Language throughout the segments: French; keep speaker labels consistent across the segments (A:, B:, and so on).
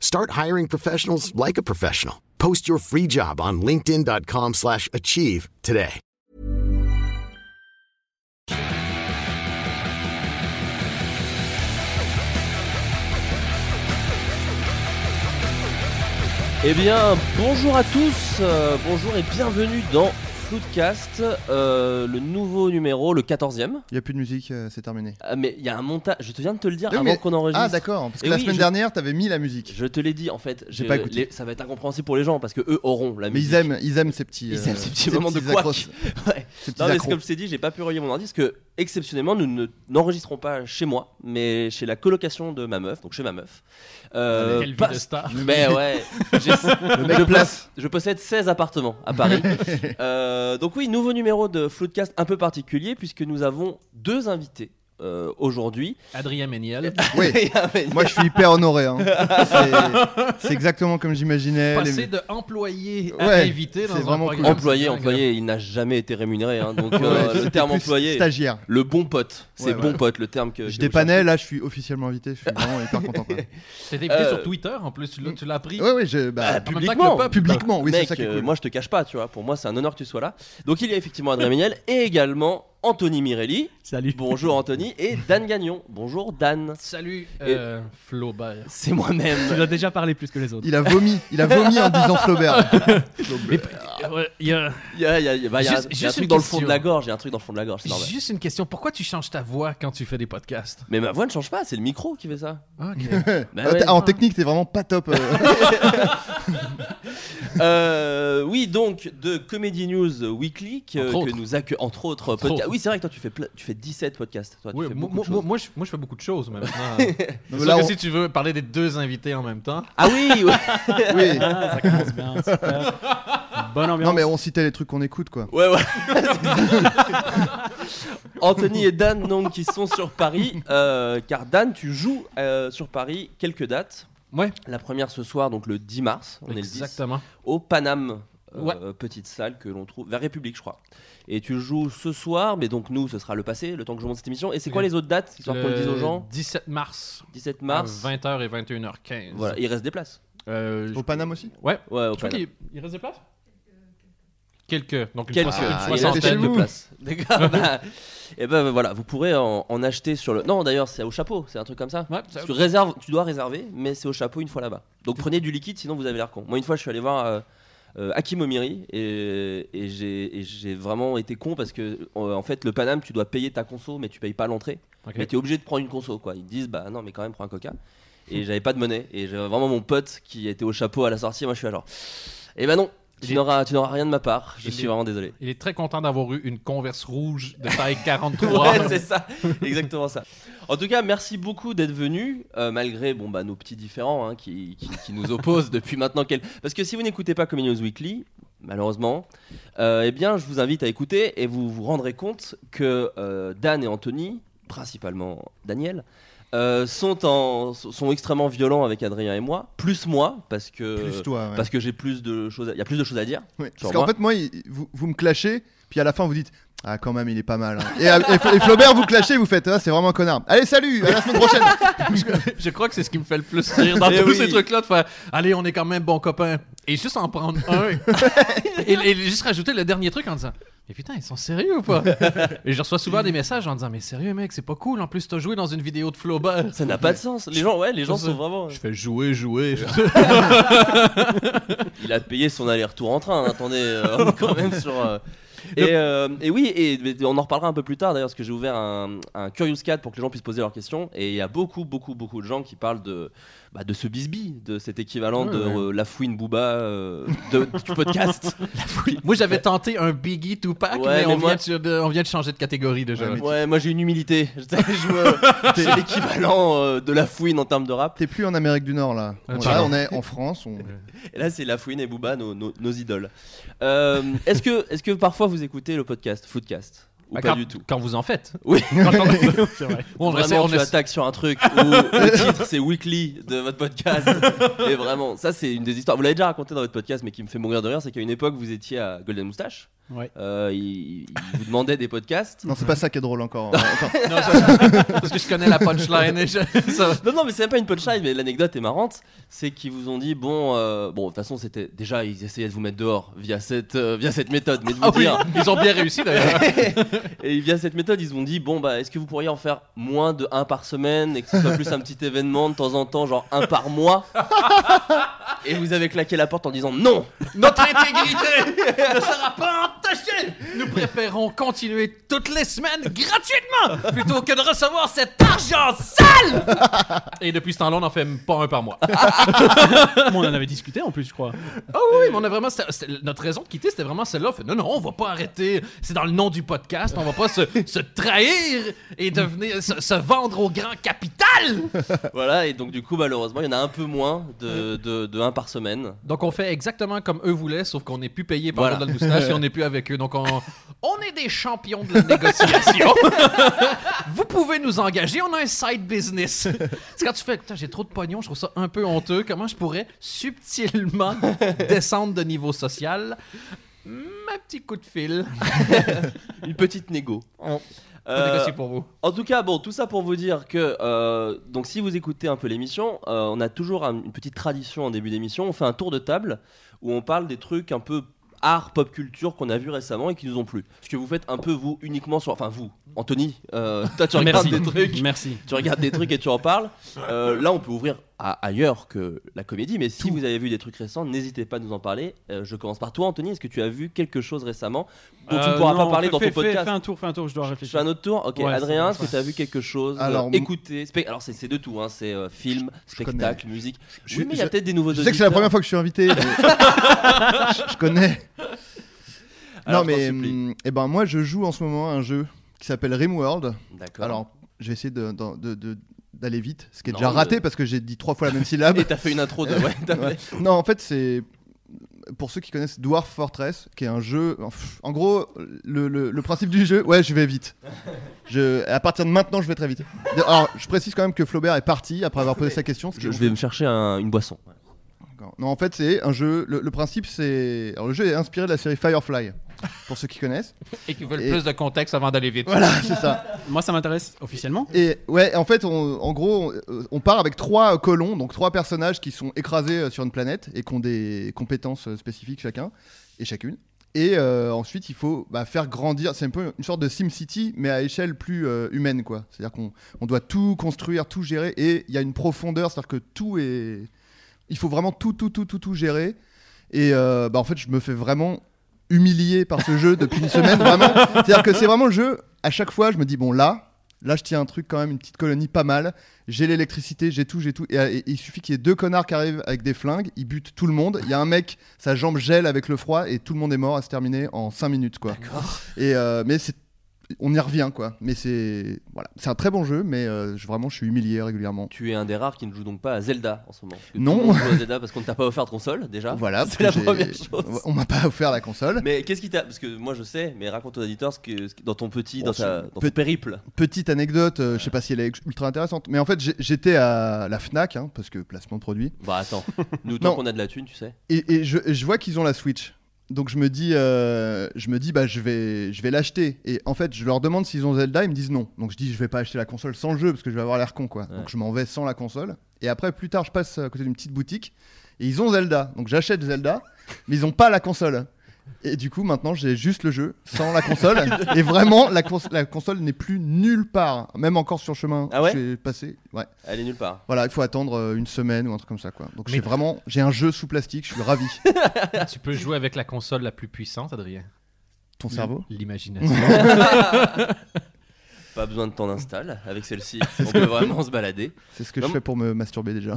A: Start hiring professionals like a professional. Post your free job on linkedin.com/achieve slash achieve today.
B: Eh bien, bonjour à tous, euh, bonjour et bienvenue dans Floodcast, euh, le nouveau numéro, le 14e.
C: Il n'y a plus de musique, euh, c'est terminé.
B: Ah, mais il y a un montage, je te viens de te le dire
C: Oui,
B: avant
C: mais-
B: qu'on enregistre.
C: Ah d'accord, parce que
B: Eh
C: la
B: oui,
C: semaine
B: je-
C: dernière, t'avais mis la musique.
B: Je te l'ai dit, en fait, je-
C: pas écouté.
B: les- ça va être incompréhensible pour les gens parce que eux auront la
C: Mais
B: musique.
C: ils aiment, ils aiment ces petits,
B: Ils aiment ces petits moments de
C: accros-
B: couac. Ouais.
C: Ces petits
B: Non, mais
C: accros.
B: comme je t'ai dit, j'ai pas pu relier mon ordi parce que, exceptionnellement, nous ne- n'enregistrons pas chez moi, mais chez la colocation de ma meuf, donc chez ma meuf. Euh,
D: Quelle vie
B: pas-
D: de star.
B: Mais ouais, j'ai- je,
C: mec place.
B: je possède 16 appartements à Paris. Euh, donc oui, nouveau numéro de Floodcast un peu particulier puisque nous avons deux invités euh, aujourd'hui.
D: Adrien Méniel.
C: Oui. Moi, je suis hyper honoré. hein. C'est- C'est exactement comme j''imaginais. les-
D: Passer de employé à
C: Ouais,
D: invité dans
C: c'est
D: un
C: vraiment
D: programme,
C: cool.
B: employé,
D: c'est dingue.
B: employé, il n'a jamais été rémunéré. hein, donc
C: Ouais,
B: euh,
C: c'était
B: le terme
C: plus
B: employé,
C: Stagiaire.
B: le bon pote, c'est
C: Ouais,
B: bon
C: ouais.
B: pote le terme que que
C: Je
B: vous
C: dépannais, là, je suis officiellement invité. Je suis vraiment hyper content. quoi.
D: C'était invité
B: Euh,
D: sur Twitter en plus, tu l'as- tu l'as appris.
C: Ouais, ouais, je, bah,
B: Ah,
D: En même temps que le
B: publiquement,
D: peuple.
C: publiquement, oui, c'est
B: Mec,
C: ça qui est
B: euh,
C: cool.
B: moi je te cache pas, tu vois. Pour moi, c'est un honneur que tu sois là. Donc il y a effectivement Adrien Méniel et également Anthony Mirelli.
E: Salut.
B: Bonjour Anthony et Dan Gagnon. Bonjour Dan.
D: Salut euh, Flaubert.
B: C'est moi-même.
E: Tu as déjà parlé plus que les autres.
C: Il a vomi, il a vomi en disant Flaubert.
D: Ah
B: Il y a, il y a- il y a- bah, il y a-
D: Juste-
B: il y
D: juste
B: a un truc
D: une
B: dans le fond de
D: question.
B: la gorge. Il y a un truc dans le fond de la gorge, c'est normal.
D: Juste une question, pourquoi tu changes ta voix quand tu fais des podcasts
B: Mais ma voix ne change pas, c'est le micro qui fait ça. Bah
C: Ah,
B: ouais. Bah
C: t'es- ah, en technique, t'es vraiment pas top. euh.
B: Euh, oui, donc de Comedy News Weekly que,
D: Entre
B: que
D: autres.
B: nous accueille entre autres.
D: Entre
B: podcasts.
D: autres.
B: Oui, c'est vrai que toi tu fais ple- tu fais 17 podcasts. Toi, tu
D: Oui,
B: fais
D: moi,
B: beaucoup de
D: moi-
B: choses.
D: moi- moi, je, moi, je fais beaucoup de choses mais maintenant. euh, c'est
C: Non, mais
D: sûr
C: là,
D: que
C: on-
D: si tu veux parler des deux invités en même temps,
B: Ah oui, ouais,
C: oui.
E: Ah, ça commence bien. super. Bonne ambiance.
C: Non, mais on citait les trucs qu'on écoute, quoi.
B: ouais, ouais. Anthony et Dan donc qui sont sur Paris, euh, car Dan tu joues euh, sur Paris quelques dates.
D: Ouais.
B: La première ce soir donc le 10 mars. On est le 10.
D: exactement.
B: au Paname. euh,
D: Ouais.
B: Petite salle que l'on trouve vers République, je crois. Et tu joues ce soir, mais donc nous, ce sera le passé, le temps que je monte cette émission. Et c'est quoi
D: Ok.
B: les autres dates, histoire qu'on le dise aux gens
D: 17 mars,
B: 17 mars.
D: 20h et 21h15.
B: Voilà, il reste des places.
D: Euh, je-
C: Au Paname aussi
D: Ouais,
B: Ouais, au
D: Je crois
B: Paname.
D: qu'il il reste des places Quelques. Donc une,
B: Quelques,
D: soix- une
B: ah, il reste
C: chez
D: soixantaine de
C: vous.
D: places.
B: D'accord. et ben voilà, vous pourrez en, en acheter sur le. Non, d'ailleurs, c'est au chapeau, c'est un truc comme ça.
D: Ouais, ça-
B: Tu, réserves, tu dois réserver, mais c'est au chapeau une fois là-bas. Donc prenez du liquide, sinon vous avez l'air con. Moi, une fois, je suis allé voir euh, euh, Akimomiri et, et j'ai et j'ai vraiment été con parce que, euh, en fait, le Paname, tu dois payer ta conso, mais tu payes pas l'entrée.
D: Ok.
B: Mais tu es obligé de prendre une conso, quoi. Ils te disent, bah non, mais quand même, prends un coca.
D: Hmm.
B: Et j'avais pas de monnaie. Et j'avais vraiment mon pote qui était au chapeau à la sortie. Moi, je suis là genre, eh ben non, tu
D: J'ai-
B: n'auras tu n'auras rien de ma part. Je
D: Il
B: suis
D: est-
B: vraiment désolé.
D: Il est très content d'avoir eu une converse rouge de taille 43.
B: Ouais, c'est ça, exactement ça. En tout cas, merci beaucoup d'être venu, euh, malgré bon, bah, nos petits différends hein, qui, qui- qui nous opposent depuis maintenant. quel- Parce que si vous n'écoutez pas Comedy News Weekly, malheureusement, euh, eh bien, je vous invite à écouter et vous vous rendrez compte que euh, Dan et Anthony, principalement Daniel, euh, sont, en, sont extrêmement violents avec Adrien et moi, plus moi, parce que,
C: Plus toi, ouais.
B: parce que j'ai plus de choses à- il y a plus de choses à dire.
C: Ouais,
B: euh, Sur
C: Parce qu'en
B: moi.
C: fait, moi, il- vous, vous me clashez, puis à la fin, vous dites Ah, quand même, il est pas mal. hein. Et, et- et Flaubert, vous clashez, vous faites Ah, c'est vraiment un connard. Allez, salut, à la semaine prochaine.
D: Je crois que c'est ce qui me fait le plus rire dans
B: Eh
D: tous
B: oui.
D: ces trucs-là de faire Allez, on est quand même bons copains. Et juste en prendre un. et, et juste rajouter le dernier truc en disant Mais putain, ils sont sérieux ou pas Et je reçois souvent des messages en disant Mais sérieux, mec, c'est pas cool. En plus, t'as joué dans une vidéo de Flaubert.
B: Ça n'a pas de sens. Les gens, ouais, les gens
D: Je-
B: sont vraiment.
D: Je fais jouer, jouer.
B: Il a payé son aller-retour en train, hein, attendez, euh, on est quand même sur... euh, Et, euh, et oui, et mais on en reparlera un peu plus tard d'ailleurs, parce que j'ai ouvert un, un Curious Cat pour que les gens puissent poser leurs questions. Et il y a beaucoup, beaucoup, beaucoup de gens qui parlent de, bah, de ce bisbee, de cet équivalent de euh, la fouine Booba euh, de, du podcast.
F: Moi, j'avais tenté un Biggie Tupac,
B: Ouais,
F: mais, on,
B: mais moi-
F: vient de, de- on vient de changer de catégorie déjà.
C: Ouais,
B: Ouais, moi j'ai une humilité. Je joue c'est l'équivalent euh, de la fouine en termes de rap.
C: T'es plus en Amérique du Nord là.
F: Ah,
E: Euh,
C: On- là,
F: pardon.
C: on est en France. on-
B: Et là, c'est la fouine et Booba, nos, nos- nos idoles. Euh, est-ce que, est-ce que parfois vous écoutez le podcast, Foodcast ou
F: Bah,
B: pas
F: quand,
B: du tout
F: Quand vous en faites.
B: Oui.
E: C'est vrai.
F: On
B: vraiment,
F: essaie- on
B: tu
F: essaie-
B: attaques sur un truc où le titre c'est Weekly de votre podcast. et vraiment, ça c'est une des histoires. Vous l'avez déjà raconté dans votre podcast, mais qui me fait mourir de rire, c'est qu'à une époque vous étiez à Golden Moustache.
E: Ouais.
B: Euh, il, il vous demandait des podcasts.
C: Non, c'est pas ça qui est drôle encore. hein. Attends.
F: Non, ça- parce que je connais la punchline. et je- ça-
B: Non, non, mais c'est même pas une punchline, mais l'anecdote est marrante. C'est qu'ils vous ont dit, bon, euh, bon, de toute façon, c'était déjà, ils essayaient de vous mettre dehors via cette, euh, via cette méthode, mais de vous
F: Ah oui,
B: dire,
F: ils ont bien réussi d'ailleurs.
B: Et via cette méthode, ils ont dit bon bah est-ce que vous pourriez en faire moins de un par semaine et que ce soit plus un petit événement de temps en temps, genre un par mois Et vous avez claqué la porte en disant non.
F: Notre intégrité ne sera pas entachée. Nous préférons continuer toutes les semaines gratuitement plutôt que de recevoir cet argent sale. Et depuis ce temps-là, on n'en fait même pas un par mois.
E: Moi, on en avait discuté en plus, je crois.
F: Ah oui, mais on a vraiment c'était- c'était- notre raison de quitter, c'était vraiment celle-là. On fait, non, non, on va pas arrêter. C'est dans le nom du podcast. On va pas se, se trahir et devenir se, se vendre au grand capital.
B: Voilà et donc du coup malheureusement il y en a un peu moins de, de, de un par semaine.
F: Donc on fait exactement comme eux voulaient, sauf qu'on n'est plus payé par
B: Voilà.
F: Donald Moustache et on n'est plus avec eux. Donc on, on est des champions de la négociation. Vous pouvez nous engager, on a un side business. C'est quand tu fais, putain, j'ai trop de pognon, je trouve ça un peu honteux. Comment je pourrais subtilement descendre de niveau social Hmm, Un petit coup de fil.
B: Une petite négo.
F: On
B: Euh,
F: négocie pour vous.
B: en tout cas, bon, tout ça pour vous dire que euh, donc si vous écoutez un peu l'émission, euh, on a toujours un- une petite tradition en début d'émission. On fait un tour de table où on parle des trucs un peu art, pop culture qu'on a vu récemment et qui nous ont plu. Ce que vous faites un peu vous uniquement sur, enfin vous, Anthony, euh, toi tu regardes
E: Merci.
B: des trucs,
E: Merci.
B: tu regardes des trucs et tu en parles. Euh, là, on peut ouvrir à ailleurs que la comédie, mais si vous avez vu des trucs récents, n'hésitez pas à nous en parler. Euh, je commence par toi, Anthony. Est-ce que tu as vu quelque chose récemment dont tu ne
E: Euh,
B: pourras
E: non,
B: pas parler
E: fais-
B: dans
E: fais-
B: ton podcast
E: Fais, fais un tour, fais un tour, je dois
B: je
E: réfléchir.
B: fais un autre tour Ok,
E: Ouais,
B: Adrien, est-ce
E: c'est
B: que
E: bon,
B: tu as vu quelque chose
C: Alors,
B: euh,
C: m-
B: Écouter. spec- Alors, c'est c'est de tout, hein, c'est euh, film, spectacle, musique.
C: je-
B: Oui, mais il y a
C: je-
B: peut-être des nouveaux
C: Je sais que c'est la première
B: auditeurs.
C: fois que je suis invité. mais- je, je connais.
B: Alors,
C: non
B: je t'en
C: mais
B: supplie.
C: hum, eh ben moi je joue en ce moment à un jeu qui s'appelle Rimworld.
B: D'accord.
C: Alors je vais essayer de- d'en- de- de- d'aller vite, ce qui est
B: Non,
C: déjà
B: mais-
C: raté parce que j'ai dit trois fois la même syllabe.
B: Et t'as fait une intro de. Ouais, t'as
C: Ouais.
B: fait-
C: Non en fait c'est pour ceux qui connaissent Dwarf Fortress, qui est un jeu. En gros le, le- le principe du jeu. Ouais je vais vite. Je, à partir de maintenant je vais très vite. Alors je précise quand même que Flaubert est parti après avoir posé sa question.
B: Je, je vais me chercher un- une boisson.
C: D'accord. Non, en fait, c'est un jeu. Le, le principe, c'est. Alors, le jeu est inspiré de la série Firefly, pour ceux qui connaissent.
F: Et qui veulent
C: et-
F: plus de contexte avant d'aller vite.
C: Voilà, c'est ça.
E: Moi, ça m'intéresse officiellement.
C: Et ouais, en fait, on- en gros, on, euh, on part avec trois euh, colons, donc trois personnages qui sont écrasés euh, sur une planète et qui ont des compétences euh, spécifiques chacun et chacune. Et euh, ensuite, il faut bah, faire grandir. C'est un peu une sorte de SimCity, mais à échelle plus euh, humaine, quoi. C'est-à-dire qu'on on doit tout construire, tout gérer, et il y a une profondeur, c'est-à-dire que tout est. Il faut vraiment tout, tout, tout, tout, tout gérer. Et euh, bah, en fait, je me fais vraiment humilier par ce jeu depuis une semaine, vraiment. C'est-à-dire que c'est vraiment le jeu. À chaque fois, je me dis bon là, là, je tiens un truc quand même, une petite colonie pas mal. J'ai l'électricité, j'ai tout, j'ai tout. Et, euh, et il suffit qu'il y ait deux connards qui arrivent avec des flingues, ils butent tout le monde. Il y a un mec, sa jambe gèle avec le froid et tout le monde est mort à se terminer en 5 minutes, quoi. Et euh, mais c'est on y revient quoi, mais c'est voilà, c'est un très bon jeu, mais euh, je, vraiment je suis humilié régulièrement.
B: Tu es un des rares qui ne joue donc pas à Zelda en ce moment. Parce que
C: Non.
B: tout le monde joue à Zelda parce qu'on ne t'a pas offert de console déjà.
C: Voilà,
B: c'est la
C: parce que
B: première
C: j'ai-
B: chose.
C: On m'a pas offert la console.
B: Mais qu'est-ce qui t'a. Parce que moi je sais, mais raconte aux auditeurs ce que, ce que- dans ton petit.
C: Bon,
B: dans ta,
C: c'est-
B: dans ton périple.
C: Petite anecdote, euh, je sais pas si elle est ultra intéressante, mais en fait j'ai- j'étais à la Fnac hein, parce que placement de produit
B: Bah attends, nous tant
C: Non.
B: qu'on a de la thune, tu sais.
C: et, et je, je vois qu'ils ont la Switch. Donc je me dis, euh, je me dis bah je vais, je vais l'acheter. Et en fait je leur demande s'ils ont Zelda, ils me disent non. Donc je dis je vais pas acheter la console sans le jeu parce que je vais avoir l'air con quoi.
B: Ouais.
C: Donc je m'en vais sans la console. Et après plus tard je passe à côté d'une petite boutique et ils ont Zelda. Donc j'achète Zelda, mais ils ont pas la console. Et du coup maintenant j'ai juste le jeu sans la console. et vraiment la, cons- la console n'est plus nulle part, même encore sur le chemin.
B: Ah ouais
C: je suis passé. Ouais.
B: Elle est nulle part.
C: Voilà, il faut attendre euh, une semaine ou un truc comme ça quoi. Donc
F: Mais-
C: j'ai vraiment, j'ai un jeu sous plastique, je suis ravi.
F: Tu peux jouer avec la console la plus puissante, Adrien.
C: Ton cerveau
F: L'imagination.
B: Pas besoin de t'en installer. Avec celle-ci, on peut vraiment se balader.
C: C'est ce que
B: Non,
C: je
B: mais-
C: fais pour me masturber déjà.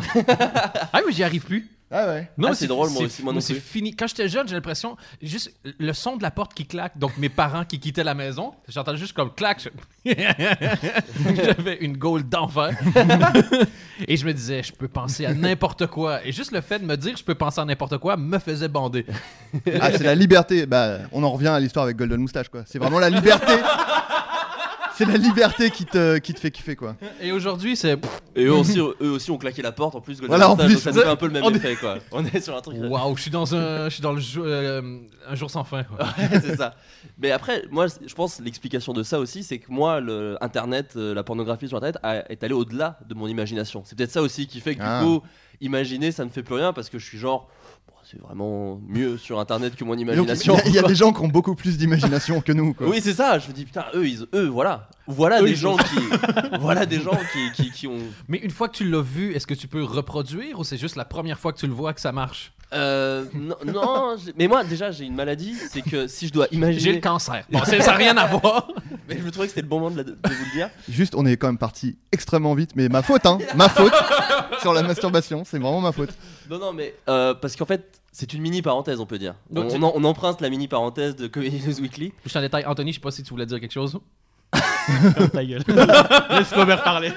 F: ah, mais j'y arrive plus.
C: ah ouais
B: Ah, c'est drôle, moi
F: c'est-
B: aussi, moi non
F: C'est
B: plus.
F: fini. Quand j'étais jeune, j'ai l'impression, juste le son de la porte qui claque, donc mes parents qui quittaient la maison, j'entendais juste comme clac. je- J'avais une gaule d'enfer. Et je me disais, je peux penser à n'importe quoi. Et juste le fait de me dire, je peux penser à n'importe quoi, me faisait bander.
C: Ah, c'est la liberté. Bah, on en revient à l'histoire avec Golden Moustache, quoi. C'est vraiment la liberté. c'est la liberté qui te, qui te fait kiffer, quoi.
F: Et aujourd'hui, c'est.
B: Et eux aussi, eux aussi ont claqué la porte en plus. Golden
C: Voilà, en
B: Moustache,
C: plus.
B: donc ça nous fait un peu le même
F: On est-
B: effet quoi. On est sur un truc.
F: Waouh, je suis dans un, je suis dans le jou- euh, un jour sans fin. quoi.
C: euh,
B: Ouais, c'est ça. Mais après, moi, c- je pense que l'explication de ça aussi, c'est que moi, le Internet, euh, la pornographie sur Internet a- est allée au-delà de mon imagination. C'est peut-être ça aussi qui fait que
C: Ah.
B: du coup, imaginer, ça ne fait plus rien parce que je suis genre, Bon, c'est vraiment mieux sur Internet que mon
C: Et donc, Il y
B: imagination.
C: a- il y, a
B: quoi.
C: des gens qui ont beaucoup plus d'imagination que nous, quoi.
B: Oui, c'est ça. Je me dis putain, eux, ils, eux, voilà, voilà
E: Eux,
B: des
E: ils
B: gens qui, voilà des gens qui, qui, qui ont.
F: Mais une fois que tu l'as vu, est-ce que tu peux reproduire ou c'est juste la première fois que tu le vois que ça marche
B: Euh, non, non, j'ai- mais moi déjà, j'ai une maladie, c'est que si je dois imaginer.
F: J'ai le cancer. Bon, c'est- ça n'a rien à voir.
B: Mais je trouvais que c'était le bon moment de, la- de vous le dire.
C: Juste, on est quand même parti extrêmement vite, mais ma faute, hein. Ma faute sur la masturbation, c'est vraiment ma faute.
B: Non, non, mais euh, parce qu'en fait, c'est une mini parenthèse, on peut dire.
F: Donc,
B: on,
F: tu-
B: on en- on emprunte la mini parenthèse de Comedy News Weekly.
F: Plus en détail, Anthony, je sais pas si tu voulais dire quelque chose.
E: Ferme ta gueule. Laisse Robert parler.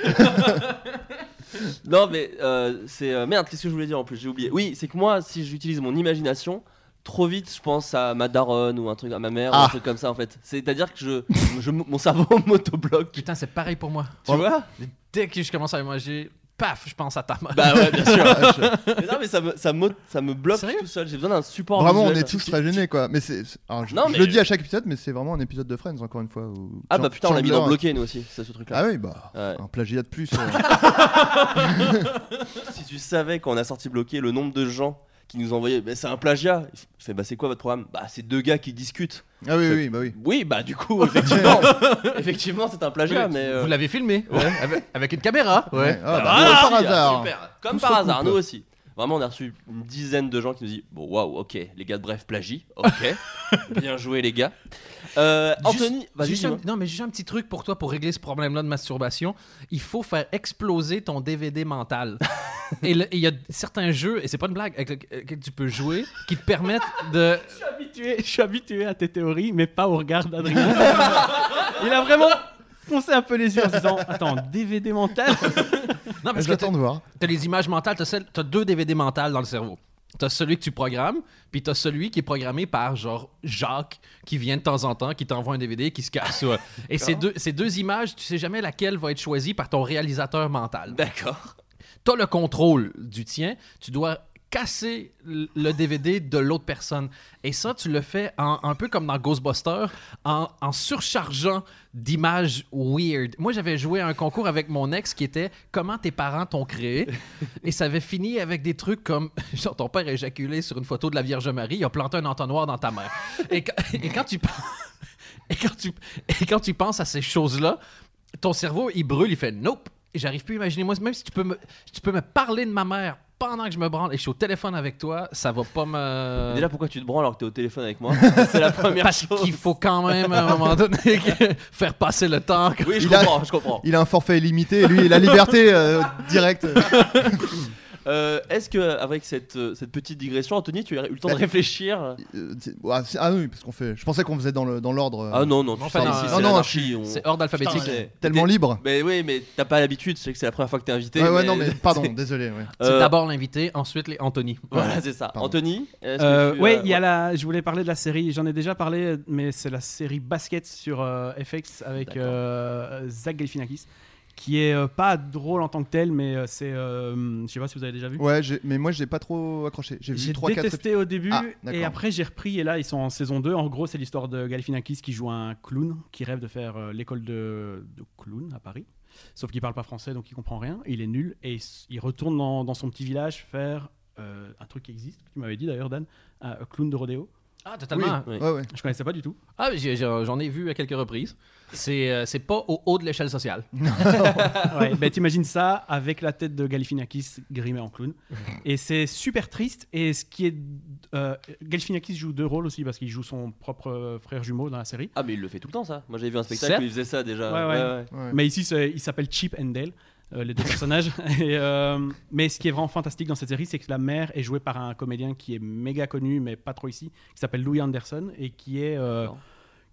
B: Non, mais euh, c'est euh, merde. Qu'est-ce que je voulais dire en plus J'ai oublié. Oui, c'est que moi, si j'utilise mon imagination trop vite, je pense à ma daronne ou un truc à ma mère ou
C: Ah.
B: un truc comme ça en fait. C'est-à-dire que je, je- mon cerveau m'autobloque.
F: Putain, c'est pareil pour moi.
B: Tu vois
F: Dès que je commence à manger, paf, je pense à ta mère.
B: Bah ouais, bien
C: Ah,
B: sûr. mais non, mais ça me, ça me, ça me bloque
F: Sérieux
B: tout seul. J'ai besoin d'un support.
C: Vraiment, on
B: visuel.
C: est tous très gênés, quoi. Mais c'est. c'est- alors, je,
B: Non,
C: je
B: mais-
C: le dis à chaque épisode, mais c'est vraiment un épisode de Friends, encore une fois. où
B: Ah
C: Chan-
B: bah putain, on l'a mis dans
C: Chandler-
B: bloqué nous aussi, c'est ce truc-là.
C: Ah oui, bah.
B: Ouais.
C: Un plagiat de plus. euh.
B: Si tu savais quand on a sorti bloqué le nombre de gens qui nous envoyaient, mais c'est un plagiat. Je fais, bah c'est quoi votre programme Bah c'est deux gars qui discutent.
C: Ah oui, oui, bah oui.
B: Oui, bah du coup, effectivement, effectivement c'est un plagiat, mais. euh,
F: Vous l'avez filmé avec, avec une caméra. Ouais.
C: Ouais. Ah, bah,
B: nous
C: par
B: aussi,
C: hasard.
B: ah, super. Comme
C: Tout
B: par
C: se
B: hasard,
C: recoupe.
B: nous aussi. Vraiment, on a reçu une dizaine de gens qui nous disent Bon, waouh, ok, les gars de Bref plagie, ok, bien joué les gars. Euh,
F: Juste-
B: Anthony, vas-y,
F: juste un,
B: dis-moi.
F: non, mais juste un petit truc pour toi pour régler ce problème-là de masturbation. Il faut faire exploser ton DVD mental. et le- et il y a certains jeux, et c'est pas une blague, avec le- euh, que tu peux jouer qui te permettent de.
E: Je suis habitué- Je suis habitué à tes théories, mais pas au regard d'Adrien. Il a vraiment foncé un peu les yeux en se disant Attends, DVD mental
F: Non, parce que t'as
C: J'attends de voir.
F: t'as les images mentales, t'as celle- t'as deux DVD mentales dans le cerveau. T'as celui que tu programmes, puis t'as celui qui est programmé par genre Jacques, qui vient de temps en temps, qui t'envoie un DVD, qui se casse. ouais. Et ces deux, ces deux images, tu sais jamais laquelle va être choisie par ton réalisateur mental.
B: D'accord.
F: T'as le contrôle du tien, tu dois casser l- le DVD de l'autre personne. Et ça, tu le fais en- un peu comme dans Ghostbusters, en, en surchargeant d'images weird. Moi, j'avais joué à un concours avec mon ex qui était Comment tes parents t'ont créé Et ça avait fini avec des trucs comme genre, Ton père a éjaculé sur une photo de la Vierge Marie, il a planté un entonnoir dans ta mère. Et, quand- et quand tu penses- et quand tu, et quand tu penses à ces choses-là, ton cerveau, il brûle, il fait Nope, j'arrive plus à imaginer. Moi, même si tu peux, me, si tu peux me parler de ma mère pendant que je me branle et que je suis au téléphone avec toi, ça va pas me.
B: Déjà, pourquoi tu te branles alors que t'es au téléphone avec moi C'est la première
F: Euh. Parce
B: chose.
F: qu'il faut quand même, à un moment donné, que- faire passer le temps.
B: Oui, je
C: Il a-
B: comprends, je comprends.
C: Il a un forfait illimité, et lui, la liberté euh, directe.
B: Euh, Est-ce que avec cette, euh, cette petite digression, Anthony, tu as eu le temps de
C: Bah,
B: réfléchir
C: Euh, c'est- ah, c'est- ah oui, parce qu'on fait. Je pensais qu'on faisait dans le dans l'ordre. euh,
B: Ah non non, tu
F: non,
B: sais,
F: non,
B: ici,
F: non,
B: c'est
C: non,
B: l'anarchie, on-
F: C'est hors d'alphabétique.
B: Putain, c'est-
C: Tellement
B: t'es-
C: libre.
B: Mais oui, mais t'as pas l'habitude. Je sais que c'est la première fois que t'es invité.
C: Ouais, ouais, non, mais pardon, désolé. ouais.
F: C'est
B: Euh,
F: d'abord l'invité, ensuite les Anthony.
B: Voilà, c'est ça.
C: Pardon.
B: Anthony. est-ce que
E: Euh,
B: tu,
E: ouais,
B: euh,
E: il y a la. Je voulais parler de la série. J'en ai déjà parlé, mais c'est la série basket sur euh, FX avec
B: D'accord.
E: euh, Zach Galifianakis, qui est euh, pas drôle en tant que tel, mais euh, c'est. euh, je sais pas si vous avez déjà vu.
C: Ouais, j'ai- mais moi j'ai pas trop accroché. J'ai vu
E: J'ai
C: 3 4
E: détesté au début
C: Ah,
E: et
C: d'accord.
E: après j'ai repris et là ils sont en saison 2. En gros, c'est l'histoire de Galifianakis qui joue un clown qui rêve de faire euh, l'école de, de clown à Paris. Sauf qu'il parle pas français donc il comprend rien, il est nul et il, s- il retourne dans, dans son petit village faire euh, un truc qui existe, que tu m'avais dit d'ailleurs Dan, un clown de rodéo.
F: Ah, totalement.
B: Oui.
C: Ouais, ouais.
E: Je connaissais pas du tout.
F: Ah, mais j'ai- j'ai- j'en ai vu à quelques reprises. C'est euh, c'est pas au haut de l'échelle sociale.
E: Ouais, ben, t'imagines ça avec la tête de Galifianakis grimée en clown. Et c'est super triste. Et ce qui est. euh, Galifianakis joue deux rôles aussi parce qu'il joue son propre euh, frère jumeau dans la série.
B: Ah, mais il le fait tout le temps, ça. Moi, j'avais vu un spectacle
F: Seth
B: où il faisait ça déjà.
E: Ouais, ouais.
C: Ouais.
E: Mais ici, c'est- il s'appelle Chip and Dale, euh, les deux personnages. Et, euh, mais ce qui est vraiment fantastique dans cette série, c'est que la mère est jouée par un comédien qui est méga connu, mais pas trop ici, qui s'appelle Louis Anderson et qui est. euh,
B: D'accord.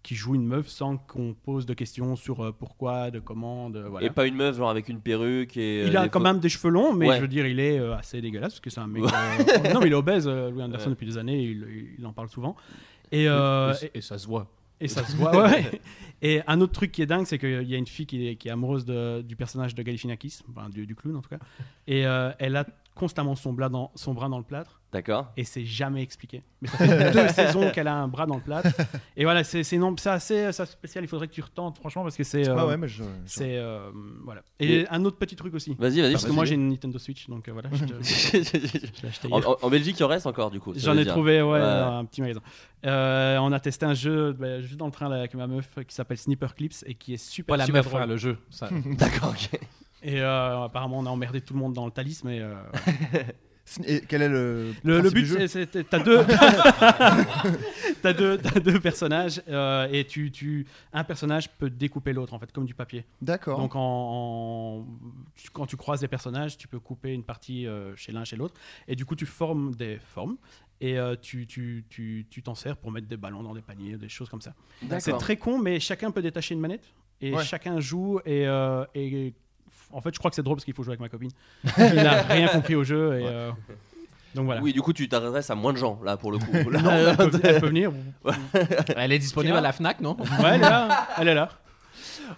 E: qui joue une meuf sans qu'on pose de questions sur euh, pourquoi, de comment, de voilà.
B: Et pas une meuf, genre avec une perruque et. euh,
E: Il a
B: des
E: quand
B: faux-
E: même des cheveux longs, mais
B: Ouais.
E: je veux dire, il est euh, assez dégueulasse parce que c'est un mec.
B: Ouais.
E: euh, non, mais il est obèse, euh, Louis Anderson,
B: Ouais.
E: depuis des années, il, il en parle souvent. Et, euh,
F: Bah, et, et ça se voit.
E: et ça se voit. ouais. Et un autre truc qui est dingue, c'est qu'il y a une fille qui est, qui est amoureuse de- du personnage de Galifianakis, enfin, du, du clown en tout cas, et euh, elle a constamment son, bras dans, son bras dans le plâtre,
B: D'accord.
E: et c'est jamais expliqué. Mais ça fait deux saisons qu'elle a un bras dans le plâtre. Et voilà, c'est c'est non- c'est assez, c'est assez spécial, il faudrait que tu retentes, franchement, parce que c'est. euh,
C: Ah ouais, mais je. je-
E: c'est euh, voilà. Et,
B: Et-
E: un autre petit truc aussi.
B: Vas-y, vas-y.
E: Parce que moi j'ai une Nintendo Switch, donc euh, voilà. je te- je l'ai acheté
B: en,
E: hier.
B: en- en Belgique, il en reste encore, du coup. ça
E: J'en
B: veut
E: ai
B: Oh, dire.
E: trouvé ouais,
B: Ouais.
E: dans un petit magasin. Euh, on a testé un jeu bah, juste dans le train là, avec ma meuf qui s'appelle Sniper Clips et qui est super
F: Pas la
E: super
F: meuf, hein,
E: drôle.
F: le jeu. Ça-
B: D'accord, ok.
E: Et euh, apparemment on a emmerdé tout le monde dans le Thalys, mais euh, voilà.
C: Et quel est le.
E: le, le
C: principe
E: but
C: du jeu
E: c'est- c'est t'as deux t'as deux t'as deux personnages euh, et tu tu un personnage peut découper l'autre en fait comme du papier.
C: D'accord.
E: Donc en- en- tu- quand tu croises des personnages, tu peux couper une partie euh, chez l'un, chez l'autre. Et du coup, tu formes des formes. Et euh, tu tu- tu- tu t'en sers pour mettre des ballons dans des paniers, des choses comme ça. C'est très con, mais chacun peut détacher une manette. Et
C: Ouais.
E: chacun joue. Et, euh, et f- en fait, je crois que c'est drôle parce qu'il faut jouer avec ma copine. Il n'a rien compris au jeu. Et, euh, donc voilà.
B: Oui, du coup, tu t'adresses à moins de gens, là, pour le coup.
E: Non, elle, peut, elle peut venir.
F: Elle est disponible
E: Kira.
F: à la Fnac, non
E: Ouais, elle est là. Elle est là.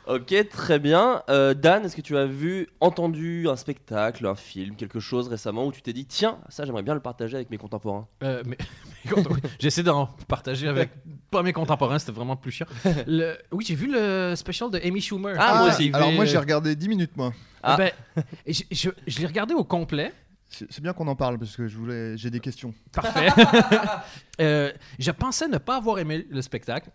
B: ok, très bien. Euh, Dan, est-ce que tu as vu, entendu un spectacle, un film, quelque chose récemment où tu t'es dit, tiens, ça, j'aimerais bien le partager avec mes contemporains
F: Euh, mais, mais quand- oui, j'essaie d'en partager avec pas mes contemporains, c'était vraiment plus chiant. Le- oui, j'ai vu le special de Amy Schumer.
B: Ah, moi aussi.
C: Alors moi j'ai
F: Euh,
C: regardé 10 minutes moi.
B: Ah.
F: ben, et je, je- je l'ai regardé au complet.
C: C'est c'est bien qu'on en parle parce que je voulais j'ai des questions.
F: Parfait. Euh, je pensais ne pas avoir aimé le spectacle.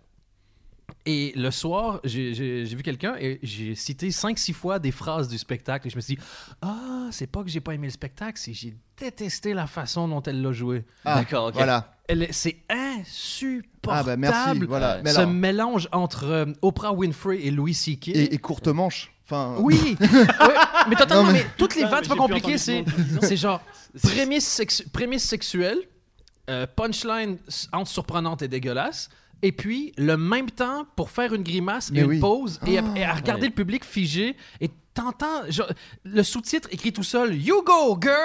F: Et le soir, j'ai j'ai- j'ai vu quelqu'un et j'ai cité 5-6 fois des phrases du spectacle. Et je me suis dit, ah, c'est pas que j'ai pas aimé le spectacle, c'est que j'ai détesté la façon dont elle l'a joué.
C: Ah,
B: D'accord, ok.
C: Voilà.
F: Elle est- C'est insupportable.
C: Ah bah merci. Voilà. Mais
F: Ce
C: alors,
F: mélange entre euh, Oprah Winfrey et Louis C.K.
C: et, et courte manche. Enfin.
F: Oui, ouais, mais totalement.
C: Non, mais-
F: mais... toutes les vannes, c'est
E: Putain, mais
F: pas
E: j'ai plus entendu
F: compliqué.
E: ce
F: C'est
E: mot
F: c'est genre prémisse, sexu- prémisse sexuelle, euh, punchline s- entre surprenante et dégueulasse, et puis le même temps pour faire une grimace
C: Mais
F: et
C: oui. Ah.
F: une pause et, à- et à regarder
B: Ouais.
F: le public figé et t'entends genre, le sous-titre écrit tout seul You go girl.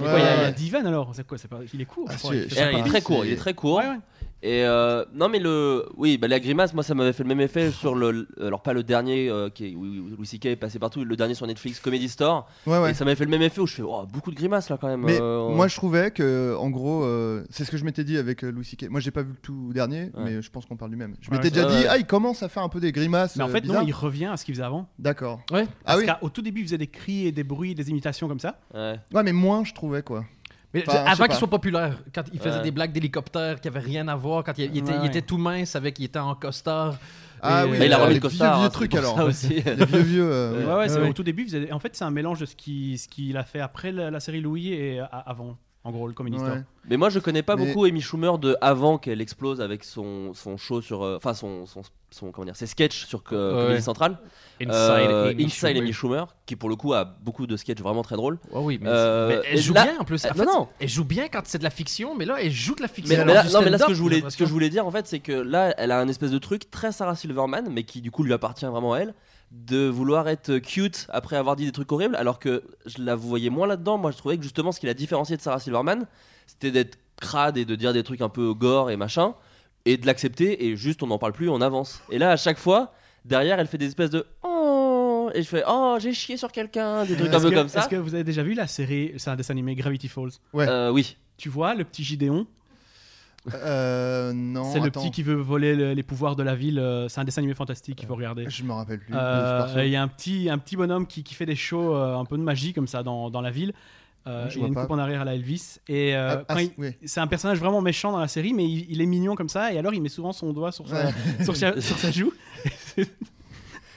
C: Ouais,
E: Ouais, Il y a, il y a
C: ouais.
E: Divan alors. C'est quoi c'est pas... Il est court.
C: Ah,
E: je crois, il
C: c'est-
E: fait
C: c'est
E: ça
B: Eh, il est
C: pas-
B: très court,
C: c'est-
B: il est très court.
E: Ouais, ouais.
B: Et euh, non, mais le. Oui, bah, la grimace, moi, ça m'avait fait le même effet sur le. Alors, pas le dernier, euh, qui est... oui, oui, Louis C.K. est passé partout, le dernier sur Netflix, Comedy Store.
C: Ouais ouais.
B: Et ça m'avait fait le même effet où je fais, oh, beaucoup de grimaces là quand même.
C: Mais
B: euh,
C: moi je trouvais que en gros euh, c'est ce que je m'étais dit avec euh, Louis C.K. Moi j'ai pas vu le tout dernier
B: Ouais.
C: mais je pense qu'on parle du même. Je
E: Ouais,
C: m'étais
E: ouais,
C: déjà
B: ouais,
C: dit
B: ouais.
C: ah il commence à faire un peu des grimaces.
E: Mais en
C: euh,
E: fait, non,
C: bizarres.
E: il revient à ce qu'il faisait avant.
C: D'accord.
F: Ouais.
C: Ah
E: Parce
C: oui.
E: qu'au tout début, il faisait des cris et des bruits, des imitations comme ça.
B: ouais.
C: Ouais mais moins je trouvais quoi.
F: Mais
C: Enfin, je sais
F: avant
C: pas.
F: qu'il soit populaire, quand il faisait
B: Ouais.
F: des blagues d'hélicoptère qui avaient rien à voir, quand il, il était,
E: Ouais,
F: il
E: ouais.
F: était tout mince avec, il était en costard.
C: Ah
F: Et-
C: oui.
B: Bah, il a
C: alors,
B: remis
C: les
B: le costard.
C: Vieux
B: hein,
C: vieux
B: c'est
C: trucs
B: pour
C: alors.
B: ça aussi.
C: Les vieux vieux. euh,
E: Ouais,
C: ouais.
E: ouais, c'est
C: Ouais,
E: au tout début. il faisait- En fait, c'est un mélange de ce qu'il ce qu'il a fait après la, la série Louis et a- avant, en gros, le Comedy Store.
C: Ouais.
B: Mais moi, je connais pas
C: Mais-
B: beaucoup Amy Schumer de avant qu'elle explose avec son, son show sur. euh, Enfin, son, son, son- Comment dire Ses sketchs sur que,
F: Ouais.
B: Comédie Centrale. Euh, Inside Amy Schumer, qui pour le coup a beaucoup de sketchs vraiment très drôles.
F: Ouais, Ah oui, mais,
B: Euh,
F: mais elle
B: et
F: joue
B: là-
F: bien en plus.
B: Euh,
F: En
B: non,
F: fait,
B: non.
F: Elle joue bien quand c'est de la fiction, mais là, elle joue de la fiction.
B: Mais, mais
F: dans
B: là,
F: du
B: non, mais là, ce
F: stand-up,
B: que je voulais, ce que je
F: j'ai
B: voulais dire en fait, c'est que là, elle a un espèce de truc très Sarah Silverman, mais qui du coup lui appartient vraiment à elle, de vouloir être cute après avoir dit des trucs horribles, alors que je la voyais moins là-dedans. Moi, je trouvais que justement, ce qui la différenciait de Sarah Silverman, c'était d'être crade et de dire des trucs un peu gore et machin, et de l'accepter et juste on n'en parle plus, on avance. Et là, à chaque fois, derrière, elle fait des espèces de oh et je fais oh j'ai chié sur quelqu'un, des trucs un
E: Euh, Est-ce
B: peu
E: que-
B: comme ça.
E: Est-ce que vous avez déjà vu la série C'est un dessin animé Gravity Falls.
B: Euh, oui.
E: Tu vois, le petit Gideon,
C: Euh, non.
E: c'est le
C: attends.
E: petit qui veut voler le- les pouvoirs de la ville. euh, C'est un dessin animé fantastique qu'il faut regarder.
C: Je me rappelle plus.
E: Euh, Il y a un petit, un petit bonhomme qui, qui fait des shows euh, un peu de magie comme ça dans, dans la ville. Euh,
C: Je
E: il a
C: vois
E: une
C: pas.
E: coupe en arrière à la Elvis. Et euh,
C: Ah, ah,
E: quand il-
C: oui.
E: c'est un personnage vraiment méchant dans la série, mais il, il est mignon comme ça. Et alors, il met souvent son doigt sur sa, sur sa, sur sa joue.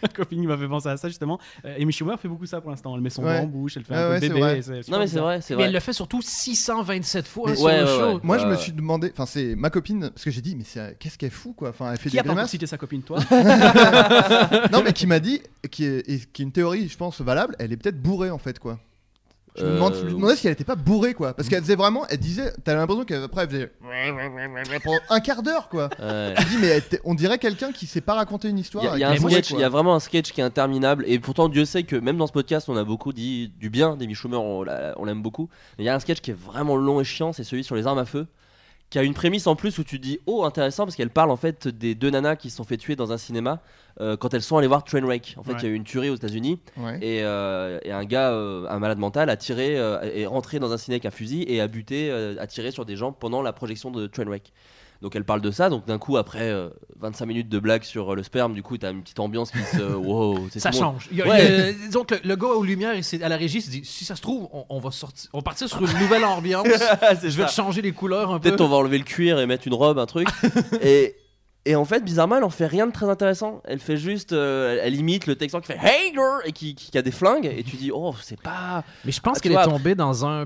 E: Un copine il m'a fait penser à ça justement. Euh, Amy Schumer fait beaucoup ça pour l'instant. Elle met son
C: Ouais.
E: doigt en bouche, elle fait
C: Ouais,
E: un
C: ouais,
E: peu
C: c'est
E: bébé.
C: vrai.
E: et c'est super
B: Non, mais c'est
E: bizarre.
B: vrai, c'est
D: Mais
B: vrai.
D: elle le fait surtout 627 fois
B: Mais-
D: sur
B: ouais,
D: le
B: ouais,
E: Oh.
D: show.
B: ouais.
C: Moi, je
B: Euh,
C: me suis demandé, enfin, c'est ma copine, parce que j'ai dit, mais c'est- euh, qu'est-ce qu'elle fout, quoi Enfin, elle fait
E: Qui
C: des
E: a pas encore
C: grimaces.
E: cité sa copine, toi
C: Non, mais qui m'a dit, qui est, et qui est une théorie, je pense, valable, elle est peut-être bourrée en fait, quoi. Je me
B: Euh,
C: demande- je me demandais si elle était pas bourrée, quoi. Parce qu'elle faisait vraiment, elle disait, t'as l'impression qu'après elle faisait. pendant un quart d'heure, quoi.
B: Ouais.
C: Tu dis, mais elle était- on dirait quelqu'un qui sait pas raconter une
B: Il
C: histoire.
B: y a, il
C: avec
B: y a un
C: des mots,
B: sketch,
C: quoi.
B: il y a vraiment un sketch qui est interminable. Et pourtant, Dieu sait que même dans ce podcast, on a beaucoup dit du bien d'Amy Schumer, on l'a- on l'aime beaucoup. Mais il y a un sketch qui est vraiment long et chiant, c'est celui sur les armes à feu. Qui a une prémisse en plus où tu dis oh intéressant parce qu'elle parle en fait des deux nanas qui se sont fait tuer dans un cinéma euh, quand elles sont allées voir Trainwreck. En fait, il y a eu une tuerie aux États-Unis
C: Ouais.
B: et, euh, et un gars, euh, un malade mental, a tiré, euh, est rentré dans un ciné avec un fusil et a buté, euh, a tiré sur des gens pendant la projection de Trainwreck. Donc elle parle de ça, donc d'un coup après euh, 25 minutes de blague sur euh, le sperme, du coup t'as une petite ambiance qui se... wow, c'est
D: Ça
B: tout le monde.
D: change. Il y a- il
B: Ouais.
D: y a-
F: euh,
D: disons que le, le gars aux lumières, il s'est- à la régie, il se dit si ça se trouve, on, on va sortir, on va partir sur une nouvelle ambiance.
B: C'est
D: je vais
B: ça.
D: changer les couleurs un peu.
B: Peut-être on va enlever le cuir et mettre une robe, un truc. et, et en fait, bizarrement, elle en fait rien de très intéressant. Elle fait juste, euh, elle, elle imite le texan qui fait Hey girl et qui, qui- qui a des flingues. Et tu dis, oh, c'est pas.
F: Mais je pense
B: Ah, tu
F: qu'elle
B: vois,
F: est tombée dans un.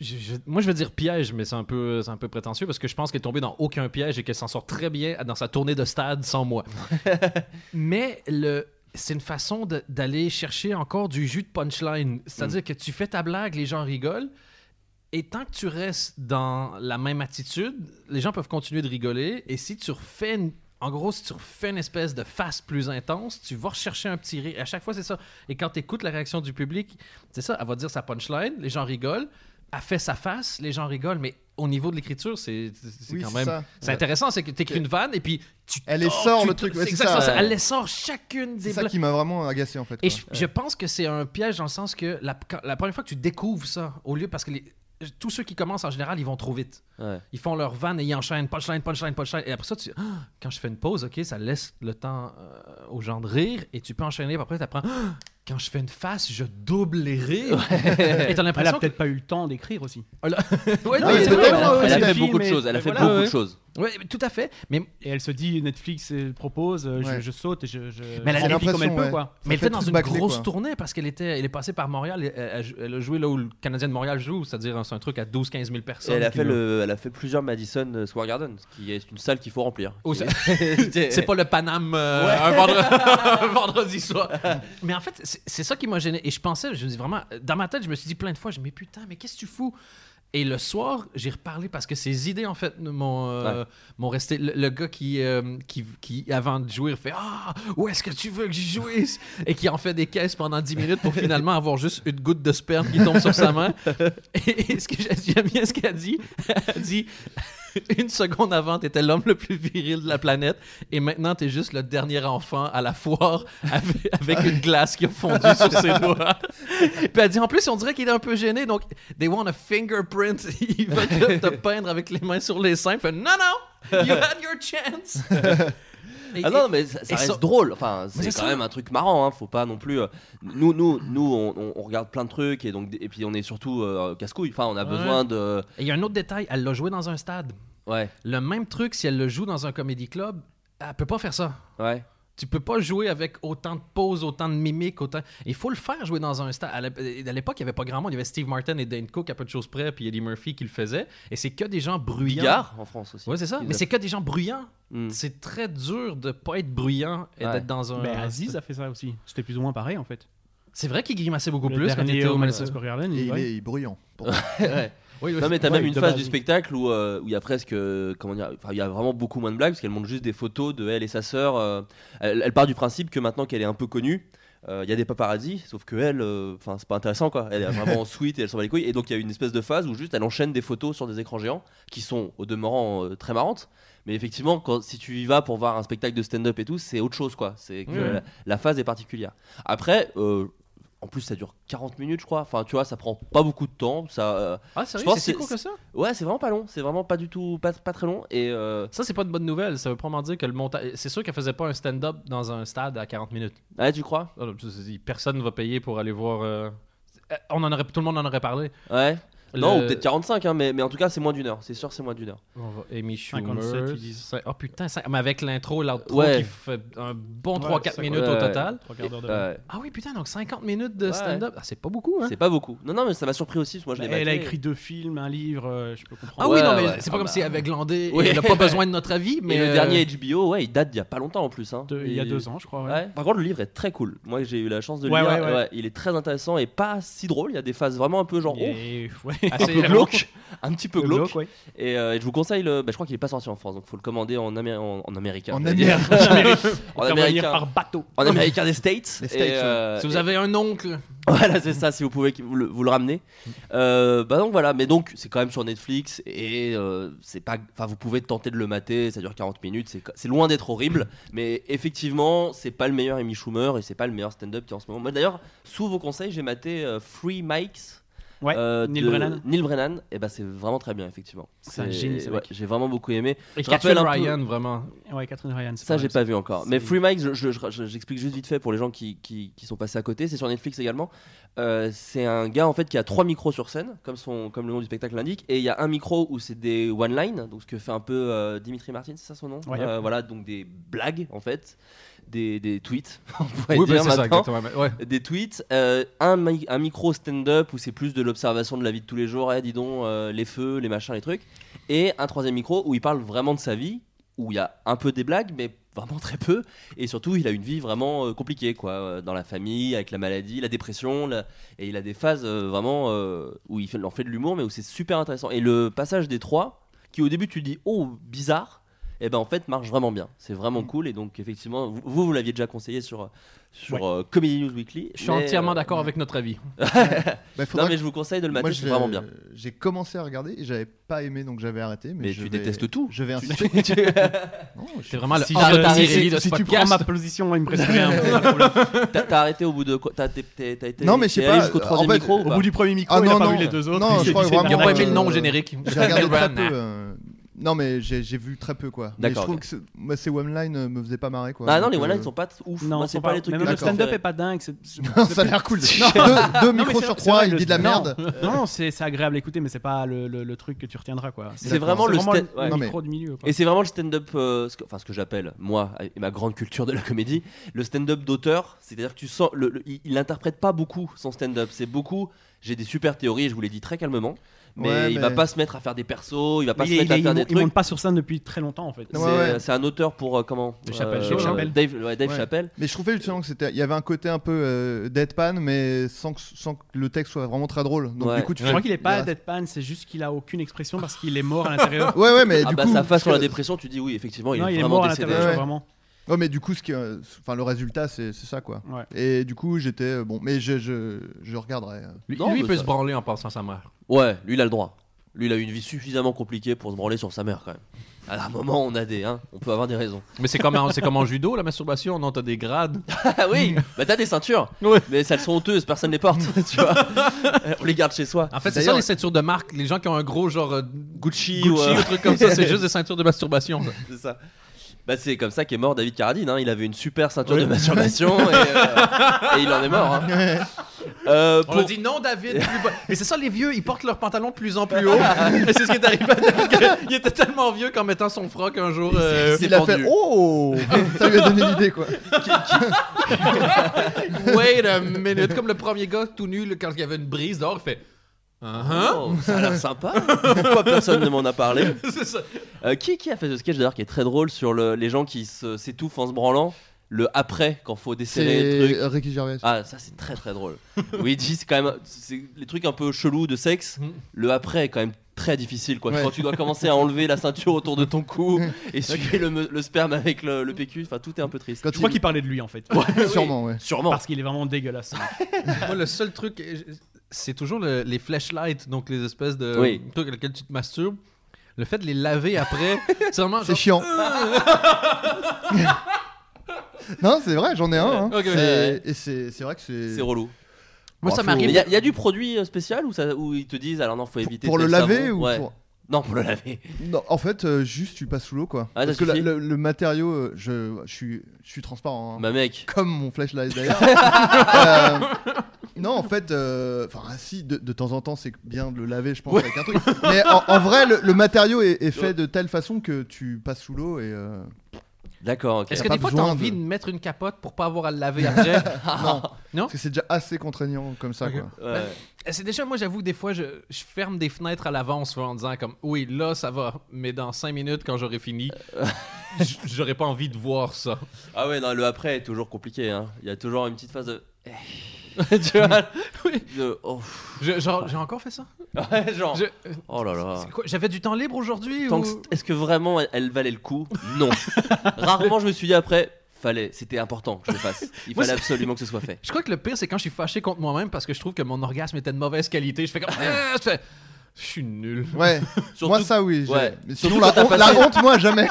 F: je- je- moi, je veux dire piège, mais c'est un, peu, c'est un peu prétentieux parce que je pense qu'elle est tombée dans aucun piège et qu'elle s'en sort très bien dans sa tournée de stade sans moi. mais le. C'est une façon de- d'aller chercher encore du jus de punchline.
B: Mm.
F: C'est-à-dire que tu fais ta blague, les gens rigolent, et tant que tu restes dans la même attitude, les gens peuvent continuer de rigoler. Et si tu refais une- En gros, si tu refais une espèce de face plus intense, tu vas rechercher un petit rire. Et à chaque fois, c'est ça. Et quand tu écoutes la réaction du public, c'est ça, elle va dire sa punchline, les gens rigolent. Elle fait sa face, les gens rigolent. Mais au niveau de l'écriture, c'est c'est
C: Oui,
F: quand
C: c'est
F: même.
C: ça.
F: C'est intéressant, c'est que tu écris une vanne et puis tu.
C: Elle
F: les
C: essort le truc, ouais, c'est ça, ouais.
F: Elle les sort chacune des
C: C'est ça
F: blagues.
C: qui m'a vraiment agacé en fait.
F: Et
C: quoi.
F: je, je pense que c'est un piège dans le sens que la, quand- la première fois que tu découvres ça, au lieu parce que les- tous ceux qui commencent en général, ils vont trop vite.
B: Ouais.
F: Ils font leur van et ils enchaînent punchline, punchline, punchline. Et après ça, tu, Ah! quand je fais une pause, ok, ça laisse le temps euh, aux gens de rire et tu peux enchaîner. Puis après, tu apprends. quand je fais une face, je double les rires. Et t'as
E: Elle a
F: l'impression que.
E: peut-être pas eu le temps d'écrire aussi.
F: Ouais,
C: Non,
F: mais
C: mais
F: c'est
C: peut-être, ouais,
F: vrai.
C: ouais,
B: elle a
C: c'est
B: fait
E: la fille,
B: beaucoup de
E: mais-
B: choses. Elle a
E: mais
B: fait
E: voilà,
B: beaucoup
F: ouais.
B: de choses.
F: Ouais, tout à fait. Mais
E: Et elle se dit Netflix euh, propose, euh, je-
C: Ouais.
E: je, saute et je, je
F: Mais elle a
E: je remplis comme elle
C: l'impression,
E: peut
C: ouais.
E: quoi.
C: Ça
F: mais elle
C: fait
F: était dans
C: tout
F: une
C: bâclé,
F: grosse
C: quoi.
F: tournée parce qu'elle était, elle est passée par Montréal. Elle, elle- elle a joué là où le Canadien de Montréal joue, c'est-à-dire un- c'est un truc à 12-15 000
B: Et
F: personnes.
B: elle a,
F: qui
B: fait
F: nous-
B: le, elle a fait plusieurs Madison euh, Square Garden, ce qui est une salle qu'il faut remplir.
F: Oh, c'est-
B: c'est
F: C'est pas le Paname euh, un, vendre- un vendredi soir. mais en fait, c'est c'est ça qui m'a gêné. Et je pensais, je me dis vraiment, dans ma tête, je me suis dit plein de fois, je me dis, mais putain, mais qu'est-ce que tu fous? Et le soir, j'ai reparlé parce que ces idées, en fait, m'ont euh, m'ont resté. Le, le gars qui, euh, qui, qui, avant de jouer, fait Ah, où est-ce que tu veux que je jouisse Et qui en fait des caisses pendant 10 minutes pour finalement avoir juste une goutte de sperme qui tombe sur sa main. Et, et ce que j'ai- j'aime bien ce qu'elle dit, elle dit Une seconde avant, t'étais l'homme le plus viril de la planète, et maintenant t'es juste le dernier enfant à la foire avec, avec une glace qui a fondu sur ses doigts. Puis elle dit En plus, on dirait qu'il est un peu gêné, donc they want a fingerprint. Ils veulent te, te peindre avec les mains sur les seins. Fait, non, non, you had your chance. Et-
B: Ah non, mais ça, ça
F: et
B: reste
F: ça-
B: drôle. Enfin, c'est
F: c'est
B: quand
F: ça.
B: même un truc marrant. Hein. Faut pas non plus. euh, nous, nous, nous, on, on- on regarde plein de trucs et donc et puis on est surtout euh, casse-couille. Enfin, on a
F: Ouais.
B: besoin de.
F: et il y a un autre détail elle l'a joué dans un stade.
B: Ouais,
F: Le même truc, si elle le joue dans un comédie club, elle peut pas faire ça.
B: ouais.
F: Tu peux pas jouer avec autant de pauses, autant de mimiques, autant. Il faut le faire jouer dans un stade. À l'ép- à l'époque, il y avait pas grand monde. Il y avait Steve Martin et Dane Cook à peu de choses près, puis Eddie Murphy qui le faisaient. Et c'est que des gens bruyants.
B: Bigard en France aussi.
F: Ouais, c'est ça.
B: Ils
F: Mais c'est que des gens bruyants.
B: Mm.
F: C'est très dur de pas être bruyant et
B: Ouais.
F: d'être dans un.
E: Mais Euh, Ben, bah, Aziz a fait ça aussi. C'était plus ou moins pareil en fait.
F: C'est vrai qu'il grimaçait beaucoup
E: Le
F: plus quand il
E: dernier
F: était au Madison Square.
E: Square Garden,
C: Et il
E: ouais.
C: est bruyant.
B: Ouais.
F: Oui, oui.
B: Non mais t'as
E: Ouais,
B: même une
E: de
B: phase
E: base,
B: du
E: oui.
B: spectacle où euh, où il y a presque euh, comment dire enfin il y a vraiment beaucoup moins de blagues parce qu'elle montre juste des photos de elle et sa sœur euh, elle, elle part du principe que maintenant qu'elle est un peu connue euh, il y a des paparazzis sauf que elle euh, enfin c'est pas intéressant quoi elle est vraiment en suite et elle s'en bat les couilles et donc il y a une espèce de phase où juste elle enchaîne des photos sur des écrans géants qui sont au demeurant euh, très marrantes mais effectivement quand si tu y vas pour voir un spectacle de stand-up et tout c'est autre chose quoi c'est que
F: Ouais.
B: la, la phase est particulière après euh, en plus, ça dure 40 minutes, je crois. Enfin, tu vois, ça prend pas beaucoup de temps. Ça, euh,
F: Ah, sérieux,
B: Je pense
F: c'est si
B: que
F: court
B: c'est-
F: que ça?
B: Ouais, c'est vraiment pas long, c'est vraiment pas du tout pas, pas très long et euh,
F: Ça, c'est pas de bonne nouvelle. Ça veut probablement dire que le montage. C'est sûr qu'elle faisait pas un stand-up dans un stade à 40 minutes. Ah,
B: ouais, tu crois
F: Alors, je me suis dit, personne ne va payer pour aller voir. euh, euh, on en aurait, tout le monde en aurait parlé.
B: Ouais. Non,
F: Le-
B: ou peut-être 45, hein, mais, mais en tout cas, c'est moins d'une heure. C'est sûr, c'est moins d'une heure.
F: On va- Amy Schumer.
E: 57, ils disent.
F: c'est- Oh putain, ça- mais avec l'intro, l'outro
B: Ouais.
F: qui fait un bon
E: Ouais,
F: 3-4
E: ça-
F: minutes au
B: ouais.
F: total.
E: Trois quarts d'heure de.
B: Euh,
F: Ah oui, putain, donc 50 minutes de
B: Ouais.
F: stand-up. Ah, c'est pas beaucoup, hein?
B: c'est pas beaucoup. Non, non, mais ça m'a surpris aussi. parce que Moi, je l'ai
E: Mais elle a
B: maté.
E: écrit deux films, un livre, euh, je peux comprendre.
F: Ah
B: Ouais,
F: oui, non, mais
B: ouais.
F: c'est pas
B: Ah
F: comme
B: bah.
F: s'il avait glandé.
B: Oui.
F: et Il a pas besoin de notre avis, mais.
B: Mais le
F: euh,
B: dernier HBO, ouais, il date d'il y a pas longtemps en plus. hein.
E: Deux- il y a deux ans, je crois. ouais.
B: Ouais. Par contre, le livre est très cool. Moi, j'ai eu la chance de le
E: Ouais,
B: lire.
E: ouais, ouais.
B: il est très intéressant et pas si drôle. Il y a des phases vraiment un peu genre. oh,
E: Et- ouais.
B: un peu glauque, un petit peu
E: Le
B: glauque.
E: bloc, ouais.
B: Et, euh, et je vous conseille le. bah, je crois qu'il est pas sorti en France, donc faut le commander en, Amé- en, en américain.
C: En
B: j'allais dire. en
E: Faire venir
B: américain.
E: par bateau.
B: En américain des States.
C: Les States,
B: Et, euh,
F: Si vous
B: et-
F: avez un oncle.
B: Voilà, c'est ça. Si vous pouvez vous le, vous le ramener. Euh, bah donc voilà. Mais donc c'est quand même sur Netflix et euh, c'est pas. Enfin, vous pouvez tenter de le mater. Ça dure 40 minutes. C'est c'est loin d'être horrible. Mais effectivement, c'est pas le meilleur Amy Schumer et c'est pas le meilleur stand-up qui est en ce moment. Moi d'ailleurs, sous vos conseils, j'ai maté euh, Free Mics.
E: Ouais,
B: euh,
E: Neil
B: de-
E: Brennan.
B: Neil Brennan, et bah c'est vraiment très bien effectivement.
E: C'est un génie, ce
B: ouais,
E: mec.
B: J'ai vraiment beaucoup aimé.
F: Et
B: Je rappelle
F: Catherine
B: un peu-
F: Ryan, vraiment.
E: Ouais, Catherine Ryan. c'est
B: Ça j'ai
E: vrai,
B: pas vu encore. Mais
E: c'est-
B: Free Mike, je- je- je- j'explique juste vite fait pour les gens qui, qui- qui sont passés à côté. C'est sur Netflix également. Euh, c'est un gars en fait qui a trois micros sur scène, comme son comme le nom du spectacle l'indique, et il y a un micro où c'est des one line, donc ce que fait un peu euh, Dimitri Martin, c'est ça son nom.
E: Ouais.
B: Euh, voilà, donc des blagues en fait, des, des tweets. On pourrait
F: Oui,
B: dire
E: bah,
F: ben, c'est ça,
B: maintenant
F: exactement. Ouais.
B: des tweets, euh, un, mi- un micro stand-up où c'est plus de l'observation de la vie de tous les jours, eh, dis donc, euh, les feux, les machins, les trucs, et un troisième micro où il parle vraiment de sa vie, où il y a un peu des blagues, mais vraiment très peu, et surtout il a une vie vraiment euh, compliquée, quoi, euh, dans la famille, avec la maladie, la dépression, la- et il a des phases euh, vraiment euh, où il fait- il en fait de l'humour, mais où c'est super intéressant. Et le passage des trois, qui au début tu dis, oh, bizarre, et ben en fait marche vraiment bien, c'est
F: Mm.
B: vraiment cool, et donc effectivement, vous, vous, vous l'aviez déjà conseillé sur sur
E: Ouais.
B: euh, Comedy News Weekly.
F: Je suis
B: mais,
F: entièrement
B: euh,
F: d'accord avec notre avis.
C: Bah,
B: Non,
C: faudra
B: mais je vous conseille de le
C: Moi,
B: mater,
C: je
B: c'est
C: l'ai-
B: vraiment bien.
C: J'ai commencé à regarder et j'avais pas aimé donc j'avais arrêté. Mais,
B: Mais
C: je
B: tu
C: vais-
B: détestes tout.
C: Je vais
B: Tu-
C: insister. Non, je
F: C'est
C: suis-
F: vraiment le
E: Si,
F: hors
E: je-
F: de
E: si-
F: série
E: si-
F: de ce
E: si tu prends
F: podcast.
E: ma position, il me reste rien. c'est pas le problème.
B: T'as t'as arrêté au bout de quoi T'as t'es- t'es- t'as été
C: Non, mais je sais
B: t'es allé
C: pas,
B: jusqu'au
C: euh, en
B: troisième
C: fait,
B: micro ou
E: Au
B: pas
E: bout du premier micro,
C: Ah,
E: il
C: non,
E: a pas
C: non.
E: vu les deux autres.
C: Non,
E: Il
C: je crois
E: s'est dit,
C: vraiment-
F: Il a pas
C: Euh,
F: aimé le nom au générique.
C: J'ai regardé
F: Neil
C: très
F: Brennan.
C: peu. euh, Non, mais j'ai j'ai vu très peu quoi. Mais je
B: hein. D'accord,
C: trouve
B: ok.
C: que c'est- moi, ces one line euh, me faisaient pas marrer quoi.
B: Bah non,
C: donc,
B: les one
C: euh,
B: sont pas t- ouf.
E: Non,
B: Moi,
E: c'est
B: c'est pas les trucs.
E: Même
B: que
E: le
B: j'ai
E: stand-up
B: préférés.
E: est pas dingue. c'est- c'est-
C: ça a l'air cool.
E: Non.
C: deux deux
E: Non, mais
C: micros
E: c'est-
C: sur
E: c'est
C: trois,
E: vrai,
C: il
E: le-
C: dit de la
E: non.
C: merde.
E: Non, non, c'est c'est agréable à écouter, mais c'est pas le, le- le truc que tu retiendras. quoi.
B: C'est vraiment le stand- ouais.
C: Non, mais-
E: micro du milieu. quoi.
B: Et c'est vraiment le stand-up, euh, ce que- enfin ce que j'appelle moi et ma grande culture de la comédie, le stand-up d'auteur, c'est-à-dire que tu sens, le- le- il, il interprète pas beaucoup son stand-up, c'est beaucoup. J'ai des super théories, je vous l'ai dit très calmement, mais
C: Ouais,
B: il
C: mais-
B: va pas se mettre à faire des persos, il va pas
E: Mais
B: se
E: il-
B: mettre à
E: il-
B: faire
E: il-
B: des
E: Il monte
B: trucs.
E: pas sur scène depuis très longtemps, en fait.
B: C'est
C: Ouais, ouais.
B: c'est un auteur pour euh, comment
E: De Chappelle.
B: Euh,
E: Dave Chappelle.
B: Dave, ouais, Dave
C: Ouais.
B: Chappelle.
C: Mais je trouvais justement que c'était, il y avait un côté un peu euh, deadpan, mais sans que, sans que le texte soit vraiment très drôle. Donc
B: Ouais.
C: du coup, tu
E: Je crois qu'il est pas
C: Ouais.
E: deadpan, c'est juste qu'il a aucune expression parce qu'il est mort à l'intérieur.
C: Ouais, ouais, mais
B: ah
C: du
B: bah
C: coup,
B: sa face sur la
C: parce que-
B: dépression, tu dis oui, effectivement, il
E: Non,
B: est
E: il est
B: vraiment
E: mort à
B: décédé.
E: l'intérieur,
C: Ouais.
E: vraiment.
C: Ouais, mais du coup, ce qui, euh, enfin, le résultat, c'est c'est ça quoi.
E: Ouais.
C: Et du coup, j'étais euh, bon, mais je, je, je regarderai. euh.
F: Lui,
B: Non,
F: lui,
B: mais
F: il peut
B: ça-
F: se branler en pensant à sa mère.
B: Ouais, lui il a le droit. Lui il a eu une vie suffisamment compliquée pour se branler sur sa mère quand même. À un moment on a des, hein, on peut avoir des raisons.
F: Mais c'est comme, en- c'est comme en judo, la masturbation. Non, t'as des grades.
B: Ah oui, bah t'as des ceintures,
F: Ouais.
B: mais elles sont honteuses, personne les porte, tu vois. Euh, on les garde chez soi.
F: En fait, c'est ça
C: D'ailleurs-
F: les ceintures de marque. Les gens qui ont un gros genre euh,
B: Gucci,
F: Gucci
B: ou, euh,
F: ou truc comme ça, c'est juste des ceintures de masturbation. ça.
B: c'est ça. Bah c'est comme ça qu'est mort David Carradine, hein. il avait une super ceinture de masturbation et, euh, et il en est mort. hein. Euh,
F: On
B: pour-
F: leur dit non, David. plus bas. Mais c'est ça, les vieux, ils portent leurs pantalons de plus en plus haut. Et c'est ce qui est arrivé à David. Il était tellement vieux qu'en mettant son froc un jour. euh,
B: C'est
C: il a fait
B: pendu.
C: oh, ça lui a donné l'idée quoi.
F: Wait a minute. Comme le premier gars tout nu, le- quand il y avait une brise dehors, il fait. Uh-huh.
B: Oh, ça a l'air sympa. Pourquoi personne ne m'en a parlé
F: C'est ça.
B: Euh, qui, qui a fait ce sketch d'ailleurs qui est très drôle sur le- les gens qui se- s'étouffent en se branlant Le après, quand faut desserrer les trucs.
C: C'est Ricky Gervais.
B: Ah, ça c'est très très drôle. Oui, dit c'est quand même. c'est Les trucs un peu chelous de sexe,
F: Mm.
B: le après est quand même très difficile quoi.
C: Ouais.
B: Quand tu dois commencer à enlever la ceinture autour de ton cou et suivre le, me- le sperme avec le, le PQ, enfin tout est un peu triste.
C: Quand
E: Je crois
C: il-
E: qu'il parlait de lui, en fait.
C: sûrement ouais.
B: Sûrement.
E: Parce qu'il est vraiment dégueulasse.
F: Moi, le seul truc, euh, je- c'est toujours le- les flashlights, donc les espèces de
B: Oui.
F: trucs avec lesquels tu te masturbes. Le fait de les laver après, c'est vraiment.
C: C'est chiant.
F: genre-
C: Euh. non, c'est vrai, j'en ai un. hein.
F: Ok, ok.
C: C'est- Et c'est c'est vrai que c'est.
B: C'est relou.
F: Moi,
C: Bon,
F: ça
B: Mais
F: m'arrive.
B: Il y, a- il y a du produit euh, spécial où, ça, où ils te disent alors non, faut éviter.
C: Pour le
B: tel
C: laver
B: savon.
C: ou
B: Ouais.
C: pour-
B: Non, pour le laver.
C: Non, en fait, euh, juste tu passes sous l'eau quoi.
B: Ah, ça
C: Parce que la-
B: suffit.
C: le, le matériau, euh,
F: Bah
C: je, je suis, je suis transparent. hein.
B: Bah mec.
C: Comme mon flashlight d'ailleurs. Euh, Non, en fait, euh, enfin, ah, si, de, de temps en temps, c'est bien de le laver, je pense, avec un truc. Mais en, en vrai, le, le matériau est, est fait de telle façon que tu passes sous l'eau et. euh,
B: D'accord, ok.
F: Est-ce
C: a
F: que
C: pas
F: des fois, t'as
C: besoin de-
F: envie de... mettre une capote pour pas avoir à le laver après
C: Non.
F: Ah. Non
C: Parce que c'est déjà assez contraignant comme ça, quoi.
B: Ouais.
F: C'est déjà, moi, j'avoue, des fois, je, je ferme des fenêtres à l'avance ouais, en disant comme, oui, là, ça va, mais dans cinq minutes, quand j'aurai fini,
C: Euh.
F: j- j'aurais pas envie de voir ça.
B: Ah ouais, non, le après est toujours compliqué. hein. Il y a toujours une petite phase de. tu vois
F: Oui.
B: de- oh, pff.
F: Je- genre, j'ai encore fait ça
B: Ouais, genre.
F: Je-
C: Ah.
F: euh,
B: Oh là là.
F: C'est quoi, J'avais du temps libre aujourd'hui
B: Tant
F: ou-
B: que c- Est-ce que vraiment elle, elle valait le coup Non. Rarement je me suis dit après, fallait, c'était important que je le fasse. Il
F: Moi,
B: fallait
F: c'est-
B: absolument que ce soit fait.
F: Je crois que le pire, c'est quand je suis fâché contre moi-même parce que je trouve que mon orgasme était de mauvaise qualité. Je fais comme. Ah, je fais, Je suis nul.
C: Ouais,
B: Surtout-
C: moi ça oui. j'ai-
B: ouais.
C: Mais
B: Surtout
C: sinon, la,
B: quand t'as
C: hon-
B: passé-
C: la honte, moi jamais.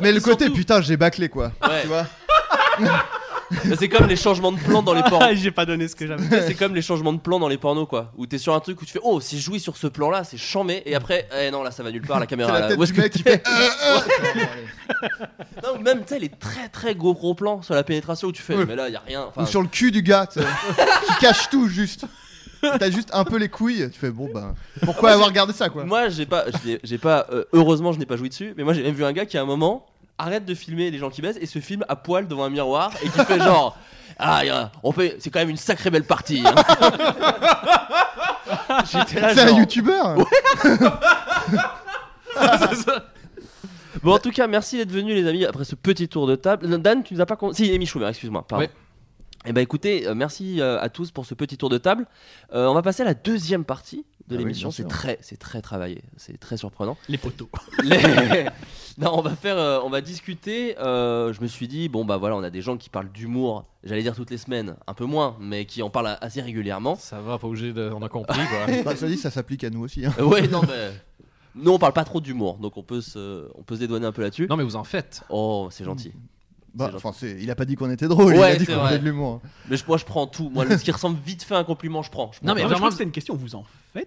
C: Mais le côté putain, j'ai bâclé quoi.
B: Ouais.
C: Tu vois
B: C'est comme les changements de plan dans les pornos.
E: J'ai pas donné ce que j'avais.
B: Tu sais, c'est comme les changements de plan dans les pornos quoi. Où t'es sur un truc où tu fais oh si je jouis sur ce plan là c'est chambé et après eh non là ça va nulle part la
C: C'est
B: caméra
C: la
B: là.
C: tête
B: Où est-ce
C: du
B: que
C: mec qui
B: t'es
C: fait. euh, euh.
B: Non, ou même tu sais les très très gros gros plans sur la pénétration où tu fais
C: Ouais.
B: mais là y a rien. Enfin,
C: Ou sur le cul du gars, tu sais, qui cache tout juste. T'as juste un peu les couilles. Tu fais bon ben, pourquoi avoir gardé ça quoi
B: Moi, j'ai pas, je l'ai- j'ai pas, euh, heureusement, je n'ai pas joué dessus, mais moi, j'ai même vu un gars qui, à un moment, arrête de filmer les gens qui baissent et se filme à poil devant un miroir et qui fait genre. Ah, y a- on peut, c'est quand même une sacrée belle partie. hein. J'étais là,
C: C'est un
B: genre,
C: youtubeur
B: Bon, en tout cas, merci d'être venus, les amis, après ce petit tour de table. Euh, Dan, tu nous as pas. con- Si, Amy Schumer, excuse-moi, pardon.
F: Oui.
B: Eh ben écoutez, euh, merci euh, à tous pour ce petit tour de table. Euh, on va passer à la deuxième partie de
C: Ah oui,
B: l'émission.
C: bien
B: c'est
C: sûr.
B: très, c'est très travaillé, c'est très surprenant.
E: Les poteaux.
B: Les- non, on va faire, euh, on va discuter. euh, je me suis dit, bon bah voilà, on a des gens qui parlent d'humour. J'allais dire toutes les semaines, un peu moins, mais qui en parlent assez régulièrement.
F: Ça va, pas obligé de. On a compris, quoi.
C: Bah, ça dit, ça s'applique à nous aussi. hein.
B: Euh, ouais, non mais nous on parle pas trop d'humour, donc on peut se, on peut se dédouaner un peu là-dessus.
F: non, mais vous en faites.
B: Oh, c'est gentil.
C: Bah,
B: gentil.
C: enfin, c'est- il a pas dit qu'on était drôle, il
B: Ouais,
C: a dit
B: c'est
C: qu'on
B: vrai.
C: faisait de l'humour. hein.
B: Mais je, moi je prends tout. Moi, ce qui ressemble vite fait à un compliment, je prends. Je prends
F: Non, mais
B: pas.
E: je
F: vraiment-
E: crois que c'était une question, vous en faites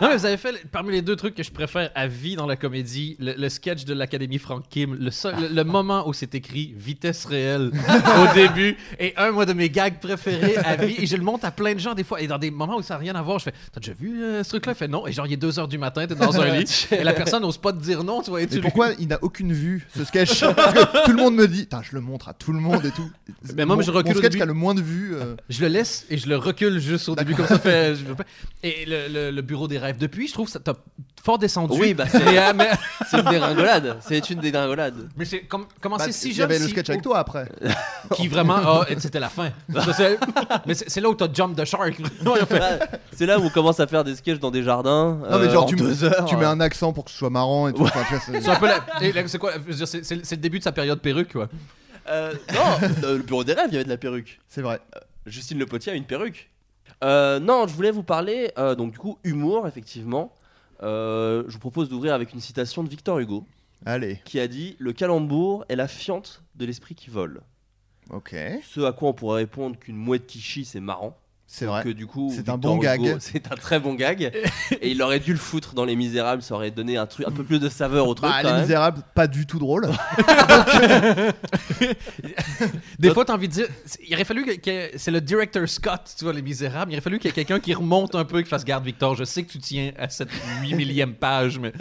F: Non, mais vous avez fait le- parmi les deux trucs que je préfère à vie dans la comédie le, le sketch de l'Académie Frank Kim, le, seul- le, le moment où c'est écrit vitesse réelle au début, et un moi de mes gags préférés à vie. Et je le monte à plein de gens des fois, et dans des moments où ça n'a rien à voir, je fais T'as déjà vu euh, ce truc-là Il fait non, et genre il est 2h du matin, t'es dans un lit, et la personne n'ose pas te dire non, tu vois. Et tu
C: Mais
F: lui-
C: pourquoi il n'a aucune vue ce sketch Parce que tout le monde me dit, Putain, je le montre à tout le monde et tout.
F: Mais moi,
C: Mon-
F: je recule
C: Mon
F: au
C: sketch
F: début.
C: qui a le moins de vues. euh,
F: Je le laisse et je le recule juste au début comme ça fait. je veux pas- Et le, le- le bureau des rêves. Depuis, je trouve que ça t'a fort descendu.
B: Oui, bah, c'est-
F: Mais, euh, mais,
B: c'est une dégringolade. C'est une dégringolade.
F: mais c'est comme
B: Ah,
F: commencer
C: bah,
F: si
C: il y
F: jeune.
C: avait le
F: si-
C: sketch avec toi après.
F: Qui
C: Oh.
F: vraiment a- et c'était la fin. Ça, c'est- mais c'est c'est là où t'as jump the shark.
B: Là, c'est là où on commence à faire des sketchs dans des jardins.
C: Non mais
B: euh,
C: genre
B: en
C: tu, m-
B: deux heures.
C: tu mets un accent pour que ce soit marrant et tout. Enfin, tu vois, c'est-
F: C'est un peu la- et là, c'est quoi je veux dire, C'est c'est- c'est le début de sa période perruque quoi.
B: Euh, non, euh, le bureau des rêves, il y avait de la perruque.
C: C'est vrai.
B: Justine Le Potier a une perruque. Euh, non, je voulais vous parler, euh, donc du coup, humour, effectivement. Euh, je vous propose d'ouvrir avec une citation de Victor Hugo,
C: Allez,
B: qui a dit Le calembour est la fiente de l'esprit qui vole.
C: ok,
B: Ce à quoi on pourrait répondre qu'une mouette qui chie, c'est marrant.
C: c'est
B: Donc,
C: vrai.
B: euh, du coup,
C: C'est un
B: Victor
C: bon gag.
B: Hugo, C'est un très bon gag. et il aurait dû le foutre dans Les Misérables, ça aurait donné un, truc, un peu plus de saveur au truc.
C: Bah,
B: quand
C: les
B: même.
C: misérables, pas du tout drôle.
F: Des fois t'as envie de dire c'est- il aurait fallu que, que- c'est le director Scott tu vois les Misérables il aurait fallu qu'il y ait quelqu'un qui remonte un peu et qui fasse garde Victor je sais que tu tiens à cette 8 millième page mais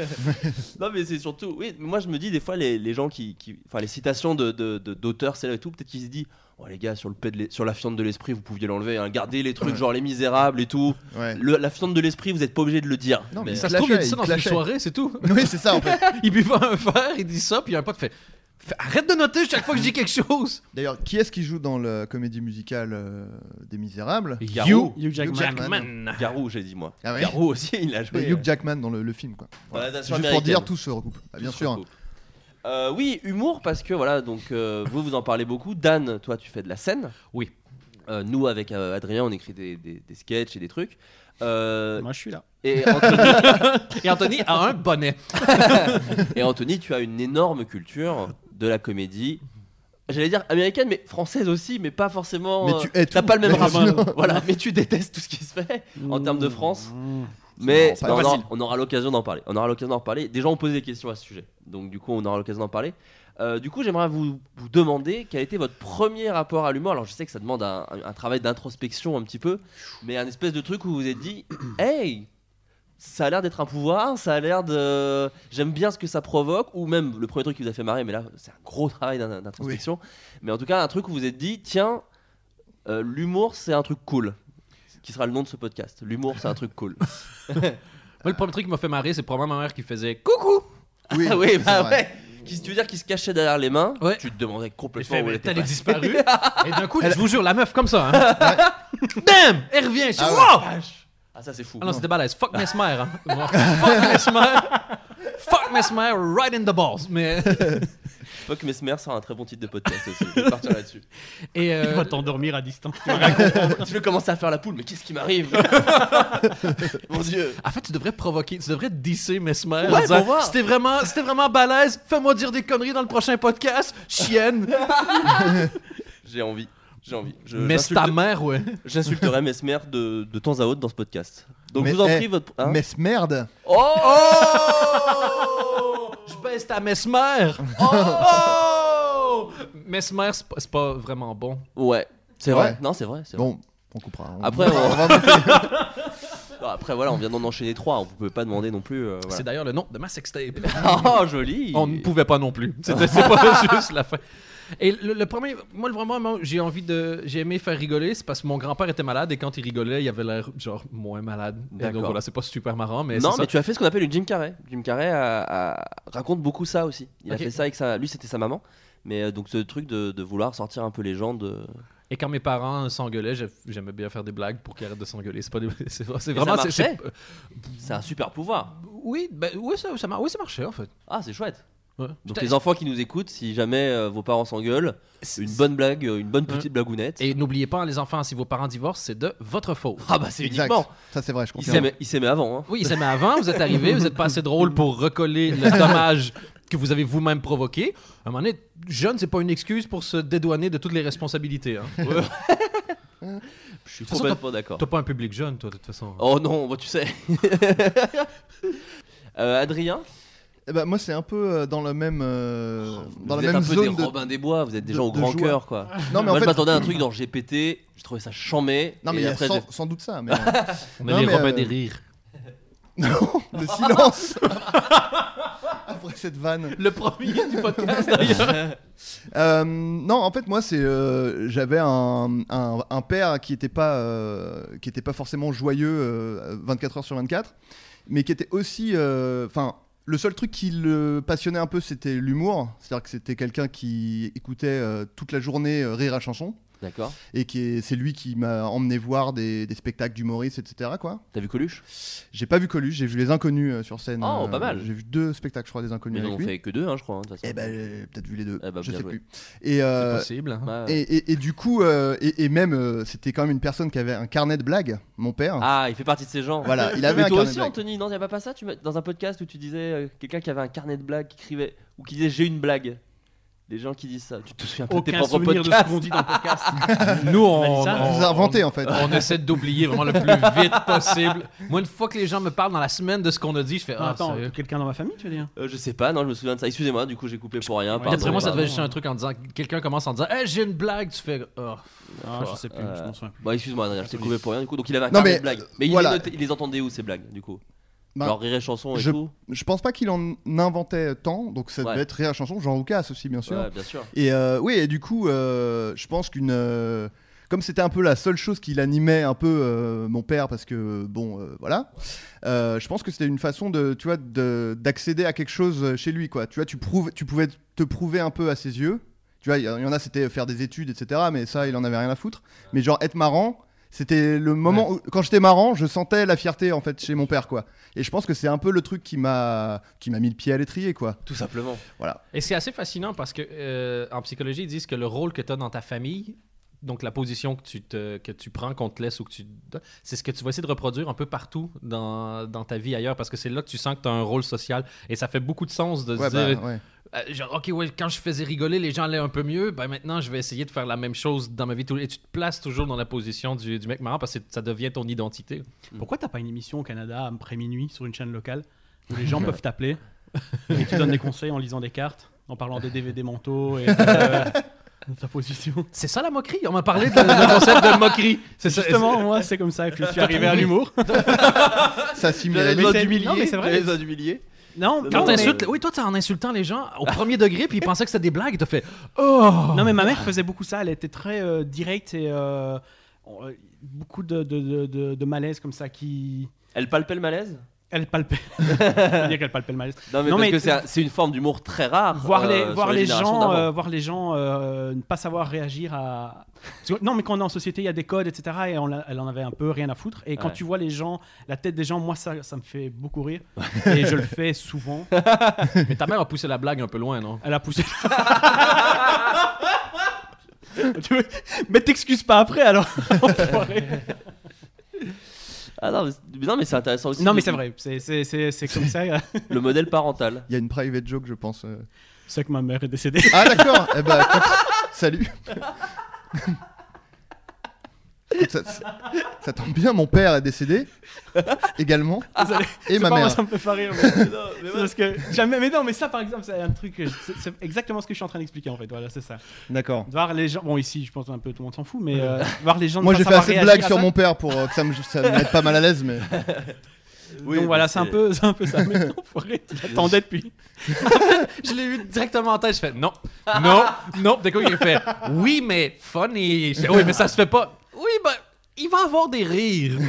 B: Non, mais c'est surtout. Oui, mais moi je me dis des fois, les, les gens qui. qui- Enfin, les citations d'auteurs, de, de, d'auteurs célèbres et tout, peut-être qu'ils se disent Oh les gars, sur, le pet de l'e- sur la fiente de l'esprit, vous pouviez l'enlever, hein. gardez les trucs genre les misérables et tout.
C: Ouais.
B: Le- la fiente de l'esprit, vous n'êtes pas obligé de le dire.
C: Non, mais
F: ça se
C: clashait,
F: trouve il dit ça
C: il
F: dans une
C: clashait.
F: soirée c'est tout.
C: Oui, c'est ça en fait.
F: Il buvait un verre, il dit ça, puis un pote fait Fais- Arrête de noter chaque fois que je dis quelque chose!
C: D'ailleurs, qui est-ce qui joue dans la comédie musicale euh, des Misérables
B: Garou.
E: Hugh Jackman.
C: Hugh Jackman.
B: Garou, j'ai dit moi.
C: Ah ouais.
B: Garou aussi, il a joué.
C: Mais Hugh Jackman dans le, le film quoi.
B: Voilà,
C: Juste
B: version
C: pour
B: américaine.
C: dire tout se recoupe. Ah, bien
B: Tout se
C: sûr.
B: recoupe. Euh, oui, humour, parce que voilà, donc euh, vous vous en parlez beaucoup. Dan, toi, tu fais de la scène.
F: Oui.
B: Euh, nous, avec euh, Adrien, on écrit des, des, des sketchs et des trucs. Euh,
E: Moi, je suis là.
B: et Anthony,
F: Et Anthony a un bonnet.
B: Et Anthony, tu as une énorme culture de la comédie. J'allais dire américaine, mais française aussi, mais pas forcément.
C: Mais
B: euh,
C: tu hais
B: T'as
C: tout.
B: pas le même
C: Mais
B: rapport.
C: sinon-
B: Voilà, mais tu détestes tout ce qui se fait en termes de France. Mais
C: C'est
B: mais
C: pas
B: on, aura,
C: facile.
B: on aura l'occasion d'en parler. On aura l'occasion d'en parler. Des gens ont posé des questions à ce sujet. Donc, du coup, on aura l'occasion d'en parler. Euh, du coup, j'aimerais vous, vous demander quel a été votre premier rapport à l'humour. Alors, je sais que ça demande un, un travail d'introspection un petit peu, mais un espèce de truc où vous vous êtes dit Hey, ça a l'air d'être un pouvoir, ça a l'air de. J'aime bien ce que ça provoque, ou même le premier truc qui vous a fait marrer, mais là, c'est un gros travail d'in- d'introspection. Mais en tout cas, un truc où vous vous êtes dit Tiens, euh, l'humour, c'est un truc cool. Qui sera le nom de ce podcast. L'humour, c'est un truc cool.
F: Moi, le premier truc qui m'a fait marrer, c'est probablement ma mère qui faisait coucou.
C: Oui,
B: Ah oui,
C: c'est
B: bah
C: vrai.
B: ouais. Qui se tu veux dire qui se cachait derrière les mains
F: Ouais.
B: Tu te demandais
F: Et je
B: complètement
F: fais,
B: où
F: mais
B: elle était.
F: t'as, elle est
B: passée.
F: disparue. Et d'un coup, je vous jure, la meuf comme ça. Hein. Bam! Elle revient. Je suis,
C: Ah ouais.
F: wow!
B: Ah ça c'est fou.
F: Ah non, c'était balèze. Fuck Mesmer. Hein. Bon, Fuck Mesmer. Fuck Mesmer right in the balls. Mais...
B: Fuck Mesmer sera un très bon titre de podcast aussi. Je vais partir là-dessus.
F: Et, euh,
E: Tu vas t'endormir à distance.
B: tu veux commencer à faire la poule, mais qu'est-ce qui m'arrive Mon dieu.
F: En fait, tu devrais provoquer, tu devrais disser Mesmer. en
B: Ouais,
F: disant,
B: pour voir.
F: C'était vraiment, c'était vraiment balèze. Fais-moi dire des conneries dans le prochain podcast, chienne.
B: J'ai envie. J'ai envie. Je-
F: Mais c'est ta
B: j'insulte-
F: mère, ouais.
B: J'insulterai Mesmer de, de temps à autre dans ce podcast. Donc
C: Mais-
B: je vous en
C: eh,
B: prie votre. hein
C: Mais ce merde
B: Oh
F: Je baisse ta Mesmer. Oh! Mesmer, c'est pas, c'est pas vraiment bon.
B: Ouais. C'est
C: Ouais.
B: vrai. Non c'est vrai. c'est vrai.
C: Bon, on coupera. hein. on-
B: Après, on-
C: on va monter.
B: Non, Après voilà, on vient d'en enchaîner trois. On vous pouvez pas demander non plus. euh, voilà.
F: C'est d'ailleurs le nom de ma sextape.
B: Oh joli.
F: On ne pouvait pas non plus. C'était c'est pas juste la fin. Et le, le premier, moi le vraiment, moi, j'ai envie de, j'ai aimé faire rigoler, c'est parce que mon grand-père était malade et quand il rigolait, il avait l'air genre moins malade. Et donc
B: D'accord.
F: voilà, c'est pas super marrant, mais
B: non,
F: c'est
B: mais
F: ça.
B: tu as fait ce qu'on appelle une Jim Carrey. Jim Carrey a- a- raconte beaucoup ça aussi. Il
F: Ok.
B: a fait ça avec sa. Lui, c'était sa maman. Mais euh, donc, ce truc de, de vouloir sortir un peu les gens de.
F: Et quand mes parents s'engueulaient, j'ai- j'aimais bien faire des blagues pour qu'ils arrêtent de s'engueuler. C'est pas, des- c'est c'est
B: Et
F: vraiment,
B: ça
F: c'est- c'est-
B: marchait C'est un super pouvoir.
F: oui, ben, oui, ça, ça, mar- oui, ça marchait en fait.
B: Ah, c'est chouette.
F: Ouais.
B: Donc,
F: Putain,
B: les enfants qui nous écoutent, si jamais euh, vos parents s'engueulent,
F: c'est- Hein.
B: une bonne blague, euh, une bonne petite blagounette.
F: Et n'oubliez pas, les enfants, si vos parents divorcent, c'est de votre faute.
B: Ah, bah, c'est
C: Exact.
B: uniquement.
C: Ça, c'est vrai, je
B: Il
C: confirme.
B: s'aimait il s'aimait avant. hein.
F: Oui, mais avant, vous êtes arrivé, vous êtes pas assez drôle pour recoller le dommage que vous avez vous-même provoqué. À un moment donné, jeune, c'est pas une excuse pour se dédouaner de toutes les responsabilités. Hein.
B: Je suis
F: toute façon,
B: complètement d'accord.
F: T'as pas un public jeune, toi, de toute façon.
B: Oh non, bah, tu sais. Euh, Adrien,
C: Eh ben, moi, c'est un peu euh, dans le même, euh, dans
B: Oh, vous
C: la
B: êtes
C: même
B: un peu des
C: zone de.
B: Robin des Bois, vous êtes des
C: de-
B: gens au
C: de
B: grand
C: joie.
B: cœur, quoi.
C: Non, mais en
B: Moi, je
C: fait.
B: m'attendais à un truc dans GPT, je trouvais ça chambé.
C: Non, mais
B: et
C: il y a
B: après,
C: sans,
B: j'ai-
C: sans doute ça. Mais...
F: On
C: Non,
F: a les
C: mais,
F: Robins
C: euh,
F: des rires.
C: non, le silence Après cette vanne.
F: Le premier du podcast, d'ailleurs.
C: Euh, non, en fait, moi, c'est euh, j'avais un, un- un père qui était pas euh, qui était pas forcément joyeux euh, 24 heures sur 24, mais qui était aussi, euh, enfin, le seul truc qui le passionnait un peu, c'était l'humour. C'est-à-dire que c'était quelqu'un qui écoutait euh, toute la journée euh, rire à chanson,
B: D'accord.
C: et qui est- c'est lui qui m'a emmené voir des, des spectacles d'humoristes, etc. Quoi.
B: T'as vu Coluche
C: J'ai pas vu Coluche, j'ai vu les Inconnus euh, sur scène.
B: Oh, pas mal.
C: J'ai vu deux spectacles, je crois, des Inconnus
B: Mais
C: avec
B: on
C: lui.
B: fait que deux, hein, je crois. hein, de toute façon.
C: Eh ben, j'ai peut-être vu les deux.
B: Eh ben,
C: je
B: bien
C: sais
B: joué.
C: plus. Et, euh,
F: C'est possible. hein.
B: Ouais, ouais.
C: et, et- et du coup, euh, et, et même, euh, c'était quand même une personne qui avait un carnet de blagues, mon père.
B: Ah, il fait partie de ces gens.
C: Voilà, il
B: Mais
C: avait un
B: toi
C: carnet de
B: aussi,
C: blagues.
B: Anthony, non, y'avait pas ça tu m'as- Dans un podcast où tu disais euh, quelqu'un qui avait un carnet de blagues qui écrivait ou qui disait j'ai une blague. Des gens qui disent ça. Tu te souviens pas de tes
E: Aucun
B: propres
E: souvenir de ce
B: podcasts
E: qu'on dit dans le podcast.
F: Nous,
C: Je
F: on. on-
E: Vanessa,
C: bah, vous ai
B: Oh.
C: inventé en fait.
F: On essaie d'oublier vraiment le plus vite possible. Moi, une fois que les gens me parlent dans la semaine de ce qu'on a dit, je fais
E: Non,
F: Ah,
E: attends,
F: sérieux.
E: quelqu'un dans ma famille, tu veux dire
B: Euh, Je sais pas, non, je me souviens de ça. Excusez-moi, du coup, j'ai coupé pour rien. pardon,
F: D'après moi, ça
B: pardon.
F: devait être juste un truc en disant quelqu'un commence en disant Hey, j'ai une blague, tu fais Oh,
E: Ah, je sais plus,
B: Euh,
E: je m'en souviens plus.
B: Bon, excuse-moi, Adrien, je t'ai coupé pour rien. Du coup, donc il avait un
C: Non,
B: carnet
C: mais,
B: de blagues.
C: euh,
B: Mais il,
C: voilà.
B: les notait- il les entendait où ces blagues, du coup
C: Ben,
B: Genre rire et chanson et
C: je-
B: tout.
C: Je pense pas qu'il en inventait tant, donc ça
B: Ouais.
C: devait être Rire à chanson, Jean Roucas aussi, bien sûr.
B: Ouais, bien sûr.
C: Et euh, oui, et du coup, euh, je pense qu'une. euh, comme c'était un peu la seule chose qui l'animait un peu euh, mon père, parce que bon, euh, voilà. euh, je pense que c'était une façon de, tu vois, de- d'accéder à quelque chose euh, chez lui, quoi. Tu vois, tu prouves, tu pouvais te prouver un peu à ses yeux. Tu vois, il y en il y en a, c'était faire des études, etc. Mais ça, il en avait rien à foutre. Mais genre être marrant, c'était le moment où, quand j'étais marrant, je sentais la fierté en fait chez mon père, quoi. Et je pense que c'est un peu le truc qui m'a, qui m'a mis le pied à l'étrier, quoi.
B: Tout simplement.
F: Et c'est assez fascinant parce que euh, en psychologie, ils disent que le rôle que tu as dans ta famille donc la position que tu, te, que tu prends, qu'on te laisse ou que tu. C'est ce que tu vas essayer de reproduire un peu partout dans, dans ta vie ailleurs parce que c'est là que tu sens que tu as un rôle social. Et ça fait beaucoup de sens de se
C: Ouais,
F: dire.
C: bah, ouais.
F: Euh, genre, ok, ouais, quand je faisais rigoler, les gens allaient un peu mieux. Ben maintenant, je vais essayer de faire la même chose dans ma vie. tous- Et tu te places toujours dans la position du, du mec marrant parce que ça devient ton identité.
E: Pourquoi t'as pas une émission au Canada après minuit sur une chaîne locale où les gens peuvent t'appeler et tu donnes des conseils en lisant des cartes, en parlant des DVD mentaux et euh, de ta position
F: C'est ça la moquerie. On m'a parlé de- du concept de moquerie. C'est ça-
E: Justement, moi, c'est comme ça que je suis arrivé à l'humour.
C: Ça
B: J'avais
C: simulait
E: mais
B: besoin
E: c'est-
B: d'humilier,
E: non, mais c'est vrai.
B: j'avais besoin d'humilier.
E: Non,
F: Quand
E: non, mais-
F: t'insultes- oui, toi, t'es en insultant les gens au premier degré, puis ils pensaient que c'était des blagues, t'as fait Oh
E: Non, mais ma mère faisait beaucoup ça. Elle était très euh, directe et euh, on- euh, beaucoup de, de, de- de- de malaise comme ça qui.
B: Elle palpait le malaise
E: Elle palpait. On va dire qu'elle palpait le malaise.
B: Non, mais
E: Non,
B: parce
E: mais
B: que
E: t-
B: c'est un- c'est une forme d'humour très rare.
E: Voir
B: euh,
E: les,
B: sur
E: voir, les
B: générations
E: gens,
B: d'avant.
E: euh, voir les gens euh, ne pas savoir réagir à. Parce que- non, mais quand on est en société, il y a des codes, etc. Et on l'a- elle en avait un peu rien à foutre. Et quand
B: Ouais.
E: tu vois les gens, la tête des gens, moi, ça, ça me fait beaucoup rire. et je le fais souvent.
F: Mais ta mère a poussé la blague un peu loin, non
E: Elle a poussé. Tu veux- mais t'excuses pas après alors. enfoiré.
B: Ah non, mais c'est- non, mais c'est intéressant aussi.
E: non,
B: le-
E: mais c'est vrai. C'est- C'est c'est- c'est comme ça.
B: Le modèle parental.
C: Il y a une private joke, je pense. euh.
E: C'est que ma mère est décédée.
C: Ah, d'accord. eh ben, écoute, salut. Écoute, ça, ça- ça tombe bien, mon père est décédé également.
E: Ah,
C: Et ma
E: Pas, moi,
C: mère.
E: ça me fait pas rire. mais- C'est parce que jamais. Mais non, mais ça par exemple, c'est un truc. que je- C'est c'est exactement ce que je suis en train d'expliquer en fait. Voilà, c'est ça.
C: D'accord.
E: De Voir les gens. Bon, ici, je pense un peu tout le monde s'en fout, mais euh, de voir les gens. ne
C: Moi
E: pas
C: j'ai fait
E: savoir
C: assez de
E: réagir
C: blagues
E: à
C: sur
E: ça.
C: mon père pour euh, que ça me, ça me mette pas mal à l'aise, mais
B: Oui,
E: Donc voilà,
B: mais
E: c'est un peu, c'est un peu ça. Mais non, enfoiré, j'attendais depuis.
F: Je l'ai eu directement en tête, je fais Non, non, non. Dès coup, il fait Oui, mais funny. Je fais, oui, mais ça se fait pas. Oui, ben, il va avoir des rires.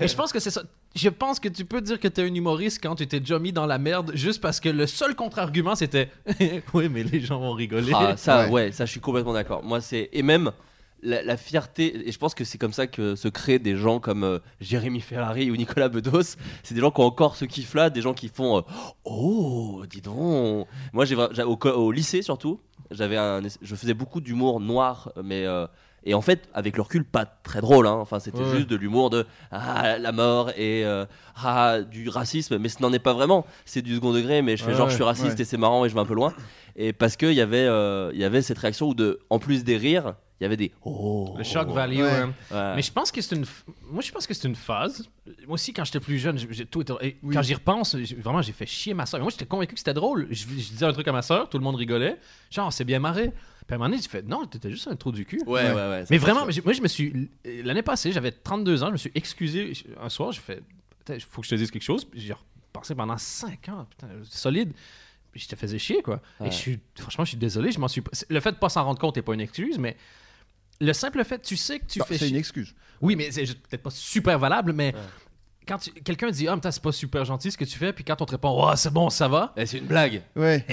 F: Et je pense que c'est ça. Je pense que tu peux dire que t'es un humoriste quand tu t'es déjà mis dans la merde juste parce que le seul contre-argument c'était Oui, mais les gens vont rigoler.
B: Ah, ça,
C: Ouais.
B: ouais. ça, je suis complètement d'accord. Moi, c'est et même la, la fierté. Et je pense que c'est comme ça que se créent des gens comme euh, Jérémy Ferrari ou Nicolas Bedos. C'est des gens qui ont encore ce kiff-là, des gens qui font euh, oh, dis donc. Moi, j'ai vra- j'a- au, co- au lycée surtout, j'avais un, es- je faisais beaucoup d'humour noir, mais euh, et en fait, avec le recul, pas très drôle. hein. Enfin, c'était
F: Ouais.
B: juste de l'humour de ah, la mort et euh, ah, du racisme, mais ce n'en est pas vraiment. C'est du second degré, mais je fais
F: Ouais,
B: genre je suis raciste
C: ouais.
B: et c'est marrant et je vais un peu loin. Et parce qu'il y, avait, euh, il y avait cette réaction où, de, en plus des rires, il y avait des oh. euh,
F: Le shock value.
C: Ouais.
F: hein.
B: Ouais.
F: Mais je pense que c'est une. f- Moi, je pense que c'est une phase. Moi aussi, quand j'étais plus jeune, j'ai- j'ai tout été- et quand j'y repense, j'ai- vraiment, j'ai fait chier ma soeur. Moi, j'étais convaincu que c'était drôle. Je, je disais un truc à ma soeur, tout le monde rigolait. Genre, on s'est bien marré. Puis à un moment donné, j'ai fait non, t'étais juste un trou du cul.
B: Ouais, ouais, ouais.
F: Mais vraiment, j'ai- moi, je me suis. L'année passée, j'avais 32 ans, je me suis excusé un soir, j'ai fait il faut que je te dise quelque chose. Puis j'ai repensé pendant 5 ans, putain, solide. Puis je te faisais chier, quoi.
B: Ouais.
F: Et je suis, franchement, je suis désolé, je m'en suis. pas- Le fait de pas s'en rendre compte n'est pas une excuse, mais. Le simple fait, tu sais que tu
C: Non,
F: fais
C: Bah, c'est une
F: chier.
C: excuse.
F: Oui, mais c'est juste peut-être pas super valable, mais quand tu- quelqu'un dit Ah, mais putain, c'est pas super gentil ce que tu fais, puis quand on te répond Oh, c'est bon, ça va,
B: Eh, c'est une blague.
C: Ouais.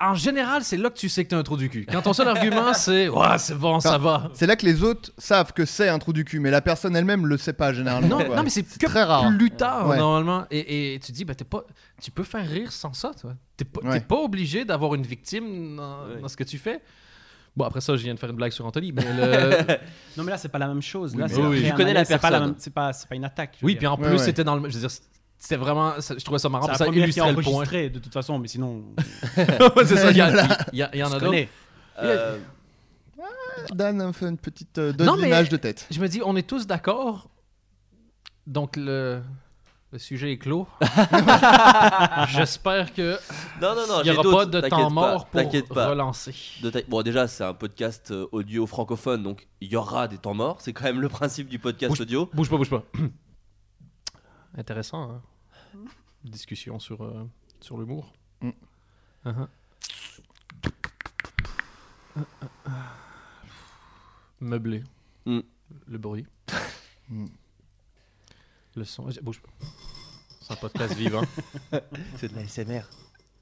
F: en général, c'est là que tu sais que t'as un trou du cul. Quand ton seul argument, c'est Oh, c'est bon, ça va.
C: C'est là que les autres savent que c'est un trou du cul, mais la personne elle-même le sait pas généralement.
F: Non,
C: quoi.
F: non, mais c'est que
C: très rare.
F: plus tard,
C: Ouais.
F: normalement. Et, et tu dis, bah, t'es pas, tu peux faire rire sans ça, toi. T'es pas, t'es
C: Ouais.
F: pas obligé d'avoir une victime dans,
B: Ouais.
F: dans ce que tu fais. Bon, après ça, je viens de faire une blague sur Anthony, mais le-
E: Non, mais là, c'est pas la même chose. Là,
C: Oui,
E: c'est
C: mais-
E: un
B: Oui,
E: vrai
B: tu connais
E: malaise,
B: la
E: c'est pas
B: personne.
E: même- C'est pas, c'est pas une attaque. je veux
F: Oui,
E: dire.
F: puis en plus,
C: Ouais, ouais.
F: c'était dans le... Je veux dire, c'était vraiment... ça- je trouvais ça marrant,
E: C'est
F: parce
E: la
F: que Ah, ça
E: première qui est
F: illustrait le point.
E: enregistrée de toute façon, mais sinon.
F: c'est ça, il y, a- il y a- il y en
E: on
F: a
E: se
F: d'autres.
E: connaît.
B: Euh,
C: Dan a fait une petite euh, dose
F: Non, mais-
C: d'image de tête.
F: Je me dis, on est tous d'accord. Donc, le... Le sujet est clos. J'espère que
B: non, non, non.
F: il n'y
B: j'ai
F: aura pas
B: d'autres,
F: de
B: t'inquiète
F: temps mort pour
B: t'inquiète pas.
F: relancer.
B: De ta- Bon, déjà, c'est un podcast euh, audio francophone, donc il y aura des temps morts. C'est quand même le principe du podcast
F: Bouge-
B: audio.
F: Bouge pas, bouge pas. Intéressant, hein? Discussion sur, euh, sur l'humour.
C: Mm.
F: Uh-huh. Mm, Meublé.
B: Mm.
F: Le bruit.
C: Mm.
F: Le son. Vas-y, Bouge pas. C'est un podcast vivant.
B: C'est de l'ASMR.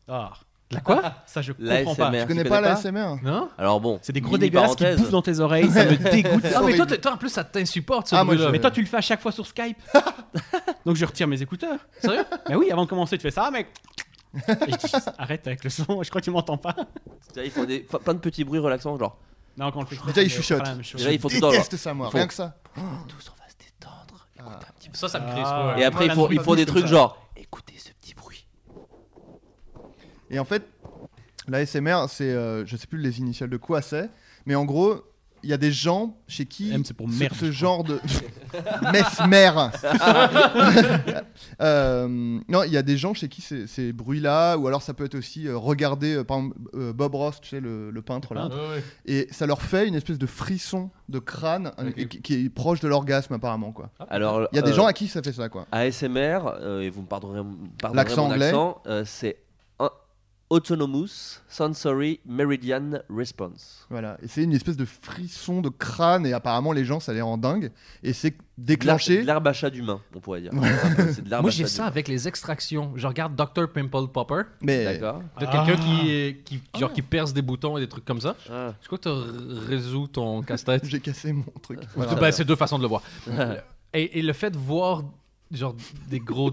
E: Ah,
F: La quoi
E: ça, je comprends pas.
B: L'ASMR.
C: Je connais pas la SMR.
F: Non
B: Alors bon.
E: C'est des gros
B: mini
E: dégueulasses qui
B: parenthèse.
E: bouffent dans tes oreilles. Ça me dégoûte.
F: Ah, mais toi,
C: horrible.
F: t'es- toi, en plus, ça t'insupporte, ce
C: Ah, moi,
F: bruit-là.
E: Mais toi, tu le fais à chaque fois sur Skype. Donc je retire mes écouteurs.
F: Sérieux
E: Mais oui, avant de commencer, tu fais ça, mec. Et je dis, arrête avec le son, je crois que tu m'entends pas.
B: Tu vois, Ils font des- fa- plein de petits bruits relaxants, genre.
E: Non, quand on le fait.
C: Déjà, il
E: c'est pas
C: chuchote.
E: la même chose.
B: Déjà, il faut tout avoir.
C: Déteste ça, moi.
B: Faut-
C: Rien que ça.
B: Tous, on va se détendre.
F: Ça, ça me crée.
E: Ah.
F: espoir.
B: Ah. Et après,
E: Ouais,
B: il faut,
E: la
B: il faut des
E: musique,
B: trucs
E: comme ça.
B: genre. Écoutez ce petit bruit.
C: Et en fait, l'ASMR, c'est, euh, je sais plus les initiales de quoi c'est, mais en gros, il y a des gens chez qui
E: M, c'est pour
C: ce-
E: merde,
C: ce
E: je
C: genre de mesmer. Euh, non, il y a des gens chez qui ces, ces bruits-là, ou alors ça peut être aussi euh, regarder, euh, par exemple, euh, Bob Ross, tu sais, le, le peintre
B: Ah,
C: là, et ça leur fait une espèce de frisson de crâne un- et qui, qui est proche de l'orgasme apparemment quoi.
B: Alors,
E: Ah,
C: Il y a des
B: euh,
C: gens à qui ça fait ça quoi.
B: ASMR, euh, et vous me pardonnerez, pardonnerez
C: L'accent
B: mon
C: anglais.
B: accent, euh, c'est un- Autonomous Sensory Meridian Response.
C: Voilà, et c'est une espèce de frisson de crâne et apparemment les gens ça les rend dingues et c'est déclenché.
B: De l'herbe à chat d'humain, on pourrait dire. C'est de l'herbe
F: Moi,
B: à
F: j'ai
B: chat
F: ça
B: d'humain.
F: avec les extractions. Je regarde Dr. Pimple Popper
C: Mais
B: D'accord.
F: de
E: Ah.
F: quelqu'un qui, qui, genre, qui perce des boutons et des trucs comme ça.
B: Ah.
F: Ah. Je crois que tu résous ton casse-tête.
C: j'ai cassé mon truc.
F: Ben,
C: Voilà.
F: c'est deux façons de le voir. et, et le fait de voir genre des gros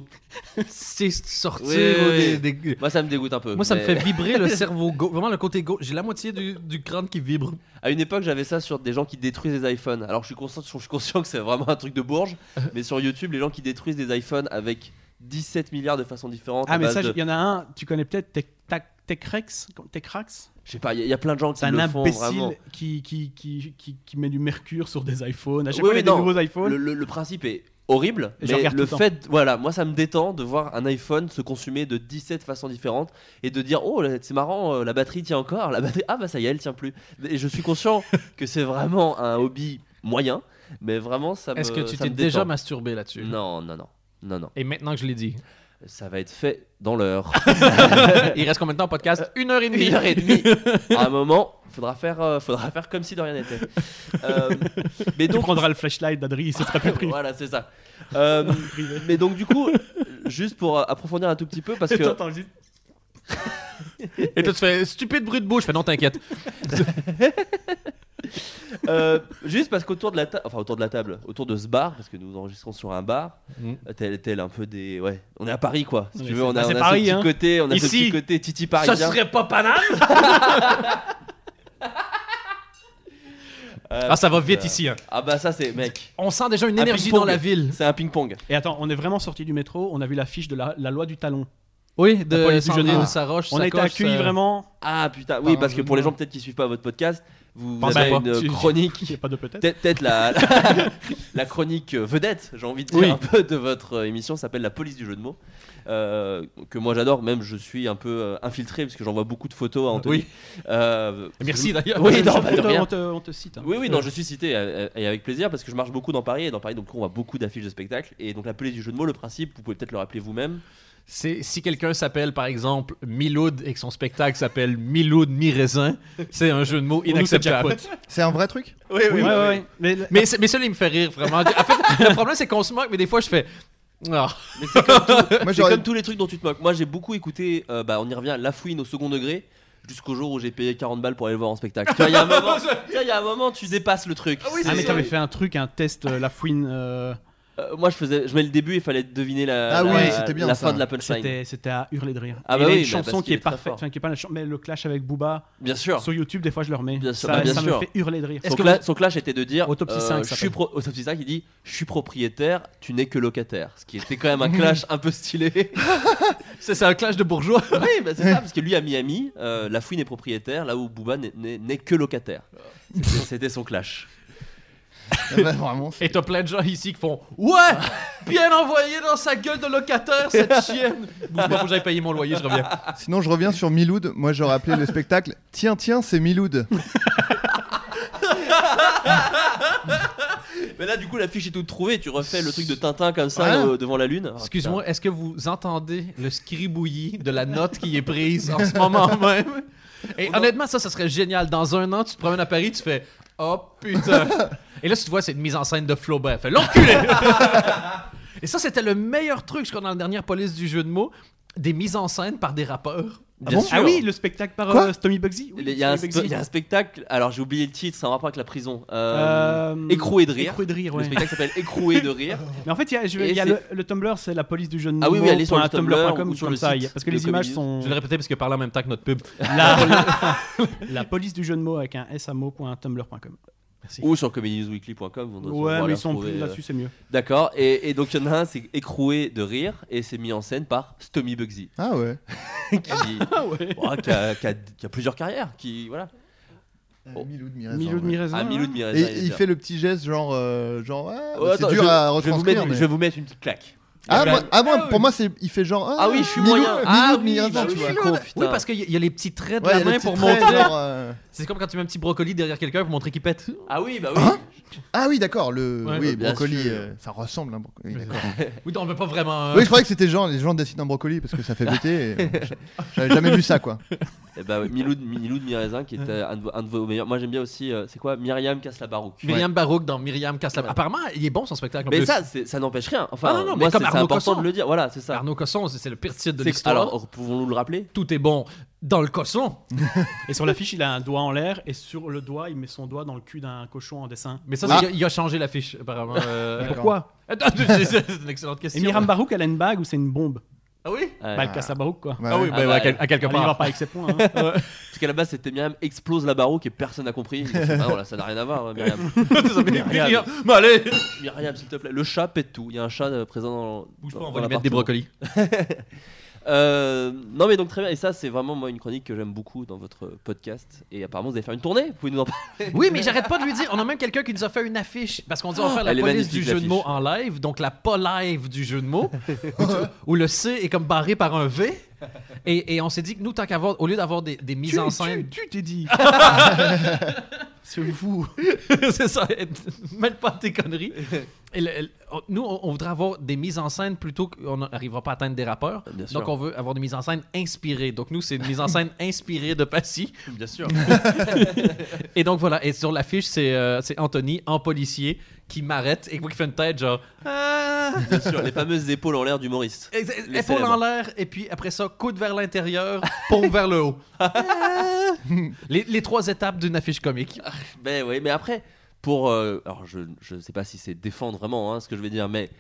F: cystes sortir
B: Oui, oui,
F: ou des-
B: oui.
F: des-
B: Moi, ça me dégoûte un peu.
F: Moi, ça me
B: mais-
F: fait vibrer le cerveau gauche. Vraiment, le côté gauche. J'ai la moitié du, du crâne qui vibre.
B: À une époque, j'avais ça sur des gens qui détruisent des iPhones. Alors, je suis conscient, je suis conscient que c'est vraiment un truc de bourge, mais sur YouTube, les gens qui détruisent des iPhones avec 17 milliards de façons différentes. à
E: Ah, mais
B: base
E: ça,
B: de-
E: il y en a un, tu connais peut-être Tech- Tac- Techrex Techrax
B: je sais pas, il y, a- il y a plein de gens qui
E: C'est un
B: le font vraiment.
E: imbécile qui, qui, qui, qui, qui met du mercure sur des iPhones. À chaque
B: Oui,
E: fois, il y a
B: oui,
E: des
B: non.
E: nouveaux iPhones.
B: Le, le- le principe est horrible,
E: Et je
B: mais
E: regarde
B: le
E: tout le
B: fait, voilà, moi ça me détend de voir un iPhone se consumer de 17 façons différentes et de dire oh c'est marrant, euh, la batterie tient encore, la batterie ah bah ça y est, elle tient plus. Et je suis conscient que c'est vraiment un hobby moyen, mais vraiment ça me.
F: Est-ce que tu
B: ça
F: t'es
B: me
F: déjà
B: détend.
F: masturbé là-dessus
B: Non non non non non.
F: Et maintenant que je l'ai dit,
B: Ça va être fait dans l'heure.
E: Ah
F: il reste combien de temps au podcast Une heure et demie.
B: Une heure et demie. À un moment, faudra faire, euh, faudra faire comme si de rien n'était. Euh, mais
E: Tu
B: donc,
E: prendras le flashlight d'Adri, ce sera plus pris.
B: voilà, c'est ça. Euh, mais donc du coup, juste pour euh, approfondir un tout petit peu, parce que
E: T'entends juste-
F: Et toi, tu fais stupide bruit de bouche. Je fais non, t'inquiète.
B: euh, juste parce qu'autour de la table, enfin autour de la table, autour de ce bar, parce que nous enregistrons sur un bar,
F: Mm.
B: euh, tel tel un peu des, ouais, on est à Paris quoi. Si
E: Oui,
B: tu veux,
E: c'est-
B: on a,
E: bah,
B: on
E: c'est
B: a ce
E: Paris,
B: petit
E: hein.
B: côté, on a ce
F: Ici,
B: petit côté Titi parisien.
F: pas Paname
B: Euh,
F: Ah, ça va vite
B: euh,
F: ici. hein.
B: Ah bah ça c'est mec,
F: On sent déjà une
B: Un
F: énergie
B: ping-pong.
F: dans la ville.
B: c'est un ping pong.
E: Et attends, on est vraiment sorti du métro, on a vu l'affiche de la, la loi du talon.
F: Oui,
E: La
F: de
E: police du
F: Sandrine
E: jeudi.
F: Saroche.
E: on a été
F: Sacoche,
E: accueillis
F: euh,
E: vraiment.
B: Ah putain,
F: Par
B: oui
F: un
B: parce que
F: jeu de
B: pour les
F: mots.
B: gens peut-être qui suivent pas votre podcast, vous
F: Pensez
B: avez
F: pas.
B: une
F: Tu-
B: chronique
E: Il n'y a pas de peut-être.
B: Peut-être peut-être la, la, la chronique euh, vedette, j'ai envie de dire
F: Oui.
B: un peu de votre euh, émission, s'appelle La police du jeu de mots, euh, que moi j'adore, même je suis un peu euh, infiltré parce que j'envoie beaucoup de photos à Anthony.
F: Oui.
B: Euh,
F: Merci d'ailleurs.
B: Oui,
E: Je-
B: non,
E: je-
B: bah, de
E: on te-
B: rien.
E: on, te, on te cite. hein.
B: oui, oui, non, je suis cité euh, et avec plaisir parce que je marche beaucoup dans Paris et dans Paris, donc on voit beaucoup d'affiches de spectacles. Et donc la police du jeu de mots, le principe, vous pouvez peut-être le rappeler vous-même.
F: C'est si quelqu'un s'appelle par exemple Miloud et que son spectacle s'appelle Miloud mi raisin, c'est un jeu de mots
E: Pour nous, c'est
F: inacceptable.
E: jackpot.
C: C'est un vrai truc
B: Oui,
E: Ouais, ouais, ouais. Mais le-
F: Mais, c'est- mais ça, il me fait rire vraiment. En fait, le problème, c'est qu'on se moque, mais des fois, je fais. Ah.
B: Mais c'est comme, tout-
C: Moi,
B: c'est
C: j'aurais-
B: comme tous les trucs dont tu te moques. Moi j'ai beaucoup écouté, euh, bah, on y revient, La Fouine au second degré. Jusqu'au jour où j'ai payé 40 balles pour aller le voir en spectacle. Tu vois, Il y, a un moment- tu vois, il y a un moment, tu dépasses le truc.
E: Ah, mais
B: C'est-
E: t'avais fait un truc, un test, euh, la fouine. euh,
B: Euh, moi, je faisais, je mets le début, il fallait deviner la,
C: Ah
B: la-
C: oui, c'était bien,
B: la
C: ça.
B: fin de la punchline.
E: C'était c'était à hurler de rire.
B: Ah bah
E: Et il y a
B: oui,
E: une
B: bah,
E: chanson
B: parce
E: qui
B: qu'il
E: est,
B: est très
E: parfaite,
B: fort.
E: enfin qui est pas la chanson, mais le clash avec Booba
B: Bien sûr.
E: sur YouTube, des fois je le remets.
B: Bien sûr,
E: ça
B: bah, bien
E: ça
B: sûr.
E: me fait hurler de rire.
B: Son, cla- son clash était de dire
E: Autopsie
B: euh,
E: 5,
B: je
E: ça
B: suis pro- Autopsie 5, il dit Je suis propriétaire, tu n'es que locataire. Ce qui était quand même un clash un peu stylé.
F: C'est c'est un clash de bourgeois.
B: oui, bah, c'est ça, parce que lui, à Miami, euh, la fouine est propriétaire, là où Booba n'est- n'est n'est que locataire. C'était- C'était son clash.
C: Ah bah, Vraiment. c'est-
F: Et t'as plein de gens ici qui font Ouais Bien envoyé dans sa gueule de locataire, cette chienne Bouge pas, faut que j'aille payer mon loyer, je reviens.
C: Sinon, je reviens sur Miloud. Moi, j'aurais appelé le spectacle Tiens, tiens, c'est Miloud.
B: Mais là, du coup, l'affiche est toute trouvée. Tu refais le truc de Tintin comme ça
C: Voilà.
B: euh, devant la lune. Oh,
F: Excuse-moi, est-ce que vous entendez le scribouillis de la note qui est prise en ce moment même Et honnêtement, ça, ça serait génial. Dans un an, tu te promènes à Paris, tu fais Oh putain Et là, si tu vois, c'est une mise en scène de Flaubert. Fait l'enculé Et ça, c'était le meilleur truc, je crois, dans la dernière police du jeu de mots des mises en scène par des rappeurs.
B: Bien
E: bon
B: sûr.
E: Ah oui, le spectacle par
C: Quoi
E: euh, Tommy Bugsy. Oui,
B: Il y, a un
E: Tommy
B: spe-
E: Bugsy.
B: il y a un spectacle, alors j'ai oublié le titre, c'est un rapport avec la prison. Euh,
E: Euh,
B: Écroué de rire.
E: Écroué de rire,
B: Le
E: ouais.
B: spectacle s'appelle Écroué de rire.
E: Mais en fait, il y a, je-
B: Et
E: il y a le,
B: c'est-
E: le Tumblr, c'est la police du jeune.
B: Ah oui, oui,
E: Nemo
B: allez sur le
E: point
B: Tumblr
E: tumblr.com
B: ou
E: ou
B: sur
E: comme
B: le
E: ça,
B: site
E: il y a- parce que
B: de
E: les images
B: Comedy
E: sont.
F: Je vais le répéter parce que parle en même temps que notre pub.
E: La, la police du jeu de mots avec un s à mots point tumblr.com.
B: Ah Ou sur comedynewsweekly.com. vous
E: Ouais,
B: pourrez
E: mais
B: la
E: ils sont
B: retrouver,
E: plus
B: bah, euh,
E: là-dessus, c'est mieux.
B: D'accord, et, et donc il y en a un, c'est Écroué de rire, et c'est mis en scène par Stomy Bugsy,
C: Ah ouais.
B: qui,
F: Ah
B: bon, hein, qui a, qui a- qui a plusieurs carrières, qui, voilà. Oh.
C: Euh, Miloud Mireza,
E: Milou de
C: ouais.
E: Mireza.
B: Ah, Milou de Mireza,
C: Et
B: j'allais
C: il
B: dire.
C: fait le petit geste genre euh, genre ah,
B: Oh,
C: bah,
B: attends,
C: c'est dur
B: je, je vais
C: à
B: vous mettre,
C: retranscrire.
B: une-
C: mais-
B: je vais vous mettre une petite claque.
C: Ah,
B: Quand
C: moi,
B: même.
C: ah, moi, pour moi c'est il fait genre ah,
B: Ah oui, je suis
C: Milou-
B: moyen.
C: Milou
B: Ah
C: de
B: oui,
C: Mireza,
B: je
C: tu
B: suis
C: vois.
B: con,
C: Ouais,
B: putain.
F: Oui, parce qu'il y, a- il y a les petits traits de
C: il y a
F: la
C: le
F: main
C: petit
F: pour
C: trait,
F: montrer.
C: genre, euh,
F: C'est comme quand tu mets un petit brocoli derrière quelqu'un pour montrer qu'il pète.
B: Ah oui, bah oui.
C: Ah oui, d'accord, le
F: Ouais,
C: oui,
B: bien
C: brocoli,
B: sûr.
C: euh, ça ressemble un brocoli. d'accord.
F: Oui, on veut pas vraiment. euh,
C: Oui, je croyais que c'était genre les gens dessinent un brocoli parce que ça fait péter. et, bon, J'avais jamais vu ça quoi.
B: Eh bah, oui, Miloud, Miloud Mirezin, qui était un de, vos- un de vos meilleurs. Moi, j'aime bien aussi, euh, c'est quoi Myriam casse la barouque.
F: Myriam Barouk dans Myriam casse la Apparemment, il est bon son spectacle. en
B: Mais
F: plus.
B: ça, c'est- ça n'empêche rien. Enfin,
F: Ah non, non, mais
B: moi, c'est
F: comme
B: c'est
F: Arnaud
B: important
F: Cosson.
B: de le dire. Voilà, c'est ça.
F: Arnaud Cosson, c'est c'est le pire titre de
B: C'est-
F: l'histoire.
B: alors, pouvons-nous le rappeler
F: tout est bon dans le cosson.
E: Et sur l'affiche, il a un doigt en l'air et sur le doigt, il met son doigt dans le cul d'un cochon en dessin.
F: Mais ça,
C: Ah.
F: c'est- il a changé l'affiche, apparemment. euh,
C: D'accord.
E: Pourquoi
F: Attends, c'est- c'est une excellente
E: Et
F: question.
E: Miram Barouk, elle a une bague ou c'est une bombe
F: Ah oui
B: Ouais.
E: Bah, le casse à Barouk, quoi.
C: Bah,
F: Ah oui,
C: ouais.
F: bah,
B: Ah bah,
F: à, quel- à quelque
E: Elle y va
F: part.
E: pas avec ses points. hein.
B: Parce qu'à la base, c'était Myriam explose la barouque et personne n'a compris. Ils se sont dit, Ah non, là, ça n'a rien à voir, euh, Myriam.
F: Myriam, mais allez
B: Myriam, s'il te plaît. Le chat pète tout. Il y a un chat euh, présent dans.
F: Bouge pas,
B: dans-
F: on
B: dans
F: va lui mettre des
B: l'appartement.
F: brocolis.
B: Euh, non mais donc très bien et ça c'est vraiment moi une chronique que j'aime beaucoup dans votre podcast et apparemment vous allez faire une tournée vous pouvez nous en parler
F: Oui, mais j'arrête pas de lui dire. On a même quelqu'un qui nous a fait une affiche parce qu'on dit on
E: Ah.
F: va faire la
B: Elle est
F: police
B: magnifique,
F: du jeu de
B: l'affiche.
F: mots en live, donc la pas live du jeu de mots, où, tu- où le C est comme barré par un V. Et, et on s'est dit que nous, tant qu'avoir, au lieu d'avoir des, des mises
E: Tu-
F: en scène,
E: Tu tu t'es dit. C'est vous.
F: c'est ça, mêle pas tes conneries. Et le- le- on- nous, on, on voudrait avoir des mises en scène plutôt qu'on n'arrivera pas à atteindre des rappeurs.
B: Bien sûr.
F: Donc, on veut avoir des mises en scène inspirées. Donc, nous, c'est une mise en scène inspirée de Passy.
B: bien sûr
F: Et donc, voilà. Et sur l'affiche, c'est euh, c'est Anthony en policier qui m'arrête et qui fait une tête genre. Ah!
B: bien sûr les fameuses épaules en l'air d'humoriste
F: Ex-
B: Les
F: Épaule
B: célèbres.
F: en l'air, et puis après ça, coude vers l'intérieur, pompe vers le haut. Ah! les, les trois étapes d'une affiche comique.
B: Ben oui, mais après, pour. euh, alors, je ne sais pas si c'est défendre vraiment hein, ce que je vais dire, mais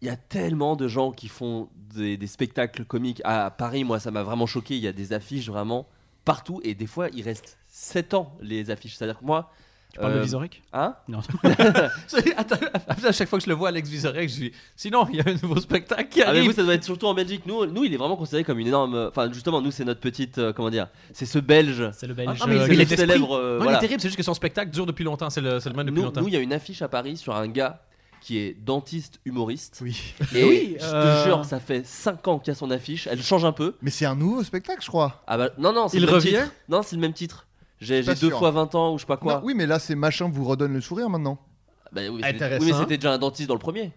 B: il y a tellement de gens qui font des, des spectacles comiques. À Paris, moi, ça m'a vraiment choqué. Il y a des affiches vraiment partout, et des fois, il reste 7 ans les affiches. C'est-à-dire que moi.
E: Tu parles de
B: euh,
E: Vizorek
B: Hein
E: Non.
F: C'est- attends, à chaque fois que je le vois, Alex Vizorek, je dis Sinon, il y a un nouveau spectacle qui
B: Ah, mais
F: arrive.
B: vous, ça doit être surtout en Belgique. Nous, nous, il est vraiment considéré comme une énorme. Enfin, justement, nous, c'est notre petite. euh, comment dire C'est ce Belge.
E: C'est le belge.
F: Ah, mais
E: euh,
F: il-
B: c'est
F: il
B: le
F: est esprit.
B: célèbre. euh,
F: Non,
B: voilà.
F: il est terrible, c'est juste que son spectacle dure depuis longtemps. C'est le, c'est le même depuis
B: Nous,
F: longtemps.
B: nous, il y a une affiche à Paris sur un gars qui est dentiste humoriste.
C: Oui.
B: Et
E: Oui,
B: je te
E: euh,
B: jure, ça fait 5 ans qu'il y a son affiche. Elle change un peu.
C: Mais c'est un nouveau spectacle, je crois.
B: Ah bah, non, non, c'est
F: Il
B: le même
F: revient
B: titre. Non, c'est le même titre. J'ai
C: suis
B: j'ai
C: pas
B: deux
C: sûr.
B: fois 20 ans ou je sais pas quoi.
C: Non, oui, mais là c'est machin vous redonne le sourire maintenant.
B: Bah oui, c'est-
F: Ah, Intéressant. hein.
B: oui, mais c'était déjà un dentiste dans le premier.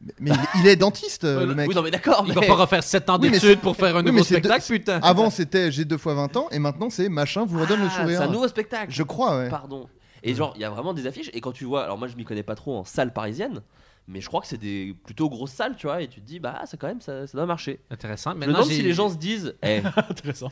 C: Mais, mais il, il est dentiste euh, le mec.
B: Oui, non, mais d'accord.
F: Il
B: mais-
F: va pas refaire 7 ans
C: Oui, mais
F: d'études pour faire un
C: oui,
F: nouveau
C: mais c'est
F: spectacle, putain.
C: Avant c'était j'ai deux fois 20 ans et maintenant c'est machin vous redonne le
B: Ah,
C: sourire.
B: C'est un nouveau spectacle.
C: Je crois ouais.
B: Pardon. Et genre, il y a vraiment des affiches. Et quand tu vois, alors moi, je m'y connais pas trop en salle parisienne. Mais je crois que c'est des plutôt grosses salles, tu vois, et tu te dis, bah, ça quand même, ça, ça doit marcher.
F: Intéressant.
B: je me
F: Maintenant,
B: demande
F: j'ai-
B: si les gens se disent, eh,
E: intéressant.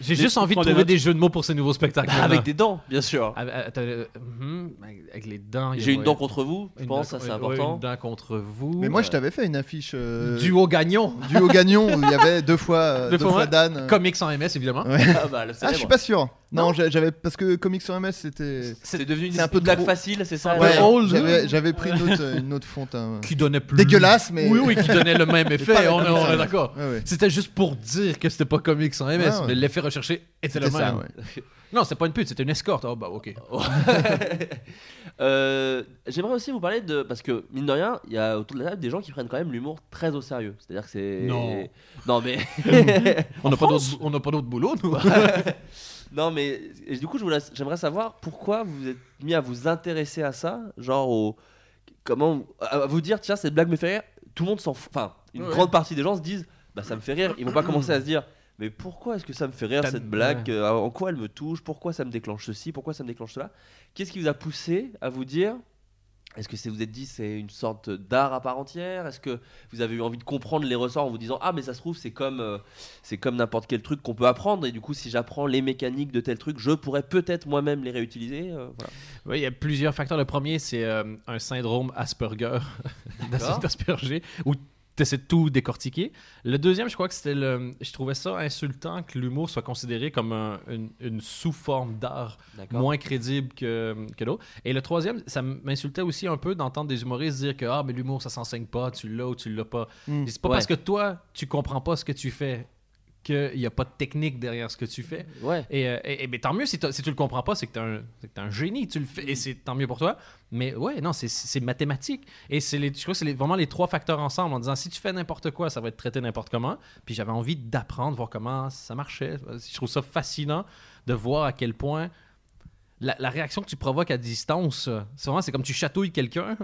F: j'ai juste envie de
E: prends des
F: trouver
E: notes.
F: des jeux de mots pour ces nouveaux spectacles.
B: Bah, avec
F: maintenant.
B: des dents, bien sûr.
F: Avec- attends, euh, mhm, avec les dents. il y a-
B: J'ai une
F: ouais.
B: dent contre vous, je
F: Une
B: pense,
F: dent-
B: ça c'est
F: ouais, ouais,
B: important.
F: Une dent contre vous.
C: Mais moi je t'avais fait une affiche euh,
F: Duo gagnant.
C: du haut gagnon où il y avait deux fois euh,
F: Deux
C: deux, fois,
F: fois moi.
C: Dan.
F: Comics sans MS, évidemment.
B: Ah bah, le
C: Ah je suis
B: célèbre.
C: pas sûr. Non, j'a- j'avais parce que Comics sur MS c'était.
B: C'est devenu une
C: c'est un peu
B: blague
C: trop-
B: facile, c'est ça
C: Ouais,
B: euh,
F: old.
C: j'avais- j'avais pris une autre, une autre fonte. hein.
F: Qui donnait plus.
C: Dégueulasse mais.
F: Oui, oui, qui donnait le même
C: pas
F: effet.
C: le
F: On est-
C: Comics
F: on
C: sans
F: est
C: MS.
F: d'accord.
C: Ouais, ouais.
F: C'était juste pour dire que c'était pas comique sans MS,
C: Ah, Ouais, ouais.
F: mais l'effet recherché était le
C: C'était
F: même.
C: ça, ouais.
F: Non, c'était pas une pute, c'était une escorte. Oh bah ok.
B: Euh, J'aimerais aussi vous parler de. Parce que, mine de rien, il y a autour de la table des gens qui prennent quand même l'humour très au sérieux. C'est-à-dire que c'est.
F: Non.
B: Non, mais.
F: On n'a pas d'autre- on n'a pas d'autre boulot, nous.
B: non, mais. et du coup, je vous laisse- j'aimerais savoir pourquoi vous vous êtes mis à vous intéresser à ça. Genre, au. Comment. À à vous dire, tiens, cette blague me fait rire. Tout le monde s'en fout. Enfin, une
F: Ouais.
B: grande partie des gens se disent, bah, ça me fait rire. Ils vont pas commencer à se dire. Mais pourquoi est-ce que ça me fait rire
F: T'as-
B: cette blague
F: ouais.
B: Euh, En quoi elle me touche Pourquoi ça me déclenche ceci Pourquoi ça me déclenche cela Qu'est-ce qui vous a poussé à vous dire Est-ce que c'est, vous êtes dit c'est une sorte d'art à part entière Est-ce que vous avez eu envie de comprendre les ressorts en vous disant ah mais ça se trouve c'est comme euh, c'est comme n'importe quel truc qu'on peut apprendre et du coup si j'apprends les mécaniques de tel truc je pourrais peut-être moi-même les réutiliser euh, voilà.
F: Oui, il y a plusieurs facteurs. Le premier, c'est euh, un syndrome Asperger,
B: D'accord.
F: d'Asperger, où tu essaies de tout décortiquer. Le deuxième, je crois que c'était le. Je trouvais ça insultant que l'humour soit considéré comme un- une, une sous-forme d'art
B: D'accord.
F: moins crédible que, que l'autre. Et le troisième, ça m'insultait aussi un peu d'entendre des humoristes dire que ah, mais l'humour, ça s'enseigne pas, tu l'as ou tu l'as pas.
C: Mm.
F: C'est pas
B: Hmm. Ouais.
F: parce que toi, tu comprends pas ce que tu fais qu'il n'y a pas de technique derrière ce que tu fais.
B: Ouais.
F: Et, euh, et- et- mais tant mieux si, t'as- si tu le comprends pas, c'est que t'es un, c'est que t'es un génie, tu le fais, et
B: Mm.
F: c'est tant mieux pour toi. Mais ouais, non, c'est- c'est c'est mathématique. Et c'est les- je crois que c'est les- vraiment les trois facteurs ensemble en disant si tu fais n'importe quoi, ça va être traité n'importe comment. Puis j'avais envie d'apprendre, voir comment ça marchait. Je trouve ça fascinant de voir à quel point la, la réaction que tu provoques à distance, euh, c'est vraiment c'est comme tu chatouilles quelqu'un,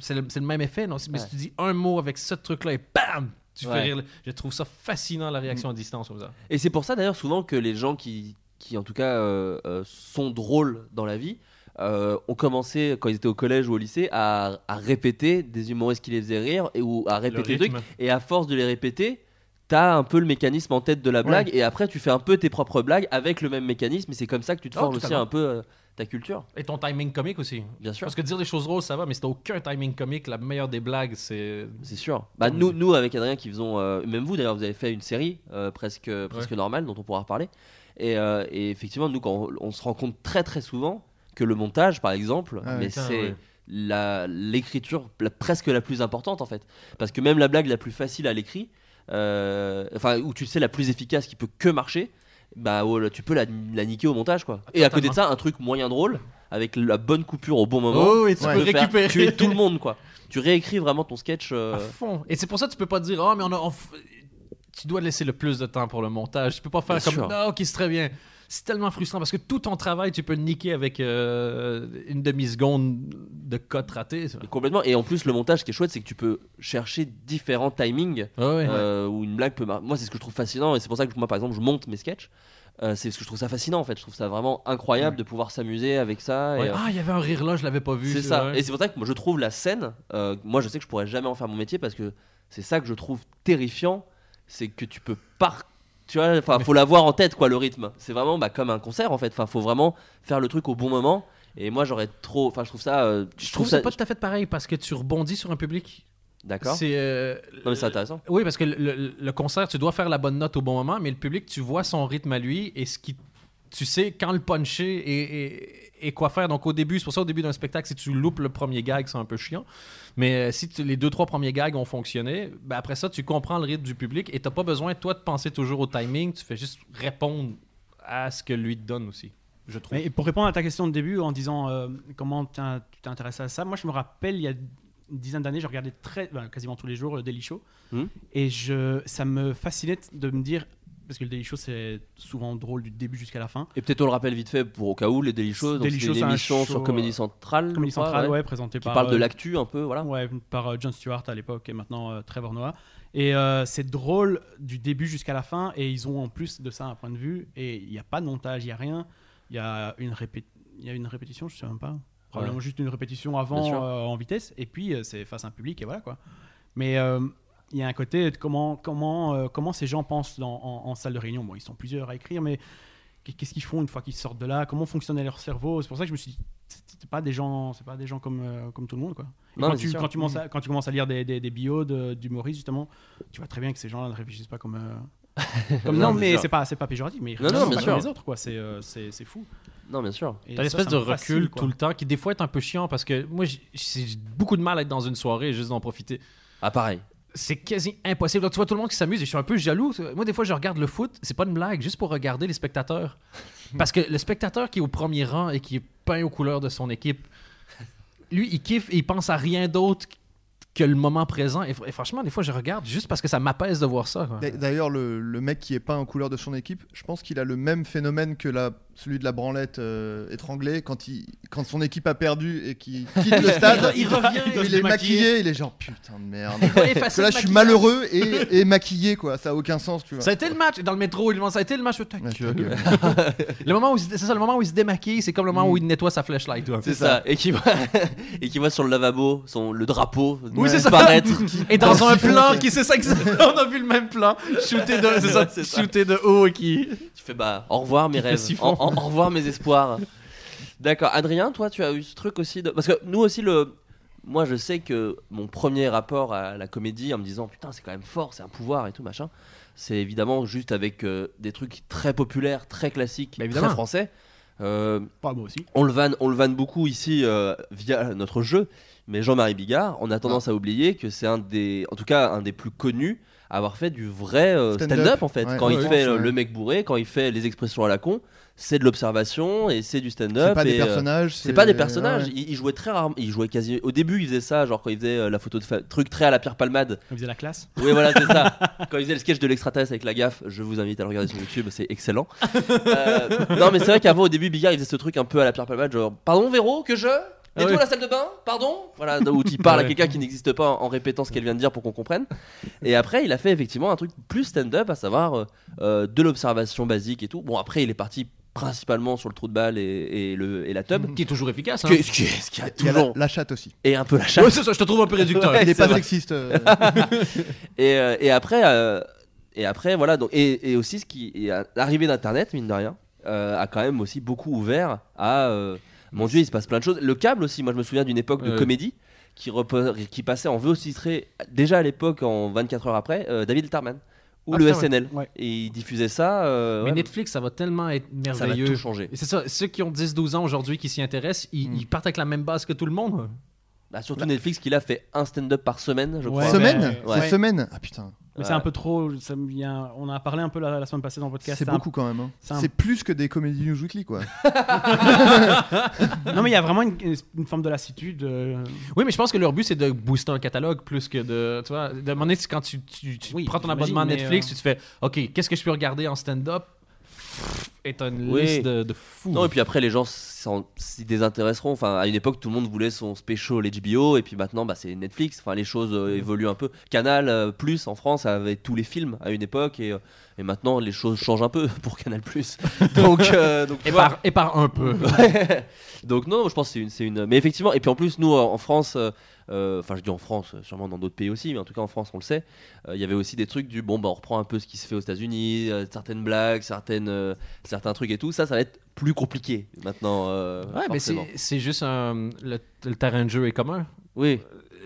F: c'est le, c'est le même effet. Non? Mais
B: Ouais.
F: si tu dis un mot avec ce truc-là et bam! Tu
B: Ouais. Mm.
F: fais rire. le- Je trouve ça fascinant la réaction à distance comme ça.
B: Et c'est pour ça d'ailleurs souvent que les gens qui, qui en tout cas euh, euh, sont drôles dans la vie euh, ont commencé quand ils étaient au collège ou au lycée à, à répéter des humoristes qui les faisaient rire et ou à répéter des
F: rythme.
B: trucs et à force de les répéter t'as un peu le mécanisme en tête de la blague et après tu fais un peu tes propres blagues avec le même mécanisme et c'est comme ça que tu te
F: Oh,
B: forges aussi
F: totalement.
B: un peu euh, ta culture
F: Et ton timing comique aussi.
B: bien sûr
F: Parce que dire des choses drôles, ça va, mais si t'as aucun timing comique, la meilleure des blagues, c'est.
B: C'est sûr. Bah,
F: Tant
B: nous,
F: mieux.
B: nous, avec Adrien, qui faisons. euh, même vous, d'ailleurs, vous avez fait une série euh, presque, presque normale dont on pourra reparler. Et, euh, et effectivement, nous, quand on, on se rend compte très, très souvent que le montage, par exemple,
C: Ah,
B: mais
F: putain,
B: c'est
F: ouais.
B: la- l'écriture la- presque la plus importante, en fait. Parce que même la blague la plus facile à l'écrit, euh, enfin, où tu sais, la plus efficace qui peut que marcher, bah, oh, là, tu peux la, la niquer au montage, quoi. Et à côté de ça, un truc moyen drôle, avec la bonne coupure au bon moment.
F: Oh, et tu
C: Ouais.
F: peux
B: peut faire
F: récupérer.
B: tuer tout le monde, quoi. Tu réécris vraiment ton sketch. euh,
F: à fond. Et c'est pour ça que tu peux pas dire, ah, mais on a. on f- Tu dois laisser le plus de temps pour le montage. Tu peux pas faire
B: Bien
F: comme.
B: sûr.
F: Ah, ok, c'est très bien. C'est tellement frustrant parce que tout ton travail, tu peux le niquer avec euh, une demi-seconde de cote ratée. ça.
B: Complètement. Et en plus, le montage, ce qui est chouette, c'est que tu peux chercher différents timings
F: Ah ouais.
B: euh, où une blague peut. mar- Moi, c'est ce que je trouve fascinant, et c'est pour ça que moi, par exemple, je monte mes sketchs. Euh, c'est ce que je trouve ça fascinant en fait. Je trouve ça vraiment incroyable de pouvoir s'amuser avec ça. et,
F: Ouais.
B: euh,
F: Ah, il y avait un rire là, je l'avais pas vu.
B: c'est ça.
F: ouais.
B: Et c'est pour ça que moi, je trouve la scène. euh, moi, je sais que je pourrais jamais en faire mon métier parce que c'est ça que je trouve terrifiant, c'est que tu peux pas. Tu vois, enfin, faut l'avoir en tête quoi, le rythme. C'est vraiment bah, comme un concert en fait. Enfin, faut vraiment faire le truc au bon moment. Et moi, j'aurais trop. Enfin, je trouve ça. euh,
F: Je trouve que c'est pas tout à fait pareil parce que tu rebondis sur un public.
B: D'accord.
F: C'est. euh,
B: Non, mais c'est intéressant.
F: Oui, parce que le, le- le concert, tu dois faire la bonne note au bon moment, mais le public, tu vois son rythme à lui et ce qui. Tu sais quand le puncher et, et- et quoi faire. Donc au début, c'est pour ça au début d'un spectacle, si tu loupes le premier gag, c'est un peu chiant. Mais euh, si tu- les deux, trois premiers gags ont fonctionné, ben après ça, tu comprends le rythme du public et t'as pas besoin, toi, de penser toujours au timing. Tu fais juste répondre à ce que lui te donne aussi, je trouve.
E: Mais pour répondre à ta question de début en disant euh, comment t'in- tu t'es intéressé à ça, moi je me rappelle il y a une dizaine d'années, je regardais très, ben, quasiment tous les jours le Daily Show
B: Mhm.
E: et je, ça me fascinait de me dire parce que le Daily Show c'est souvent drôle du début jusqu'à la fin.
B: Et peut-être on le rappelle vite fait pour au cas où les Daily Show, donc
E: Daily
B: c'est
E: Show,
B: une
E: c'est un
B: émission
E: show,
B: sur
E: euh,
B: Comédie Centrale, je
E: Comédie
B: crois,
E: Centrale,
B: ouais,
E: ouais, présenté
B: qui
E: par
B: parle de
E: euh,
B: l'actu un peu, voilà.
E: Ouais, par euh, John Stewart à l'époque et maintenant euh, Trevor Noah. Et euh, c'est drôle du début jusqu'à la fin. Et ils ont en plus de ça un point de vue. Et il n'y a pas de montage, il n'y a rien. Il y, a une répé- il y a une répétition, je ne sais même pas. Probablement juste une répétition
B: Bien sûr.
E: avant euh, en vitesse. Et puis euh, c'est face à un public et voilà quoi. Mais euh, il y a un côté de comment, comment, euh, comment ces gens pensent dans- en, en salle de réunion. Bon, ils sont plusieurs à écrire, mais qu'est- qu'est-ce qu'ils font une fois qu'ils sortent de là Comment fonctionnait leur cerveau C'est pour ça que je me suis dit, c'est pas des gens, c'est pas des gens comme, euh, comme tout le monde quoi. Et
B: Non, mais
E: quand,
B: c'est
E: tu,
B: sûr.
E: quand, tu commences à, quand tu commences à lire des, des, des bios de- d'humoristes, justement, tu vois très bien que ces gens-là ne réfléchissent pas comme. euh, comme
B: Non,
E: non,
B: bien
E: mais
B: sûr.
E: c'est pas, c'est pas péjoratif, mais ils
B: Non, non,
E: réfléchissent
B: bien
E: pas comme
B: sûr.
E: les autres, quoi. C'est euh, c'est- c'est fou.
B: Non, bien sûr.
E: Et
F: T'as
E: ça,
F: l'espèce
E: ça
F: de
E: me fascine,
F: recul
E: quoi.
F: tout le temps qui des fois est un peu chiant parce que moi j'ai- j'ai beaucoup de mal à être dans une soirée et juste d'en profiter.
B: Ah, pareil.
F: C'est quasi impossible. Donc, tu vois tout le monde qui s'amuse et je suis un peu jaloux. Moi des fois je regarde le foot, c'est pas une blague, juste pour regarder les spectateurs. Parce que le spectateur qui est au premier rang et qui est peint aux couleurs de son équipe, lui il kiffe et il pense à rien d'autre que le moment présent. Et, fr- et franchement des fois je regarde juste parce que ça m'apaise de voir ça. quoi.
C: D'a- D'ailleurs, le, le mec qui est peint en couleur de son équipe, je pense qu'il a le même phénomène que la celui de la branlette euh, étranglée, quand, il, quand son équipe a perdu et qu'il quitte le stade,
F: Il revient, il doit
C: il
F: se
C: est
F: maquiller.
C: maquillé, il est genre putain de merde. Parce
F: effacer
C: que là,
F: le
C: je suis
F: maquillage.
C: malheureux et, et maquillé, quoi. Ça a aucun sens, tu vois.
F: Ça a été le match. Dans le métro, il demande, ça a été le match. Ta
C: Ouais, ta
F: gueule.
C: gueule.
F: le moment où il se- c'est ça, le moment où il se démaquille, c'est comme le moment où il nettoie sa flashlight.
B: C'est ça. Et qui voit et qui voit sur le lavabo son le drapeau
F: Oui, c'est ça.
B: disparaître.
F: Et dans un
C: siphon,
F: plan
C: c'est-
F: qui c'est ça exactement, on a vu le même plan, shooté de c'est ça,
B: Ouais, c'est ça.
F: shooté de haut et qui
B: tu fais bah au revoir mes
F: fait
B: rêves,
F: siphon.
B: au, au- au revoir mes espoirs. D'accord, Adrien, toi tu as eu ce truc aussi de parce que nous aussi le moi je sais que mon premier rapport à la comédie en me disant putain c'est quand même fort, c'est un pouvoir et tout machin, c'est évidemment juste avec euh, des trucs très populaires, très classiques,
F: Bah, évidemment.
B: très français. Euh,
E: Pas moi aussi.
B: on le vanne, on le vanne beaucoup ici euh, via notre jeu, mais Jean-Marie Bigard,
C: Ah.
B: on a tendance à oublier que c'est un des, en tout cas un des plus connus à avoir fait du vrai euh,
C: Stand-up.
B: stand-up en fait.
C: Ouais,
B: quand
C: ouais,
B: il
C: ouais,
B: fait
C: je
B: euh,
C: pense,
B: le
C: ouais.
B: mec bourré, quand il fait les expressions à la con, c'est de l'observation et c'est du stand-up.
C: C'est pas des
B: et, euh,
C: personnages.
B: c'est pas des personnages.
C: ouais, ouais.
B: Il, il jouait très rarement. Il jouait quasi. Au début, il faisait ça, genre quand il faisait euh, la photo de fa- truc très à la Pierre Palmade.
E: On faisait la classe.
B: Oui, voilà, c'est ça. Quand il faisait le sketch de l'extraterrestre avec la gaffe, je vous invite à le regarder sur YouTube, c'est excellent. Euh, non, mais c'est vrai qu'avant, au début, Bigard, il faisait ce truc un peu à la Pierre Palmade, genre, pardon, Véro, que je
C: Ah
B: et
F: oui.
B: la salle de bain Pardon Voilà, où il parle
F: Ouais.
B: à quelqu'un qui n'existe pas en en répétant ce qu'elle vient de dire pour qu'on comprenne. Et après, il a fait effectivement un truc plus stand-up, à savoir euh, euh, de l'observation basique et tout. Bon, après, il est parti principalement sur le trou de balle et, et le, et la tub.
F: qui est toujours efficace. Hein.
B: Ce qui- ce qui- ce qui a
C: Mmh. Il y a la,
B: toujours.
C: la chatte aussi.
B: Et un peu la chatte.
F: Ouais, c'est ça, je te trouve un peu réducteur.
B: Ouais,
C: il est
B: c'est
C: pas
B: vrai.
C: sexiste. euh,
B: Et, euh, et après, euh, et après voilà. Donc, et, et aussi, ce qui et, euh, l'arrivée d'Internet, mine de rien, euh, a quand même aussi beaucoup ouvert à. euh, mon Dieu, il se passe plein de choses. Le câble aussi, moi je me souviens d'une époque de
F: Euh.
B: comédie qui, repo- qui passait en VO titré déjà à l'époque, en 24 heures après, euh, David Tarman ou
F: Ah,
B: le
F: putain, ouais.
B: SNL.
E: Ouais.
B: Et il diffusait ça. euh,
F: Mais
B: ouais,
F: Netflix, ça va tellement être
B: ça va tout
F: merveilleux.
B: changer.
F: Et c'est ça, ceux qui ont 10-12 ans aujourd'hui qui s'y intéressent, ils, ils partent avec la même base que tout le monde.
B: Bah, surtout Netflix qui l'a fait un stand-up par semaine, je
E: Ouais.
B: crois.
C: Semaine
E: mais-
C: C'est
B: ouais.
C: semaine Ah putain.
E: Mais c'est un peu trop. Ça me vient. On a parlé un peu la, la semaine passée dans le podcast.
C: C'est
E: un-
C: beaucoup quand même. hein.
E: c'est un-
C: C'est plus que des Comedy News Weekly, quoi.
E: Non, mais il y a vraiment une, une forme de lassitude. euh,
F: Oui, mais je pense que leur but, c'est de booster un catalogue plus que de. Tu vois, de moment donné, c'est quand tu, tu- tu
E: Oui,
F: prends ton
E: j'imagine,
F: abonnement à
E: mais,
F: Netflix,
E: euh,
F: tu te fais OK, qu'est-ce que je peux regarder en stand-up Et t'as une
B: Oui.
F: liste de, de fous.
B: Non, et puis après, les gens s'en- s'y désintéresseront. Enfin, à une époque, tout le monde voulait son special HBO, et puis maintenant, bah, c'est Netflix. Enfin, les choses euh, évoluent un peu. Canal euh, Plus en France avait tous les films à une époque, et, euh, et maintenant, les choses changent un peu pour Canal Plus. donc, euh, donc, tu
F: et,
B: vois.
F: par, et par un peu.
B: Ouais. Donc non, je pense que c'est une, c'est une. Mais effectivement, et puis en plus, nous en en France, euh, euh, enfin je dis en France, euh, sûrement dans d'autres pays aussi, mais en tout cas en France, on le sait, euh, il y avait aussi des trucs du bon, bah on reprend un peu ce qui se fait aux États-Unis, euh, certaines blagues, certaines, euh, certains trucs et tout. Ça, ça va être plus compliqué maintenant. euh,
F: Ouais, mais c'est
B: forcément.
F: c'est juste un- le, le terrain de jeu est commun.
B: Oui.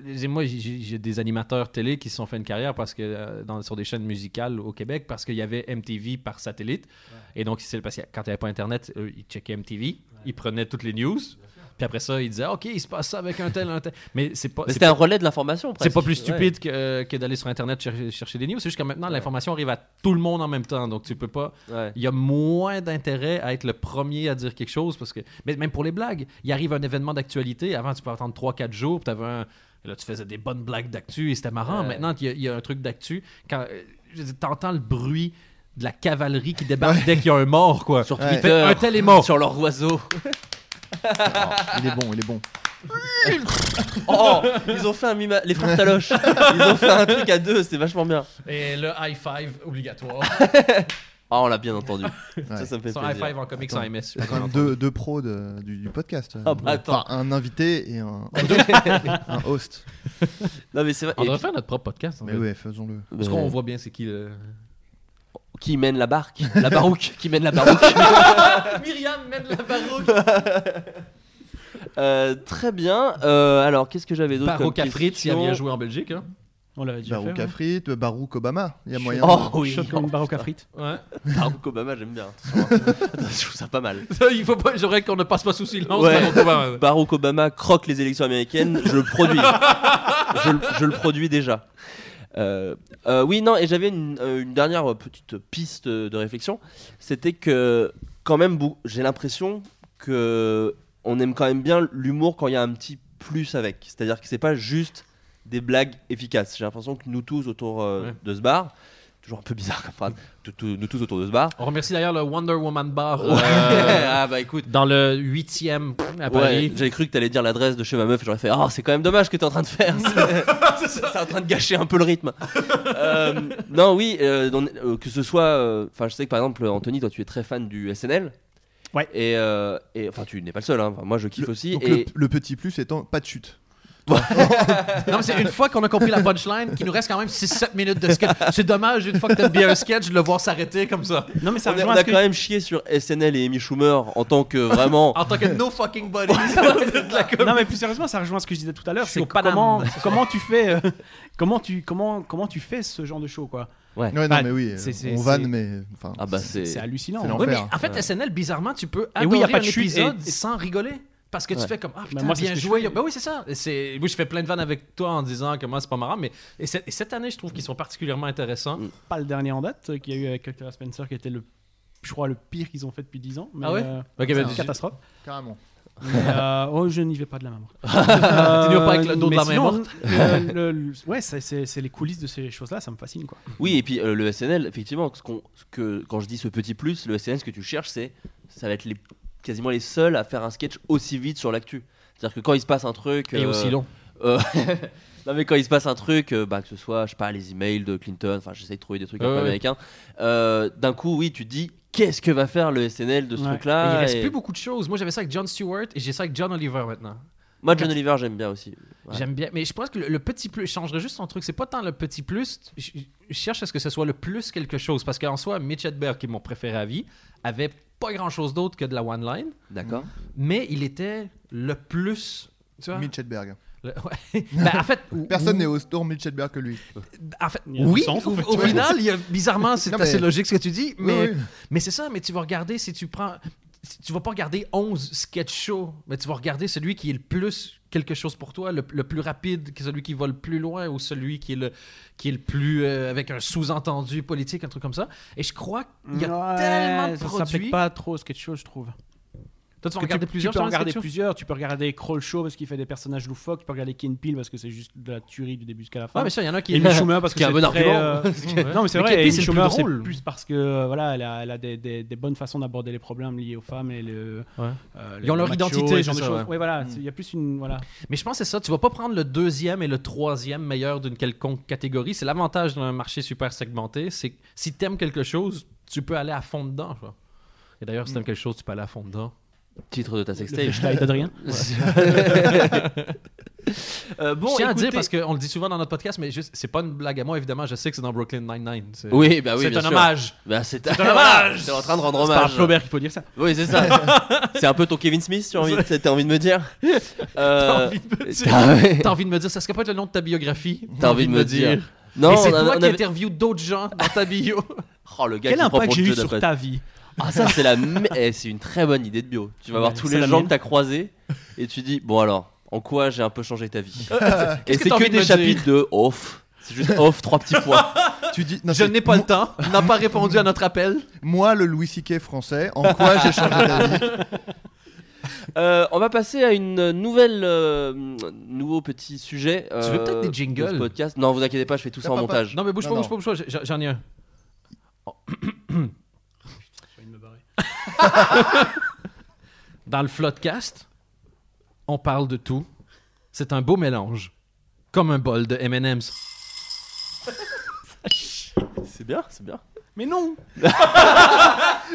F: Et moi, j'ai- j'ai j'ai des animateurs télé qui se sont fait une carrière parce que, euh, dans, sur des chaînes musicales au Québec parce qu'il y avait MTV par satellite. Et donc, c'est parce que quand il n'y avait pas Internet, eux, ils checkaient MTV, ils prenaient toutes les news. Puis après ça, ils disaient OK, il se passe ça avec un tel, un tel. Mais c'est pas.
B: Mais
F: c'est
B: C'était un relais de l'information.
F: c'est
B: presque.
F: pas plus
B: Ouais.
F: stupide que, euh, que d'aller sur Internet chercher, chercher des news. C'est juste que maintenant, l'information arrive à tout le monde en même temps. Donc, tu peux pas.
B: Ouais.
F: Il y a moins d'intérêt à être le premier à dire quelque chose parce que. Mais même pour les blagues, il arrive un événement d'actualité. Avant, tu peux attendre 3-4 jours. puis t'avais un- Là, tu faisais des bonnes blagues d'actu et c'était marrant.
B: Ouais.
F: Maintenant, il y a- il y, a un truc d'actu. Quand euh, je veux dire, t'entends le bruit de la cavalerie qui débarque dès qu'il y a un mort, quoi.
B: Sur
C: Ouais.
B: Twitter,
F: Un tel est mort.
B: sur leur oiseau.
C: il est bon, il est bon.
B: Oh, ils ont fait un mime. à- Les frères Taloche. ils ont fait un truc à deux, c'était vachement bien.
F: Et le high five obligatoire.
B: Ah, on l'a bien entendu. Ça, ça me fait
F: Son high
B: plaisir.
F: five en comics en MS.
C: Il y a quand même deux, deux pros de- du, du podcast.
B: Ah bah attends.
C: Enfin, un invité et un, un host.
B: Non, mais c'est vrai.
F: On
B: Et
F: devrait faire notre propre podcast. en
C: Mais
F: fait.
C: ouais, faisons-le.
F: Parce
B: Euh.
F: qu'on voit bien c'est qui le.
B: qui mène la barque, la barouque, qui mène la barouque.
F: Myriam mène la barouque.
B: Euh, très bien. Euh, alors, qu'est-ce que j'avais d'autre comme
F: Barouque à frites, il a
B: question
F: bien joué en Belgique. Hein.
E: on l'avait déjà
C: Barouk
E: fait. ouais.
C: Afrit, Barouk Obama. Il y a moyen.
B: Oh oui,
E: Shot comme une baroque à frites.
F: Ouais.
B: Barack Obama, j'aime bien. Attends, je trouve ça pas mal.
F: Ça, il faut pas, j'aimerais qu'on ne passe pas sous silence.
B: Ouais.
F: mais on peut- ouais, ouais.
B: Barack Obama croque les élections américaines, je le produis. je, le- je le produis déjà. Euh, euh, oui, non, et j'avais une, euh, une dernière petite piste de réflexion. C'était que, quand même, bou- j'ai l'impression que on aime quand même bien l'humour quand il y a un petit plus avec. C'est-à-dire que c'est pas juste des blagues efficaces. J'ai l'impression que nous tous autour euh,
F: Ouais.
B: de ce bar, Toujours un peu bizarre comme phrase. Tout- tout- nous tous autour de ce bar.
F: On remercie d'ailleurs le Wonder Woman Bar
B: Ouais.
F: euh,
B: ah bah écoute.
F: dans le 8e à
B: Ouais,
F: Paris.
B: j'avais cru que t'allais dire l'adresse de chez ma meuf, j'aurais fait Oh, c'est quand même dommage que t'es en train de faire. C'est- c'est en train de gâcher un peu le rythme. Euh, non, oui, euh, donc, euh, que ce soit. euh, Enfin, je sais que par exemple, Anthony, toi, tu es très fan du SNL.
E: Ouais.
B: Et euh, et- enfin, tu n'es pas le seul, hein. Enfin, moi je kiffe
C: Le-
B: aussi.
C: donc
B: et
C: le, le petit plus étant pas de chute.
F: Non, mais c'est une fois qu'on a compris la punchline, qu'il nous reste quand même 6-7 minutes de sketch. C'est dommage, une fois que t'aimes bien un sketch, de le voir s'arrêter comme ça.
E: Non, mais ça
B: on, a-
E: rejoint
B: on
E: à
B: a
E: ce que-
B: quand même chié sur SNL et Amy Schumer en tant que vraiment.
F: En tant que no fucking buddies de la com-
E: Non mais plus sérieusement, ça rejoint ce que je disais tout à l'heure,
F: Je suis
E: c'est
F: au Paname.
E: comment comment tu fais euh, comment tu comment comment tu fais ce genre de show quoi.
C: Ouais, non,
E: Bah,
C: mais oui, euh,
E: c'est- c'est-
C: on
E: c'est-
C: vanne, mais. Enfin,
B: ah bah c'est.
E: C'est hallucinant. hein.
C: c'est l'enfer.
F: Ouais, mais en fait, SNL, bizarrement, tu peux
E: Et
F: adorer
E: oui, y a pas
F: un
E: de chute
F: épisode
E: et-
F: sans rigoler. Parce que tu
B: Ouais.
F: fais comme Ah putain,
E: Mais moi, c'est
F: bien
E: ce que je
F: joué.
E: fais.
F: Ben oui, c'est ça. Et c'est- Moi, je fais plein de vannes avec toi en disant comment c'est pas marrant. Mais et cette, et cette année, je trouve qu'ils sont particulièrement intéressants.
B: Mm.
E: Pas le dernier en date euh, qu'il y a eu avec Octavia Spencer qui était le je crois le pire qu'ils ont fait depuis 10 ans. Mais,
F: Ah ouais
E: euh,
F: Ok,
E: c'est
F: ben,
E: une
F: tu-
E: catastrophe.
C: carrément.
E: Mais, euh, oh, je n'y vais pas de la main morte. Euh,
F: Tu n'y vas pas avec le dos de
E: mais
F: la main
E: sinon,
F: morte.
E: le- le- le- ouais, c'est- c'est c'est les coulisses de ces choses-là, ça me fascine quoi.
B: Oui, et puis euh, le SNL, effectivement, ce qu'on- ce que, quand je dis ce petit plus, le SNL, ce que tu cherches, c'est ça va être les, quasiment les seuls à faire un sketch aussi vite sur l'actu. C'est-à-dire que quand il se passe un truc.
F: Et
B: euh,
F: aussi long.
B: euh, non, mais quand il se passe un truc, euh, bah, que ce soit, je sais pas, les emails de Clinton, enfin, j'essaie de trouver des trucs un
F: Ouais,
B: peu
F: ouais.
B: américains, euh, d'un coup, oui, tu te dis, qu'est-ce que va faire le SNL de ce
E: Ouais.
B: truc-là
F: il reste
B: Et
F: plus beaucoup de choses. Moi, j'avais ça avec John Stewart et j'ai ça avec John Oliver maintenant.
B: Moi, John Oliver, j'aime bien aussi. Ouais.
F: J'aime bien. Mais je pense que le, le petit plus, je changerais juste son truc. C'est pas tant le petit plus. Je, je cherche à ce que ce soit le plus quelque chose. Parce qu'en soi, Mitch Hedberg, qui est mon préféré à vie, avait pas grand chose d'autre que de la one-line.
B: D'accord.
F: Mais il était le plus. Tu vois?
C: Mitch Hedberg.
F: Le- ouais. Ben, en fait, ou-
C: Personne n'est aussi Mitch Hedberg que lui.
F: en fait,
E: Il y a du
F: oui,
E: sens, en
F: au,
E: fait,
F: au
E: ouais.
F: final, il y a- bizarrement, c'est
C: Non,
F: assez
C: mais-
F: logique ce que tu dis, mais,
C: oui.
F: mais c'est ça, mais tu vas regarder si tu prends. si- Tu vas pas regarder 11 sketch shows, mais tu vas regarder celui qui est le plus quelque chose pour toi, le, le plus rapide, que celui qui va le plus loin ou celui qui est le, qui est le plus. euh, avec un sous-entendu politique, un truc comme ça. Et je crois qu'il y a
E: Ouais,
F: tellement de
E: ça
F: produits.
E: s'applique pas trop ce quelque chose, je trouve.
F: Toi, tu vas
E: Parce que
F: regarder
E: tu,
F: plusieurs
E: tu peux
F: genre
E: en
F: de
E: regarder
F: sketch shows?
E: plusieurs. Tu peux regarder Kroll Show parce qu'il fait des personnages loufoques. Tu peux regarder Ken Peel parce que c'est juste de la tuerie du début jusqu'à la fin.
F: Ouais, mais ça, il y en a qui.
E: et Amy Schumer parce
F: qui
E: que
F: a un
E: c'est
F: bon
E: très,
F: argument.
E: euh,
F: Ouais.
E: Non, mais c'est
F: Mais
E: vrai.
F: Ken Peel,
E: Amy
F: c'est le plus
E: Schumer, c'est
F: drôle.
E: plus parce que euh, voilà, elle a, elle a des, des- des bonnes façons d'aborder les problèmes liés aux femmes et le.
F: Ouais.
E: euh,
F: Ils ont
E: le
F: leur
E: macho,
F: identité,
E: ce genre
F: c'est
E: de
F: ça,
E: choses.
F: ouais.
E: Ouais, voilà. c'est- Il y a plus une voilà.
F: Mais je pense que c'est ça. Tu vas pas prendre le deuxième et le troisième meilleur d'une quelconque catégorie. C'est l'avantage d'un marché super segmenté. C'est que si t'aimes quelque chose, tu peux aller à fond dedans. je crois. Et d'ailleurs, si
B: Mm.
F: t'aimes quelque chose, tu peux aller à fond dedans.
B: Titre de ta
E: Le
B: sextape.
E: slide d'Adrien.
B: Euh, bon,
F: je tiens à dire
B: écoutez-
F: parce qu'on le dit souvent dans notre podcast, mais juste, c'est pas une blague à moi. Évidemment, je sais que c'est dans Brooklyn Nine-Nine. C'est-
B: Oui, bah oui,
F: c'est
B: bien
F: un
B: sûr.
F: hommage.
B: Bah, c'est
F: C'est un hommage.
B: T'es en train de rendre
E: C'est par
B: hommage.
E: Flaubert qu'il faut dire ça.
B: Oui, c'est ça. c'est un peu ton Kevin Smith, tu as envie, t'as envie de me dire. Euh,
F: envie de me dire.
B: t'as-
F: T'as envie de me dire, ça serait pas le nom de ta biographie
B: T'as envie de me dire. Non,
F: Et c'est
B: on a-
F: toi
B: on
F: qui
B: avait-
F: interviews d'autres gens dans ta bio.
B: Oh, le gars
E: Quel
B: qui prend
E: impact
B: pour
E: j'ai
B: le
E: eu
B: jeu
E: sur
B: d'après.
E: ta vie
B: Ah, ça, c'est la. me- eh, c'est une très bonne idée de bio. Tu vas voir
E: Ouais,
B: tous
E: c'est
B: les
E: la
B: gens
E: mienne.
B: que t'as croisés et tu dis, bon alors, en quoi j'ai un peu changé ta vie Et
F: que
B: c'est
F: t'as
B: que
F: envie de
B: des
F: me
B: chapitres de off. C'est juste off, trois petits points.
C: Tu dis, non,
F: Je
C: c'est
F: n'ai pas le temps, n'a pas répondu à notre appel.
C: moi le Louis C.K. français, en quoi j'ai changé d'avis
B: Euh, on va passer à une nouvelle. euh, nouveau petit sujet. euh,
F: Tu veux peut-être des
B: de ce
F: jingles
B: podcast. Non, vous inquiétez pas, je fais tout ça
C: Y'a
B: en
C: pas-
B: montage.
F: Non, mais bouge
C: Non,
F: pas,
C: non.
F: bouge pas, bouge pas, j'ai- j'en ai un. Dans le Floodcast, on parle de tout. C'est un beau mélange. Comme un bol de M&M's.
B: C'est bien, c'est bien.
E: Mais non.
F: Vous,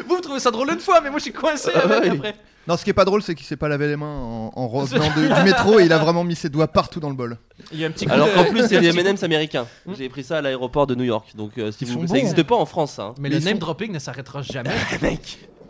F: vous trouvez ça drôle une fois, mais moi, je suis coincé
B: ouais.
F: avec après.
C: Non, ce qui est pas drôle, c'est qu'il s'est pas lavé les mains en, en revenant de- du métro et il a vraiment mis ses doigts partout dans le bol.
F: Il y a un petit coup
B: Alors
F: de-
B: qu'en plus, c'est
F: un
B: des
F: petit coup-
B: M&M's américains.
F: Hmm.
B: J'ai pris ça à l'aéroport de New York. Donc, euh, si
C: Ils
B: vous-
C: sont
B: ça
C: bons.
B: n'existe pas en France. hein.
F: Mais
C: Mais
F: le
C: ils
F: name
C: sont-
F: dropping ne s'arrêtera jamais.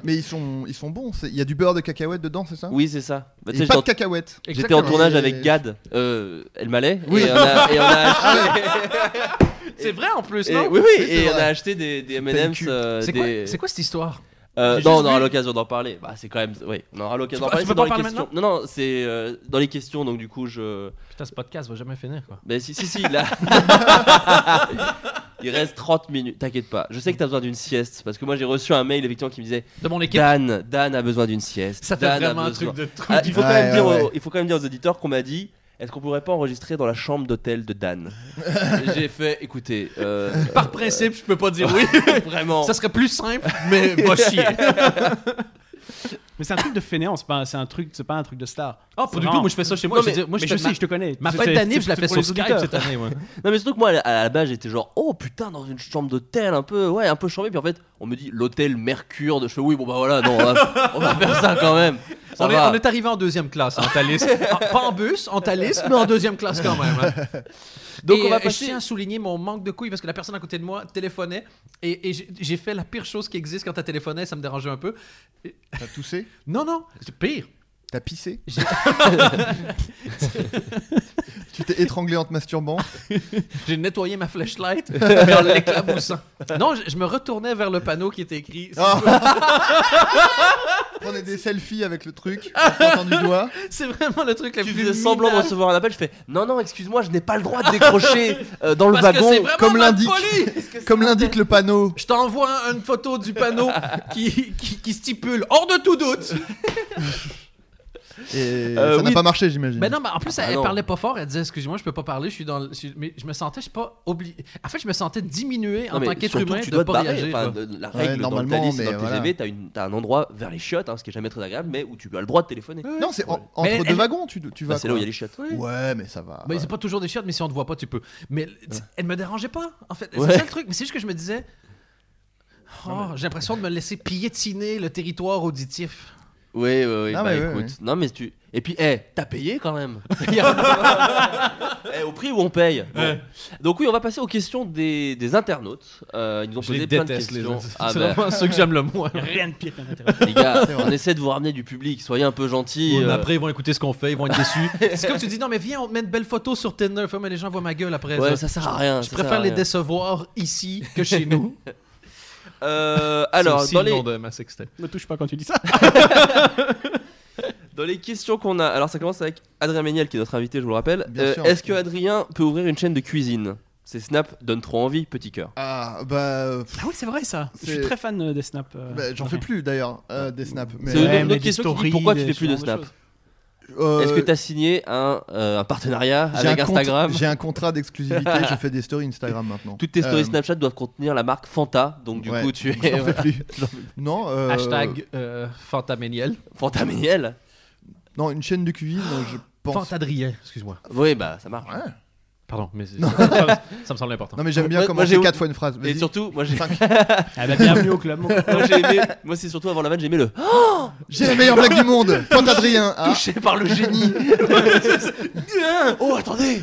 C: Mais ils sont, ils sont bons. c'est- Il y a du beurre de cacahuète dedans, c'est ça
B: Oui, c'est ça. Bah, tu sais,
C: Et pas
B: j'étais en-
C: de cacahuète.
B: J'étais en
F: Exactement.
B: tournage
C: Et-
B: avec Gad, euh, El Malais,
C: Oui.
B: et on a, et on a acheté,
F: Ah C'est vrai en plus,
B: et-
F: non
B: oui, oui,
C: Oui, c'est
B: et on
C: vrai.
B: a acheté des, des M&M's. euh,
F: C'est quoi,
B: des...
F: c'est quoi cette histoire
B: Euh,
F: J'ai
B: non,
F: juste
B: on aura
F: vu.
B: l'occasion d'en parler. Bah, c'est quand même, oui, on aura l'occasion
F: Tu
B: d'en
F: peux-
B: parler.
F: tu
B: c'est
F: peux pas
B: dans les
F: parler
B: questions. Non, non, c'est euh, dans les questions. Donc du coup, je,
F: Putain, ce podcast va jamais finir, quoi.
B: ben si, si, si, là. Il reste 30 minutes, t'inquiète pas. Je sais que t'as besoin d'une sieste parce que moi j'ai reçu un mail effectivement qui me disait
F: De mon équipe,
B: Dan, Dan a besoin d'une sieste.
F: ça fait
B: Dan a
F: vraiment un
B: besoin-
F: truc de truc.
B: Ah, il, faut quand
C: Ouais,
B: même dire
C: ouais,
B: aux-
C: ouais.
B: il faut quand même dire aux auditeurs qu'on m'a dit Est-ce qu'on pourrait pas enregistrer dans la chambre d'hôtel de Dan J'ai fait, écoutez, euh,
F: Par principe, je peux pas dire oui.
B: vraiment.
F: Ça serait plus simple, mais va chier.
E: Mais c'est un truc de fainéant, c'est pas, c'est un truc, c'est pas un truc de star.
F: Ah,
E: C'est marrant.
F: fais ça chez
E: Non, mais, moi, je, sais, je te connais.
F: Ma
E: C'est-
F: fête
E: c'est-
F: d'année,
E: c'est-
F: je la
E: c'est
F: fais
E: pour
F: sur
E: les
F: Skype
E: auditeurs.
F: cette année. ouais.
B: Non mais surtout que moi à la, à la base j'étais genre oh putain dans une chambre d'hôtel un peu ouais un peu chambé puis en fait on me dit l'hôtel Mercure de cheveux oui bon bah voilà non on va, on va faire ça quand même ça
F: On est,
B: va.
F: on est arrivé en deuxième classe, en Thalys. En- pas en bus, en Thalys, mais en deuxième classe quand même. hein.
B: Donc,
F: Et,
B: on va
F: euh,
B: passer-
F: Je tiens à souligner mon manque de couilles parce que la personne à côté de moi téléphonait et, et j'ai- j'ai fait la pire chose qui existe quand t'as téléphoné, ça me dérangeait un peu.
C: T'as toussé
F: Non, non, c'est pire.
C: T'as pissé Tu t'es étranglé en te masturbant
F: J'ai nettoyé ma flashlight mais en l'éclaboussant. Non, je, je me retournais vers le panneau qui était écrit.
B: Ah.
C: Prenez Oh. des selfies avec le truc, en pointant du doigt.
F: C'est vraiment le truc le
B: tu
F: plus
B: faisais semblant de
F: minable.
B: recevoir un appel je fais non non excuse-moi je n'ai pas le droit de décrocher euh, dans le
F: Parce que
B: wagon
F: c'est vraiment
C: comme
F: mal
C: l'indique.
F: poli.
C: Comme l'indique le panneau.
F: Je t'envoie une photo du panneau qui, qui, qui stipule hors de tout doute.
C: Et
B: Euh,
C: ça n'a
B: oui.
C: pas marché, j'imagine.
F: Mais Bah Ben non, mais en plus,
B: Ah,
F: elle
B: non.
F: parlait pas fort. Elle disait, excusez-moi, je peux pas parler. Je suis dans. le- je suis- Mais je me sentais, je suis pas obligé. En fait, je me sentais diminué
B: Non,
F: en
B: mais
F: tant qu'être
B: surtout,
F: humain
B: tu
F: de
B: dois te
F: pas
B: barrer.
F: réagir.
B: Enfin,
F: quoi.
B: de- de- la
C: Ouais,
B: règle dans le
C: normalement,
B: Thalys, dans
C: mais
B: le
C: voilà.
B: TGV, t'as une- t'as un endroit vers les chiottes, hein, ce qui est jamais très agréable, mais où tu as le droit de téléphoner.
C: Non, c'est en- entre
F: Mais
C: deux
F: elle-
C: wagons, tu, tu vas.
B: Bah, c'est là où il y
C: quoi.
B: a les chiottes.
C: Ouais, mais ça va.
F: Mais
C: ouais.
F: Ben, c'est pas toujours des chiottes, mais si on te voit pas, tu peux. Mais elle- tu- elle me dérangeait pas, en fait.
B: Ouais.
F: C'est ça le truc. Mais c'est juste que je me disais. Oh, j'ai l'impression de me laisser piétiner le territoire auditif.
B: Oui, oui, oui.
C: Ah,
B: bah,
C: ouais, ouais,
B: écoute.
C: ouais.
B: Non, mais tu. Et puis, eh, t'as payé quand même. Eh, au prix où on paye. Bon. Donc, oui, on va passer aux questions des, des internautes. Euh, ils nous ont posé plein de questions. Ah,
F: c'est
B: bah,
F: vraiment ceux que j'aime le moins.
E: Rien de pire qu'un interview.
B: les gars,
C: vrai.
B: on essaie de vous ramener du public. Soyez un peu gentils.
F: Ouais, mais
B: euh.
F: Après, ils vont écouter ce qu'on fait, ils vont être déçus. c'est comme tu dis, non, mais viens, on te met une belle photo sur Tinder. Enfin, mais les gens voient ma gueule après.
B: Ouais, ça
F: ça.
B: sert à rien.
F: Je préfère les décevoir ici que chez nous.
B: Euh, alors, dans les,
F: de ma sextape.
E: Me touche pas quand tu dis ça.
B: dans les questions qu'on a, alors ça commence avec Adrien Méniel qui est notre invité, je vous le rappelle. Euh,
C: Bien sûr.
B: Est-ce que Adrien peut ouvrir une chaîne de cuisine Ces snaps donnent trop envie, petit cœur.
C: Ah, bah. euh,
E: Ah oui, c'est vrai ça. Je
C: C'est-
E: suis très fan euh, des snaps. euh,
C: bah, J'en
E: ouais.
C: fais plus d'ailleurs, euh, des snaps. Mais,
B: C'est
E: Ouais,
B: une
E: mais
B: autre
E: des
B: question qui dit
E: stories,
B: pourquoi tu
E: des-
B: fais plus
E: ce
B: de
E: genre de
B: snaps
C: euh,
B: Est-ce que tu as signé un, euh, un partenariat
C: j'ai
B: avec
C: un compte-
B: Instagram
C: J'ai un contrat d'exclusivité, je fais des stories Instagram maintenant.
B: Toutes tes stories
C: Euh,
B: Snapchat doivent contenir la marque Fanta, donc du
C: ouais,
B: coup tu
C: j'en fais
B: es
C: plus. Non, euh,
F: Hashtag euh, Fantaméniel.
B: Fanta Méniel.
C: Non, une chaîne de cuisine, je pense.
F: Fantadrien, excuse-moi.
B: Oui, bah ça marche.
C: Ouais.
F: Pardon, mais c'est- ça, me semble important.
C: Non, mais j'aime bien
B: Moi- moi,
C: commencer
B: j'ai-
C: quatre fois une phrase.
B: Et
C: Vas-y.
B: surtout, moi j'ai.
C: Cinq.
E: Ah bah, bienvenue au club. mon gars.
B: moi, j'ai aimé- moi, c'est surtout avant la vanne, j'ai aimé le
C: Ah. J'ai la meilleure blague du monde Fantadrien ah.
B: touché par le génie. oh, attendez,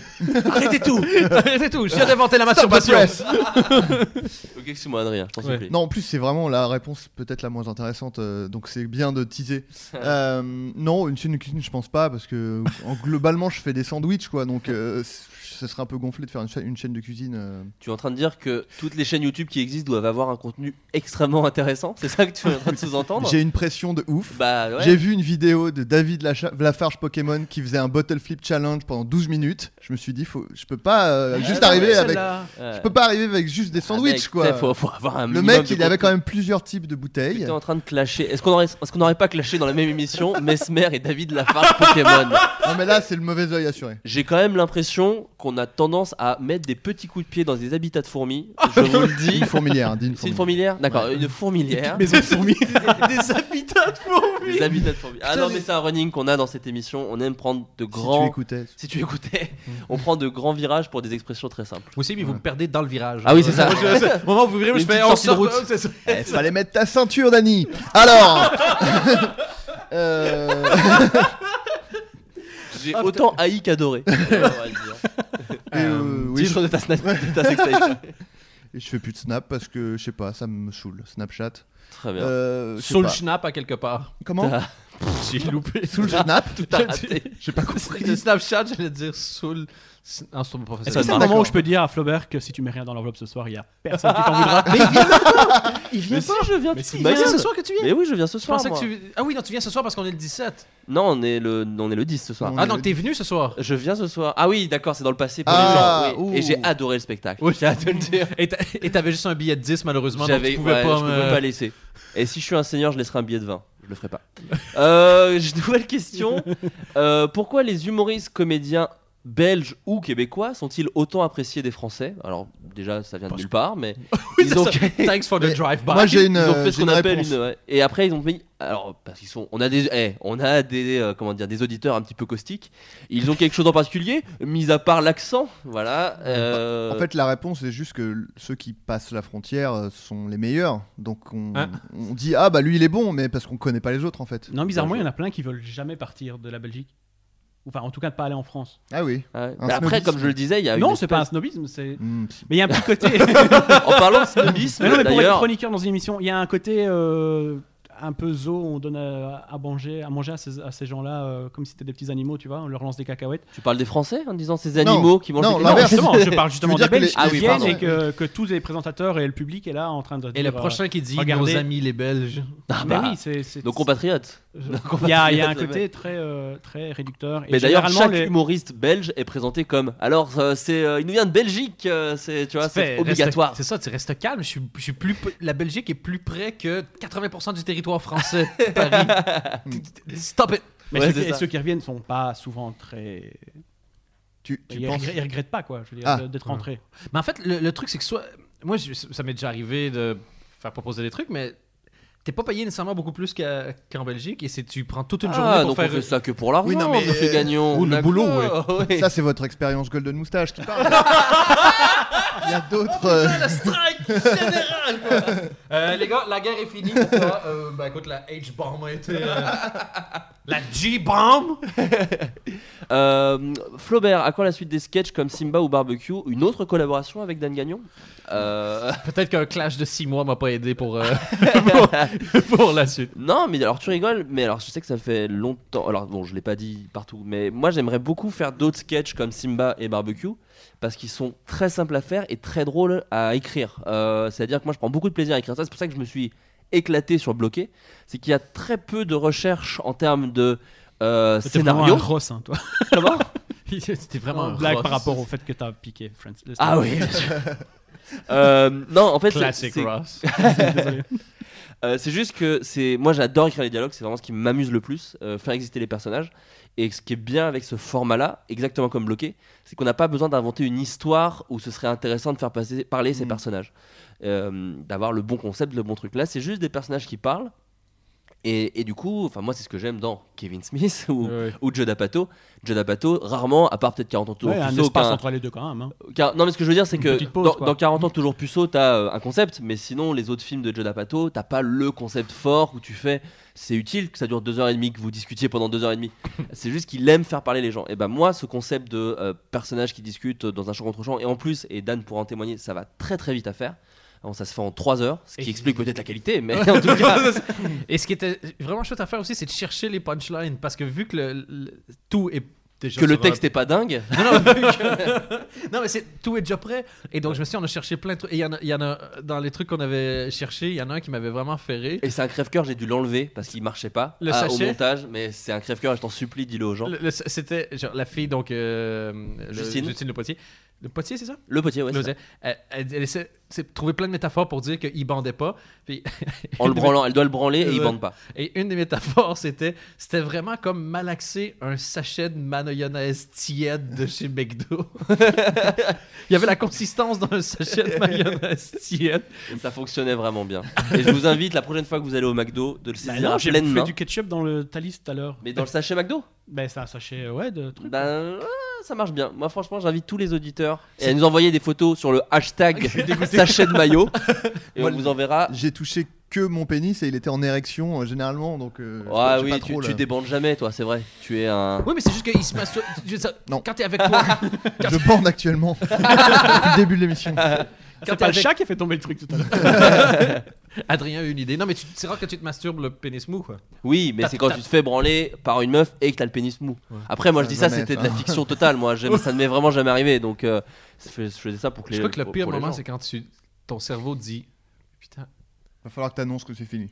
B: arrêtez tout.
F: c'est tout, je viens d'inventer la
C: Stop the
F: masturbation.
C: press.
B: Ok, excuse-moi, Adrien, je t'en
F: Ouais.
B: supplie.
C: Non, en plus, c'est vraiment la réponse peut-être la moins intéressante, euh, donc c'est bien de teaser. Euh, non, une chaîne de cuisine, je pense pas, parce que en- globalement, je fais des sandwichs, quoi, donc euh, c- ce serait un peu gonflé de faire une, cha- une chaîne de cuisine. euh.
B: Tu es en train de dire que toutes les chaînes YouTube qui existent doivent avoir un contenu extrêmement intéressant C'est ça que tu es en train de sous-entendre
C: J'ai une pression de ouf.
B: Bah ouais.
C: J'ai vu une vidéo de David Lacha- Lafarge Pokémon qui faisait un bottle flip challenge pendant 12 minutes. Je me suis dit, faut, je peux pas euh,
B: Ah
C: juste arriver avec,
B: Ouais.
C: je peux pas arriver avec juste
B: Ah,
C: des
B: mec,
C: sandwichs quoi.
B: putain, Faut, faut avoir un
C: Le
B: minimum de
C: mec, il avait
B: contenu.
C: quand même plusieurs types de bouteilles.
B: J'étais en train de clasher. Est-ce qu'on aurait, est-ce qu'on n'aurait pas clashé dans la même émission Mesmer et David Lafarge Pokémon
C: Non mais là, c'est le mauvais œil assuré.
B: J'ai quand même l'impression qu'on a tendance à mettre des petits coups de pied dans des habitats de fourmis. Je vous le dis.
C: Une fourmilière, hein, dis une
B: C'est une
C: fourmilière.
B: fourmilière D'accord, une fourmilière.
F: Des habitats de fourmis.
B: Des habitats de fourmis. Ah non, mais c'est un running qu'on a dans cette émission. On aime prendre de
C: Si tu Mm.
B: grands.
C: écoutais.
B: Si tu écoutais, on prend de grands virages pour des expressions très simples.
F: Vous aussi, mais vous me perdez dans le virage.
B: Ah oui, c'est ça.
F: Moi, je- Au moment où vous virez,
B: Une
F: je fais
B: petite
F: on
B: sortie de
F: sort
B: route.
F: euh, c'est ça.
C: Eh, fallait mettre ta ceinture, Dani. Alors. Euh,
B: J'ai autant haï qu'adoré. Alors, Ah, on va le dire.
C: et, euh, oui, je,
B: Titre de ta sna- de ta sextape.
C: et je fais plus de snap parce que je sais pas, ça me saoule. Snapchat.
B: Très bien.
C: Euh, je sais
F: Soul
C: pas.
F: Schnapp à quelque part.
C: Comment
F: J'ai loupé.
C: Soul snap.
B: T'as raté.
C: J'ai pas compris.
F: Le Snapchat, j'allais dire Soul. Non, c'est pas
B: Est-ce que
F: professionnel.
B: c'est
E: C'est le
B: D'accord.
E: moment où je peux dire à Flaubert que si tu mets rien dans l'enveloppe ce soir, il y a personne qui t'en voudra.
B: Il vient pas, je viens.
E: Mais si,
B: il
F: Mais
B: vient.
F: c'est ce soir que tu viens
B: Mais oui, je viens ce
F: Je
B: soir.
F: pensais que
B: moi.
F: tu... Ah oui, non, tu viens ce soir parce qu'on est le 17.
B: Non, on est le, on est le 10 ce soir.
C: On
F: Ah
C: est
F: non,
C: le-
F: t'es venu ce soir.
B: Je viens ce soir. Ah oui, d'accord, c'est dans le passé pour
C: Ah,
B: les gens. oui.
C: ouh.
B: Et j'ai adoré le spectacle.
F: Oui.
B: J'ai adoré le dire.
F: Et t'a- et t'avais juste un billet de 10 malheureusement, donc
B: J'avais,
F: tu pouvais
B: ouais,
F: pas.
B: je
F: me-
B: pouvais pas laisser. Et si je suis un seigneur, je laisserai un billet de 20. Je le ferai pas. euh, j'ai une nouvelle question. Euh, pourquoi les humoristes, comédiens belges ou québécois sont-ils autant appréciés des Français Alors déjà, ça vient de nulle part, mais ils ont
F: Thanks for the
C: Mais
F: drive-by.
C: Moi, j'ai une.
B: ils ont
C: euh,
B: fait ce
C: j'ai
B: qu'on
C: une
B: appelle
C: réponse.
B: une. ouais. Et après, ils ont mis. Alors, parce qu'ils sont. On a des. eh, on a des. euh, comment dire Des auditeurs un petit peu caustiques. Ils ont quelque chose en particulier, mis à part l'accent. Voilà. euh,
C: En fait, la réponse est juste que l- ceux qui passent la frontière euh, sont les meilleurs. Donc on,
F: Hein
C: on dit ah bah lui il est bon, mais parce qu'on connaît pas les autres en fait.
E: Non, bizarrement, il y en a plein qui veulent jamais partir de la Belgique. Enfin, en tout cas, de pas aller en France.
C: Ah oui.
B: ouais.
C: un
B: Mais après,
C: snobisme.
B: comme je le disais, il y a.
E: non,
B: une
E: c'est pas un snobisme, c'est.
C: Hmm, si.
E: Mais il y a un petit côté.
B: espèce- En parlant de snobisme,
E: mais non, mais pour être
B: d'ailleurs.
E: chroniqueur dans une émission, il y a un côté euh, un peu zoo. On donne à, à manger, à manger à ces, à ces gens-là euh, comme si c'était des petits animaux, tu vois. On leur lance des cacahuètes.
B: Tu parles des Français en disant ces
C: Non,
B: animaux qui mangent.
C: non,
B: des-
E: Non,
C: L'inverse.
E: justement, je parle
C: Tu
E: justement
C: veux dire
E: des
C: que
E: Belges
C: les-
B: Ah
E: qui
B: oui,
E: viennent
B: pardon.
E: et que, que tous les présentateurs et le public est là en train de.
F: Et le
E: dire, euh,
F: prochain qui dit
E: regardez.
F: nos amis les Belges.
B: Ah
E: mais
B: bah,
E: oui, c'est. c'est-
B: Nos compatriotes.
E: Il y a, il y a un côté très, euh, très réducteur. Et
B: Mais d'ailleurs,
E: généralement,
B: chaque
E: les-
B: humoriste belge est présenté comme. Alors, euh, c'est, euh, il nous vient de Belgique, euh, c'est, tu vois, c'est
F: Fais-
B: obligatoire.
F: reste- C'est ça, tu restes calme. Je suis, je suis plus, p- la Belgique est plus près que 80% du territoire français. Paris. Stop it.
E: Mais
B: Ouais,
E: ceux,
B: c'est
E: qui, et
B: ça.
E: ceux qui reviennent sont pas souvent très.
C: Tu, tu
E: ils,
C: penses
E: regre- ils regrettent pas quoi, je veux dire,
C: Ah.
E: de- d'être rentrés.
F: Mais en fait, le, le truc, c'est que soit. Moi, je- ça m'est déjà arrivé de faire proposer des trucs, mais t'es pas payé nécessairement beaucoup plus qu'à- qu'en Belgique. Et c'est tu prends toute une journée
B: Ah,
F: pour
B: donc
F: faire.
B: on fait ça que pour l'argent,
C: Oui, non, mais-
B: monsieur Gagnon.
F: Ou le
B: D'accord,
F: boulot,
B: ouais.
C: Ça c'est votre expérience Golden Moustache qui parle. Il y a d'autres. euh,
F: Le strike général, quoi. Euh, Les gars, la guerre est finie. Pourquoi Euh, Bah écoute, la H-bomb a été. euh, La G-bomb
B: Euh, Flaubert, à quoi la suite des sketchs comme Simba ou Barbecue Une autre collaboration avec Dan Gagnon Euh,
F: Peut-être qu'un clash de 6 mois m'a pas aidé pour, euh, pour, pour la suite.
B: Non, mais alors tu rigoles, mais alors je sais que ça fait longtemps. Alors bon, je l'ai pas dit partout, mais moi j'aimerais beaucoup faire d'autres sketchs comme Simba et Barbecue parce qu'ils sont très simples à faire et très drôles à écrire. Euh, C'est-à-dire que moi je prends beaucoup de plaisir à écrire ça. C'est pour ça que je me suis éclaté sur bloqué. C'est qu'il y a très peu de recherche en termes de euh,
E: T'es vraiment un
B: scénario.
E: grosse, hein, toi.
B: Comment
F: C'était vraiment un
E: Blague
F: ross.
E: par rapport au fait que t'as piqué Friends. Le-
B: ah oui. bien sûr. Euh, non, en fait, c'est-
F: Classic
B: c'est-
F: Ross.
E: Désolé.
B: Euh, c'est juste que c'est moi j'adore écrire les dialogues, c'est vraiment ce qui m'amuse le plus, euh, faire exister les personnages. Et ce qui est bien avec ce format-là, exactement comme bloqué, c'est qu'on n'a pas besoin d'inventer une histoire où ce serait intéressant de faire passer, parler ces
C: Mm.
B: personnages, Euh, d'avoir le bon concept, le bon truc. Là, c'est juste des personnages qui parlent. Et, et du coup, enfin moi c'est ce que j'aime dans Kevin Smith ou,
E: Mm.
B: ou Joe D'Apato. Joe D'Apato, rarement, à part peut-être 40 ans toujours
E: Ouais, un
B: plus haut
E: espace
B: qu'un-
E: entre les deux quand même. hein.
B: car- non, mais ce que je veux dire, c'est
E: Une
B: que
E: petite pause,
B: dans,
E: quoi.
B: dans 40 ans, toujours puceau, t'as euh, un concept, mais sinon, les autres films de Joe D'Apato, t'as pas le concept fort où tu fais c'est utile que ça dure 2h30, que vous discutiez pendant 2h30. c'est juste qu'il aime faire parler les gens. Et ben moi, ce concept de euh, personnage qui discute dans un champ contre champ, et en plus, et Dan pourra en témoigner, ça va très très vite à faire. Alors, ça se fait en 3 heures, ce qui
F: Et-
B: explique peut-être la qualité, mais en tout cas.
F: Et ce qui était vraiment chouette à faire aussi, c'est de chercher les punchlines. Parce que vu que le- le- tout est déjà
B: Que le
F: sur un-
B: texte est pas dingue.
F: Non, non, vu que- non, mais c'est tout est déjà prêt. Et donc, je me suis dit, on a cherché plein de trucs. Et il y en a, il y en a- dans les trucs qu'on avait cherché, il y en a un qui m'avait vraiment fait rire.
B: Et c'est un crève-coeur, j'ai dû l'enlever parce qu'il marchait pas
F: Le
B: à- au
F: sachet
B: montage, mais c'est un crève-coeur, je t'en supplie, dis-le aux gens.
F: Le- le- C'était genre la fille, donc. euh, le-
B: Justine.
F: Justine Le Potier. Le Potier, c'est ça?
B: Le potier, ouais. c'est
F: L'osait. Elle, elle- elle essaie de trouver plein de métaphores pour dire qu'il bandait pas. Puis
B: ça. En le branlant, elle doit le branler et il
F: Ouais.
B: bande pas.
F: Et une des métaphores, c'était c'était vraiment comme malaxer un sachet de mayonnaise tiède de chez McDo. Il y avait la consistance d'un sachet de mayonnaise tiède.
B: Et ça fonctionnait vraiment bien. Et je vous invite la prochaine fois que vous allez au McDo de le
E: Bah
B: saisir
E: non,
B: à
E: j'ai
B: pleine
E: fait
B: main.
E: du ketchup dans le Thalys tout à l'heure.
B: Mais dans le sachet McDo
E: Ben, c'est un sachet, euh, ouais, de trucs.
B: Bah euh, ça marche bien. Moi franchement j'invite tous les auditeurs et à nous envoyer des photos sur le hashtag sachet de maillot. Et on vous enverra.
C: J'ai touché que mon pénis et il était en érection euh, généralement donc. euh,
B: Ah
C: j'ai
B: oui,
C: pas
B: tu,
C: trop,
B: tu
C: là.
B: débandes jamais toi, c'est vrai. Tu es un...
F: Oui, mais c'est juste qu'il se masturbe. tu- ça-
C: Non.
F: Quand t'es avec toi,
C: Je bande actuellement. Depuis le début de l'émission.
F: quand
E: C'est
F: t'es
E: pas le
F: avec...
E: chat qui a fait tomber le truc tout à l'heure.
F: Adrien a eu une idée. Non, mais tu- c'est rare que tu te masturbes le pénis mou, quoi.
B: Oui, mais
F: T'as-
B: c'est quand
F: t'as-
B: tu te fais branler par une meuf et que t'as le pénis mou. Après moi je
C: Ça
B: dis
C: va
B: ça
C: jamais,
B: c'était de
C: ça.
B: la fiction totale. Moi j'aime- ça ne m'est vraiment jamais arrivé. Donc euh, je fais- je faisais ça pour que les...
F: Je crois que le
B: pour-
F: pire
B: pour les
F: moment,
B: gens.
F: c'est quand tu... ton cerveau dit Putain.
C: Va falloir que t'annonces que c'est fini.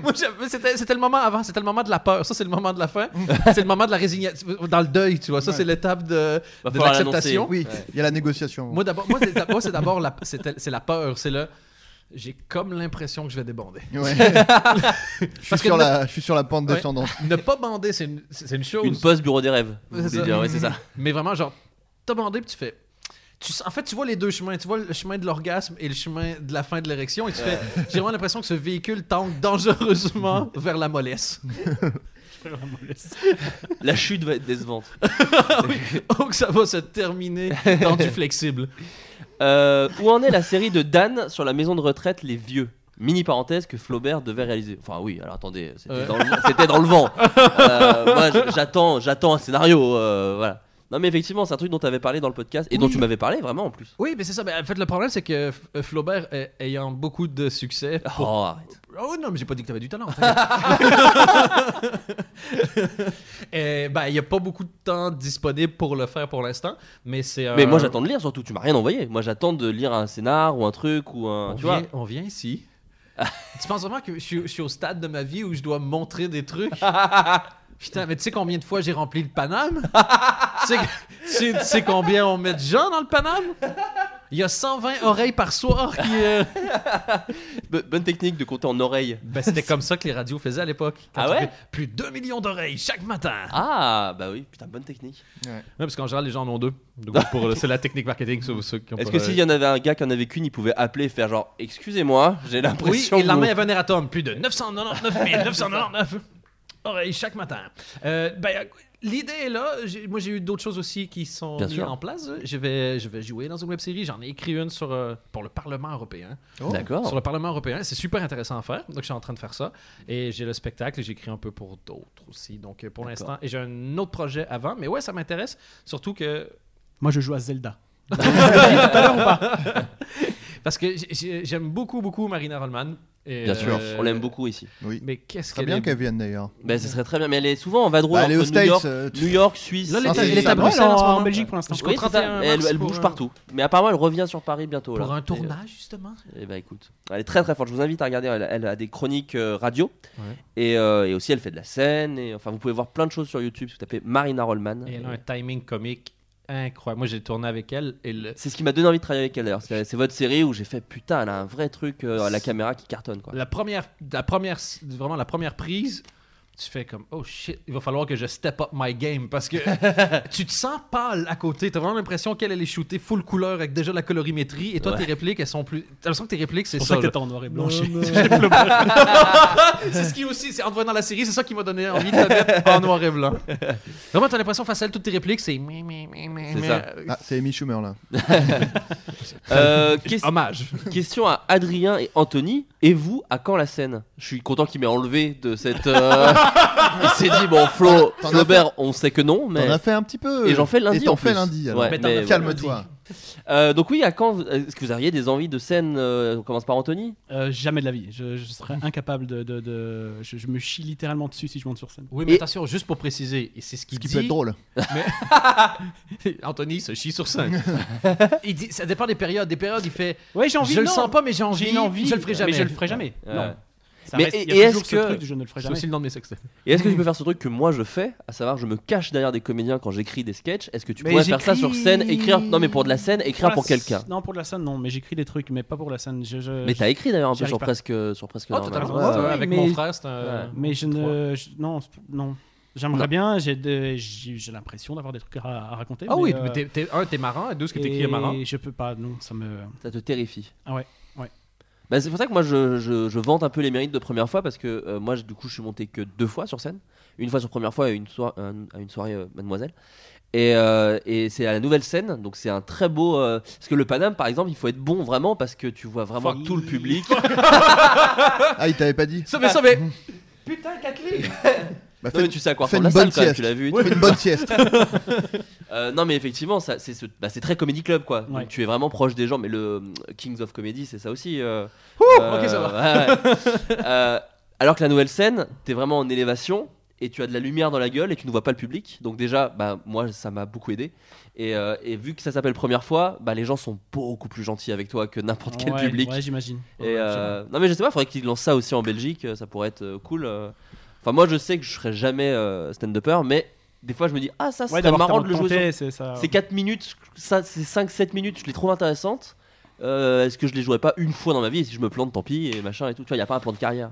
F: Moi, j'avais- c'était c'était le moment avant, c'était le moment de la peur. Ça, c'est le moment de la fin. c'est le moment de la résignation. Dans le deuil, tu vois. Ça,
C: Ouais.
F: c'est l'étape de,
B: Va
F: de
B: falloir
F: l'acceptation.
B: l'annoncer.
C: Oui, il
B: Ouais.
C: y a la négociation.
F: Moi d'abord, moi, c'est- moi, c'est d'abord la, c'est c'est la peur, c'est le. j'ai comme l'impression que je vais débander.
C: Ouais. je, suis
F: Parce que
C: sur
F: le-
C: la, je suis sur la pente
F: Ouais.
C: descendante.
F: ne pas bander, c'est une, c'est c'est une chose.
B: Une pause bureau des rêves. Vous
F: C'est
B: voulez
F: ça.
B: dire, ouais, c'est ça.
F: Mais vraiment, genre, t'as bandé puis tu fais. Tu, s- en fait, tu vois les deux chemins. Tu vois le chemin de l'orgasme et le chemin de la fin de l'érection. Et tu fais.
B: Euh.
F: J'ai vraiment l'impression que ce véhicule tangue dangereusement vers la mollesse.
B: La chute va être décevante.
F: Ah Donc, ça va se terminer dans du flexible.
B: Euh, où en est la série de Dan sur la maison de retraite Les Vieux Mini parenthèse que Flaubert devait réaliser. Enfin oui, alors attendez, c'était
F: Ouais.
B: dans, le- c'était dans le vent. Euh, moi, j- j'attends, j'attends un scénario. euh, voilà. Non mais effectivement, c'est un truc dont tu avais parlé dans le podcast et dont
F: Oui.
B: tu m'avais parlé vraiment en plus.
F: Oui, mais c'est ça. Mais en fait, le problème, c'est que euh, Flaubert, euh, ayant beaucoup de succès. pour-
B: Oh, arrête.
F: Oh non, mais j'ai pas dit que t'avais du talent. t'inquiète. Euh, ben, il n'y a pas beaucoup de temps disponible pour le faire pour l'instant, mais c'est.
B: Mais
F: un-
B: moi j'attends de lire surtout, tu m'as rien envoyé. Moi j'attends de lire un scénar ou un truc ou un...
F: On,
B: tu
F: vient,
B: vois
F: on vient ici. tu penses vraiment que je suis, je suis au stade de ma vie où je dois montrer des trucs? Putain, mais tu sais combien de fois j'ai rempli le Paname? tu, sais, tu sais- tu sais combien on met de gens dans le Paname? Il y a 120 oreilles par soir qui. euh,
B: Bo- Bonne technique de compter en oreille.
F: Ben, c'était comme ça que les radios faisaient à l'époque. Quand
B: Ah
F: tu
B: ouais?
F: fais Plus de 2 millions d'oreilles chaque matin.
B: Ah bah oui, putain, bonne technique.
F: Ouais, parce qu'en général, les gens en ont deux. Donc, pour- c'est la technique marketing. ceux- ceux qui ont
B: Est-ce
F: pas-
B: que s'il y en avait un gars qui en avait qu'une, il pouvait appeler et faire genre excusez-moi, j'ai
F: Oui,
B: l'impression
F: et
B: que
F: la
B: vous-
F: main avait un erratum. Plus de 999 999 oreilles chaque matin. Euh, ben, L'idée est là. J'ai- Moi, j'ai eu d'autres choses aussi qui sont
B: Bien
F: mises
B: sûr.
F: en place. Je vais, je vais jouer dans une web série. J'en ai écrit une sur, euh, pour le Parlement européen.
B: Oh. D'accord.
F: Sur le Parlement européen. C'est super intéressant à faire. Donc, je suis en train de faire ça. Et j'ai le spectacle et j'écris un peu pour d'autres aussi. Donc, euh, pour l'instant. Et j'ai un autre projet avant. Mais ouais, ça m'intéresse. Surtout que
E: Moi, je joue à Zelda.
F: Parce que j'ai- j'ai- j'aime beaucoup, beaucoup Marina Rollman. Et,
B: Bien sûr,
F: euh,
B: on l'aime beaucoup ici.
F: Mais qu'est-ce
C: Très
F: qu'elle
C: bien
F: est...
C: qu'elle vienne d'ailleurs.
B: Ben, ce serait très bien, mais elle est souvent en vadrouille
C: Bah, elle est
B: entre
C: aux
B: New
C: States,
B: York,
C: euh, tu-
B: New York, Suisse.
F: Là, elle
C: Ah,
F: est-
C: c'est-
F: elle est à
C: c'est-
F: Bruxelles
E: Ouais,
F: en, ce
E: en
F: moment.
E: Belgique pour l'instant.
F: Jusqu'au
B: Oui, c'est
F: 31
B: ça.
F: mars
B: Elle, elle
F: pour,
B: bouge
F: euh,
B: partout. Mais apparemment, elle revient sur Paris bientôt. là.
F: Pour un
B: hein. Et- euh,
F: tournage, justement.
B: Eh ben écoute, elle est très très forte. Je vous invite à regarder. Elle, elle a des chroniques euh, radio et, euh, et aussi elle fait de la scène. Et enfin, vous pouvez voir plein de choses sur YouTube si vous tapez Marina Rollman.
F: Et elle a un timing comique incroyable. Moi, j'ai tourné avec elle. Et le-
B: C'est ce qui m'a donné envie de travailler avec elle d'ailleurs. C'est c'est votre série où j'ai fait putain, elle a un vrai truc euh, à la
F: C'est-
B: caméra qui cartonne quoi.
F: la, première, la première, vraiment la première prise, tu fais comme oh shit, il va falloir que je step up my game parce que tu te sens pâle à côté. T'as vraiment l'impression qu'elle elle est shootée full couleur avec déjà la colorimétrie. Et toi,
B: Ouais.
F: tes répliques, elles sont plus. T'as l'impression que tes répliques, c'est
E: C'est pour
F: ça.
E: ça que
F: là.
E: t'étais en noir et blanc. chez-
F: c'est ce qui aussi, c'est en te voyant dans la série, c'est ça qui m'a donné envie de la mettre en noir et blanc. Vraiment, t'as l'impression face à elle, toutes tes répliques, c'est.
B: C'est
F: C'est
B: ça.
C: Ah, c'est Amy Schumer là.
B: Euh,
F: Ah,
B: qu'est-ce-
F: Hommage.
B: Question à Adrien et Anthony. Et vous, à quand la scène Je suis content qu'il m'ait enlevé de cette. euh, Il s'est dit, bon, Flo,
C: T'en as
B: Flaubert, on sait que non, mais.
C: T'en as fait un petit peu.
B: Et j'en fais lundi.
C: Et t'en
B: en
C: fais
B: plus.
C: lundi. alors.
B: Ouais,
F: Mais t'en
B: mais
F: as fait
B: voilà.
C: Calme-toi.
B: Euh, donc, oui, à quand vous- Est-ce que vous auriez des envies de scène euh, On commence par Anthony
E: Euh, jamais de la vie. Je, je serais incapable de. de- de- Je, je me chie littéralement dessus si je monte sur scène.
F: Oui, mais
B: Et-
F: attention, juste pour préciser, et c'est ce qu'il
C: Ce qui
F: dit.
C: peut être drôle.
F: Anthony se chie sur scène. il dit, ça dépend des périodes. Des périodes, il fait.
E: Ouais, j'ai
F: je le sens pas, mais j'ai envie.
E: J'ai une envie.
F: Je le ferai jamais.
E: Mais je le ferai jamais.
B: Ouais.
E: Non. Ça
B: Mais
E: reste-
B: et-
E: il y a
B: et
E: toujours
B: est-ce
E: ce
B: que-
E: truc du je ne le ferai
F: C'est
E: jamais.
F: aussi le nom de mes sextes.
B: Et est-ce que tu peux faire ce truc que moi je fais À savoir, je me cache derrière des comédiens quand j'écris des sketchs. Est-ce que tu
E: Mais
B: pourrais faire ça
E: j'écris-
B: sur scène Écrire. Non, mais pour de la scène, écrire
E: la
B: pour
E: s-
B: quelqu'un.
E: Non, pour de la scène, non. Mais j'écris des trucs, mais pas pour la scène. Je, je-
B: Mais
E: je-
B: t'as écrit d'ailleurs un
E: j'y
B: peu sur
E: arrive pas.
B: presque, sur presque.
F: Oh, totalement.
B: Normal. Ouais,
E: raison.
B: ouais.
F: avec
E: mais-
F: mon frère, c'est un.
B: Ouais.
E: Mais je ne. je- non, c'est- non. J'aimerais bien. J'ai de- j'ai j'ai l'impression d'avoir des trucs à, à raconter.
F: Ah oui,
E: mais, euh,
F: mais t'es- t'es- un, t'es marrant, et deux, ce que t'écris
E: et
F: est marrant.
E: Je peux pas. Non, ça me.
B: Ça te terrifie
E: Ah ouais, ouais.
B: Bah, c'est pour ça que moi je, je, je vante un peu les mérites de première fois parce que euh, moi je- du coup je suis monté que deux fois sur scène. Une fois sur première fois et une, soir- un- à une soirée euh, mademoiselle. Et, euh, et c'est à la nouvelle scène donc c'est un très beau. euh, parce que le Paname par exemple il faut être bon vraiment parce que tu vois vraiment tout le public.
C: Ah, il t'avait pas dit.
F: Sauvé, sauvé!
C: Bah,
B: Non,
C: fais,
B: mais tu sais à quoi
C: fais
B: ressemble la
C: une bonne
B: salle quand même, tu l'as
C: sieste.
B: vu. et tout.
C: fais une bonne sieste.
B: Euh, non mais effectivement ça, c'est, ce- bah, c'est très comédie club quoi.
E: Ouais.
B: Donc, tu es vraiment proche des gens mais le euh, Kings of Comedy c'est ça aussi. euh,
F: ok, ça
B: ouais, ouais. Euh, alors que la nouvelle scène t'es vraiment en élévation et tu as de la lumière dans la gueule et tu ne vois pas le public donc déjà bah, moi ça m'a beaucoup aidé et, euh, et vu que ça s'appelle première fois bah, les gens sont beaucoup plus gentils avec toi que n'importe quel
E: Ouais,
B: public.
E: Ouais, j'imagine.
B: Et,
E: Ouais,
B: euh, non mais je sais pas faudrait qu'ils lancent ça aussi en Belgique euh, ça pourrait être euh, cool. euh. Enfin moi je sais que je serai jamais euh, stand-upper mais des fois je me dis ah ça
E: Ouais,
B: serait
E: d'avoir Ah
B: marrant de le jouer sur
E: tenté, c'est ça.
B: ces 4 minutes, ça, ces 5-7 minutes, je les trouve intéressantes. euh, est-ce que je les jouerai pas une fois dans ma vie et si je me plante, tant pis et machin et tout. Tu vois, il y a pas un plan de carrière.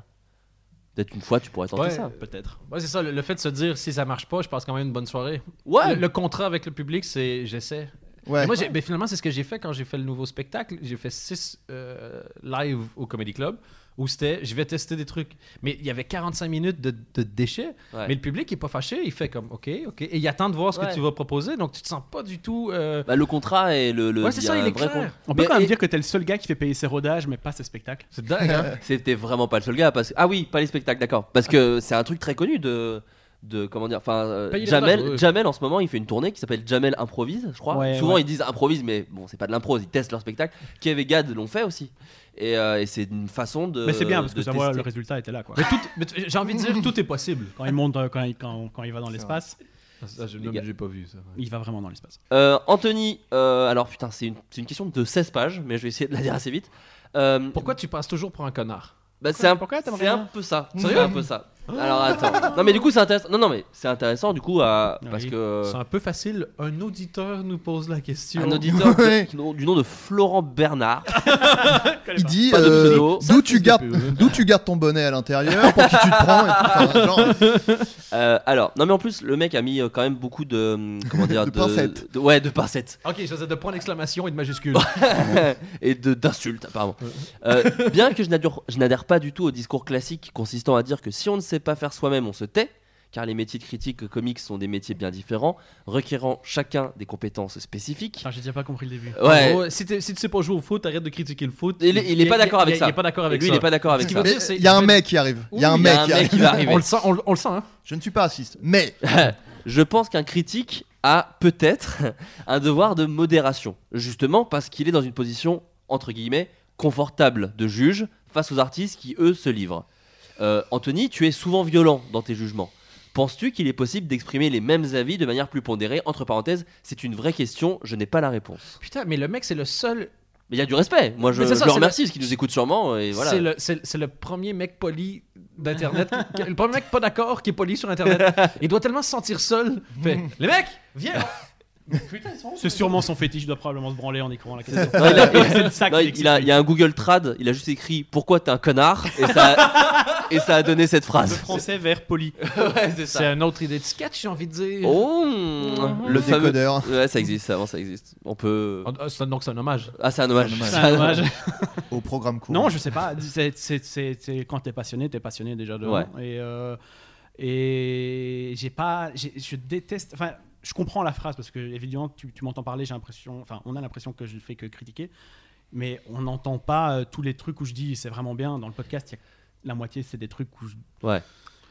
B: Peut-être une fois, tu pourrais tenter
D: Ouais.
B: ça.
E: Peut-être.
F: Ouais, c'est ça, le, le fait de se dire si ça marche pas, je passe quand même une bonne soirée.
B: Ouais.
F: Le, le contrat avec le public, c'est j'essaie.
C: Ouais.
F: Et Moi, j'ai- ben, finalement, c'est ce que j'ai fait quand j'ai fait le nouveau spectacle. J'ai fait six euh, live au Comedy Club où c'était je vais tester des trucs. Mais il y avait 45 minutes de, de déchets.
B: Ouais.
F: Mais le public il est pas fâché. Il fait comme OK, OK. Et il attend de voir ce
B: Ouais.
F: que tu vas proposer. Donc, tu te sens pas du tout. euh,
B: Bah, le contrat et le. le
F: Ouais, c'est
B: il y a
F: ça,
B: un
F: il est
B: vrai
F: clair.
B: con-
E: On peut
B: Mais-
E: quand même
B: et-
E: dire que t'es le seul gars qui fait payer ses rodages, mais pas ses spectacles.
F: C'est dingue, hein?
B: C'était vraiment pas le seul gars parce que ah oui pas les spectacles d'accord parce que c'est un truc très connu de de comment dire enfin euh,
F: Payer les
B: Jamel
F: rodages, ouais.
B: Jamel en ce moment il fait une tournée qui s'appelle Jamel improvise je crois
E: Ouais,
B: souvent
E: ouais.
B: ils disent improvise mais bon c'est pas de l'impro ils testent leur spectacle Kev et Gad l'ont fait aussi et, euh, et c'est une façon de
E: mais c'est bien parce
B: Euh, de
E: que ça voit,
B: tester.
E: le résultat était là, quoi.
F: Mais tout- mais t- j'ai envie de dire tout est possible. Ah,
E: Quand il monte, euh, quand il, quand, quand il va dans l'espace,
D: je
B: Les gars.
D: j'ai pas vu ça.
E: il va vraiment dans l'espace.
B: Euh, Anthony euh, alors putain c'est une, c'est une question de 16 pages mais je vais essayer de la dire assez vite Euh,
F: Pourquoi tu passes toujours pour un connard
B: Bah, c'est un,
E: pourquoi t'aimerais
B: c'est un
E: bien Mmh.
B: peu ça. C'est un peu ça. Alors attends. Non mais du coup c'est intéressant. Non non mais c'est intéressant du coup à parce
E: Oui.
B: que
F: C'est un peu facile. Un auditeur nous pose la question.
B: Euh. un auditeur de-
C: Ouais.
B: qui- du nom de Florent Bernard.
C: Il dit
B: Pas de
C: euh,
B: pseudo.
C: d'où tu gardes d'où tu gardes ton bonnet à l'intérieur pour qui tu te prends et tout. Enfin, genre,
B: Euh, alors non mais en plus le mec a mis euh, quand même beaucoup de hum, comment dire
C: De pincettes.
B: de- ouais de pincettes
F: Ok, je faisais de points d'exclamation et de majuscules.
B: et de d'insultes apparemment. Euh, bien que je n'adhère- je n'adhère pas du tout au discours classique consistant à dire que si on ne sait pas faire soi-même on se tait. Car les métiers de critique comics sont des métiers bien différents, requérant chacun des compétences spécifiques.
E: Putain, j'ai déjà pas compris le début.
F: En
B: Ouais,
F: gros, si, t'es- si tu sais pas jouer au foot, arrête de critiquer le foot.
B: Il est- il est pas d'accord avec
F: il-
B: ça.
F: Il est pas d'accord
B: Et
F: avec
B: lui,
F: ça.
B: il est pas d'accord avec
F: Ce qui
B: ça.
F: veut
C: mais
F: dire, c'est-
C: il y a un mec qui arrive. Il y a un
B: il y a
C: mec
B: un
C: qui
B: mec qui
C: arrive.
B: va arriver.
F: On le sent, on, le- on le sent. Hein.
C: Je ne suis pas raciste, mais
B: Je pense qu'un critique a peut-être un devoir de modération, justement parce qu'il est dans une position, entre guillemets, confortable de juge face aux artistes qui, eux, se livrent. Euh, Anthony, tu es souvent violent dans tes jugements. Penses-tu qu'il est possible d'exprimer les mêmes avis de manière plus pondérée Entre parenthèses, c'est une vraie question, je n'ai pas la réponse.
F: Putain, mais le mec, c'est le seul.
B: Mais il y a du respect. Moi, je,
F: Mais c'est ça,
B: je le
F: c'est
B: remercie, parce qu'il nous écoute sûrement. Et voilà.
F: C'est le, c'est- c'est le premier mec poli d'internet. qui- le premier mec pas d'accord qui est poli sur internet. Il doit tellement se sentir seul. Fait, les mecs, viens.
E: C'est sûrement son fétiche, il doit probablement se branler en écrivant la question.
B: Non, il a-
E: C'est le sac
B: Non,
E: qui
B: il, il a, il y a un Google Trad, il a juste écrit pourquoi t'es un connard et ça, a, et ça a donné cette
E: explique.
B: phrase.
E: Le français vers poli.
B: Ouais, c'est ça.
F: C'est une autre idée de sketch, j'ai envie de dire.
B: Oh,
C: le décodeur.
B: Ouais, ça existe, ça, bon, ça existe. On peut.
F: Ah, c'est- donc, c'est un hommage.
B: Ah, c'est un hommage.
E: C'est un hommage.
C: Au programme court.
E: Non, je sais pas. C'est, c'est- c'est- c'est- quand t'es passionné, t'es passionné déjà de
B: Ouais.
E: Et, euh, et j'ai pas. j'ai- je déteste. Enfin, je comprends la phrase parce que, évidemment, tu, tu m'entends parler, j'ai l'impression. Enfin, on a l'impression que je ne fais que critiquer. Mais on n'entend pas euh, tous les trucs où je dis c'est vraiment bien. Dans le podcast, il y a la moitié, c'est des trucs où je,
B: Ouais.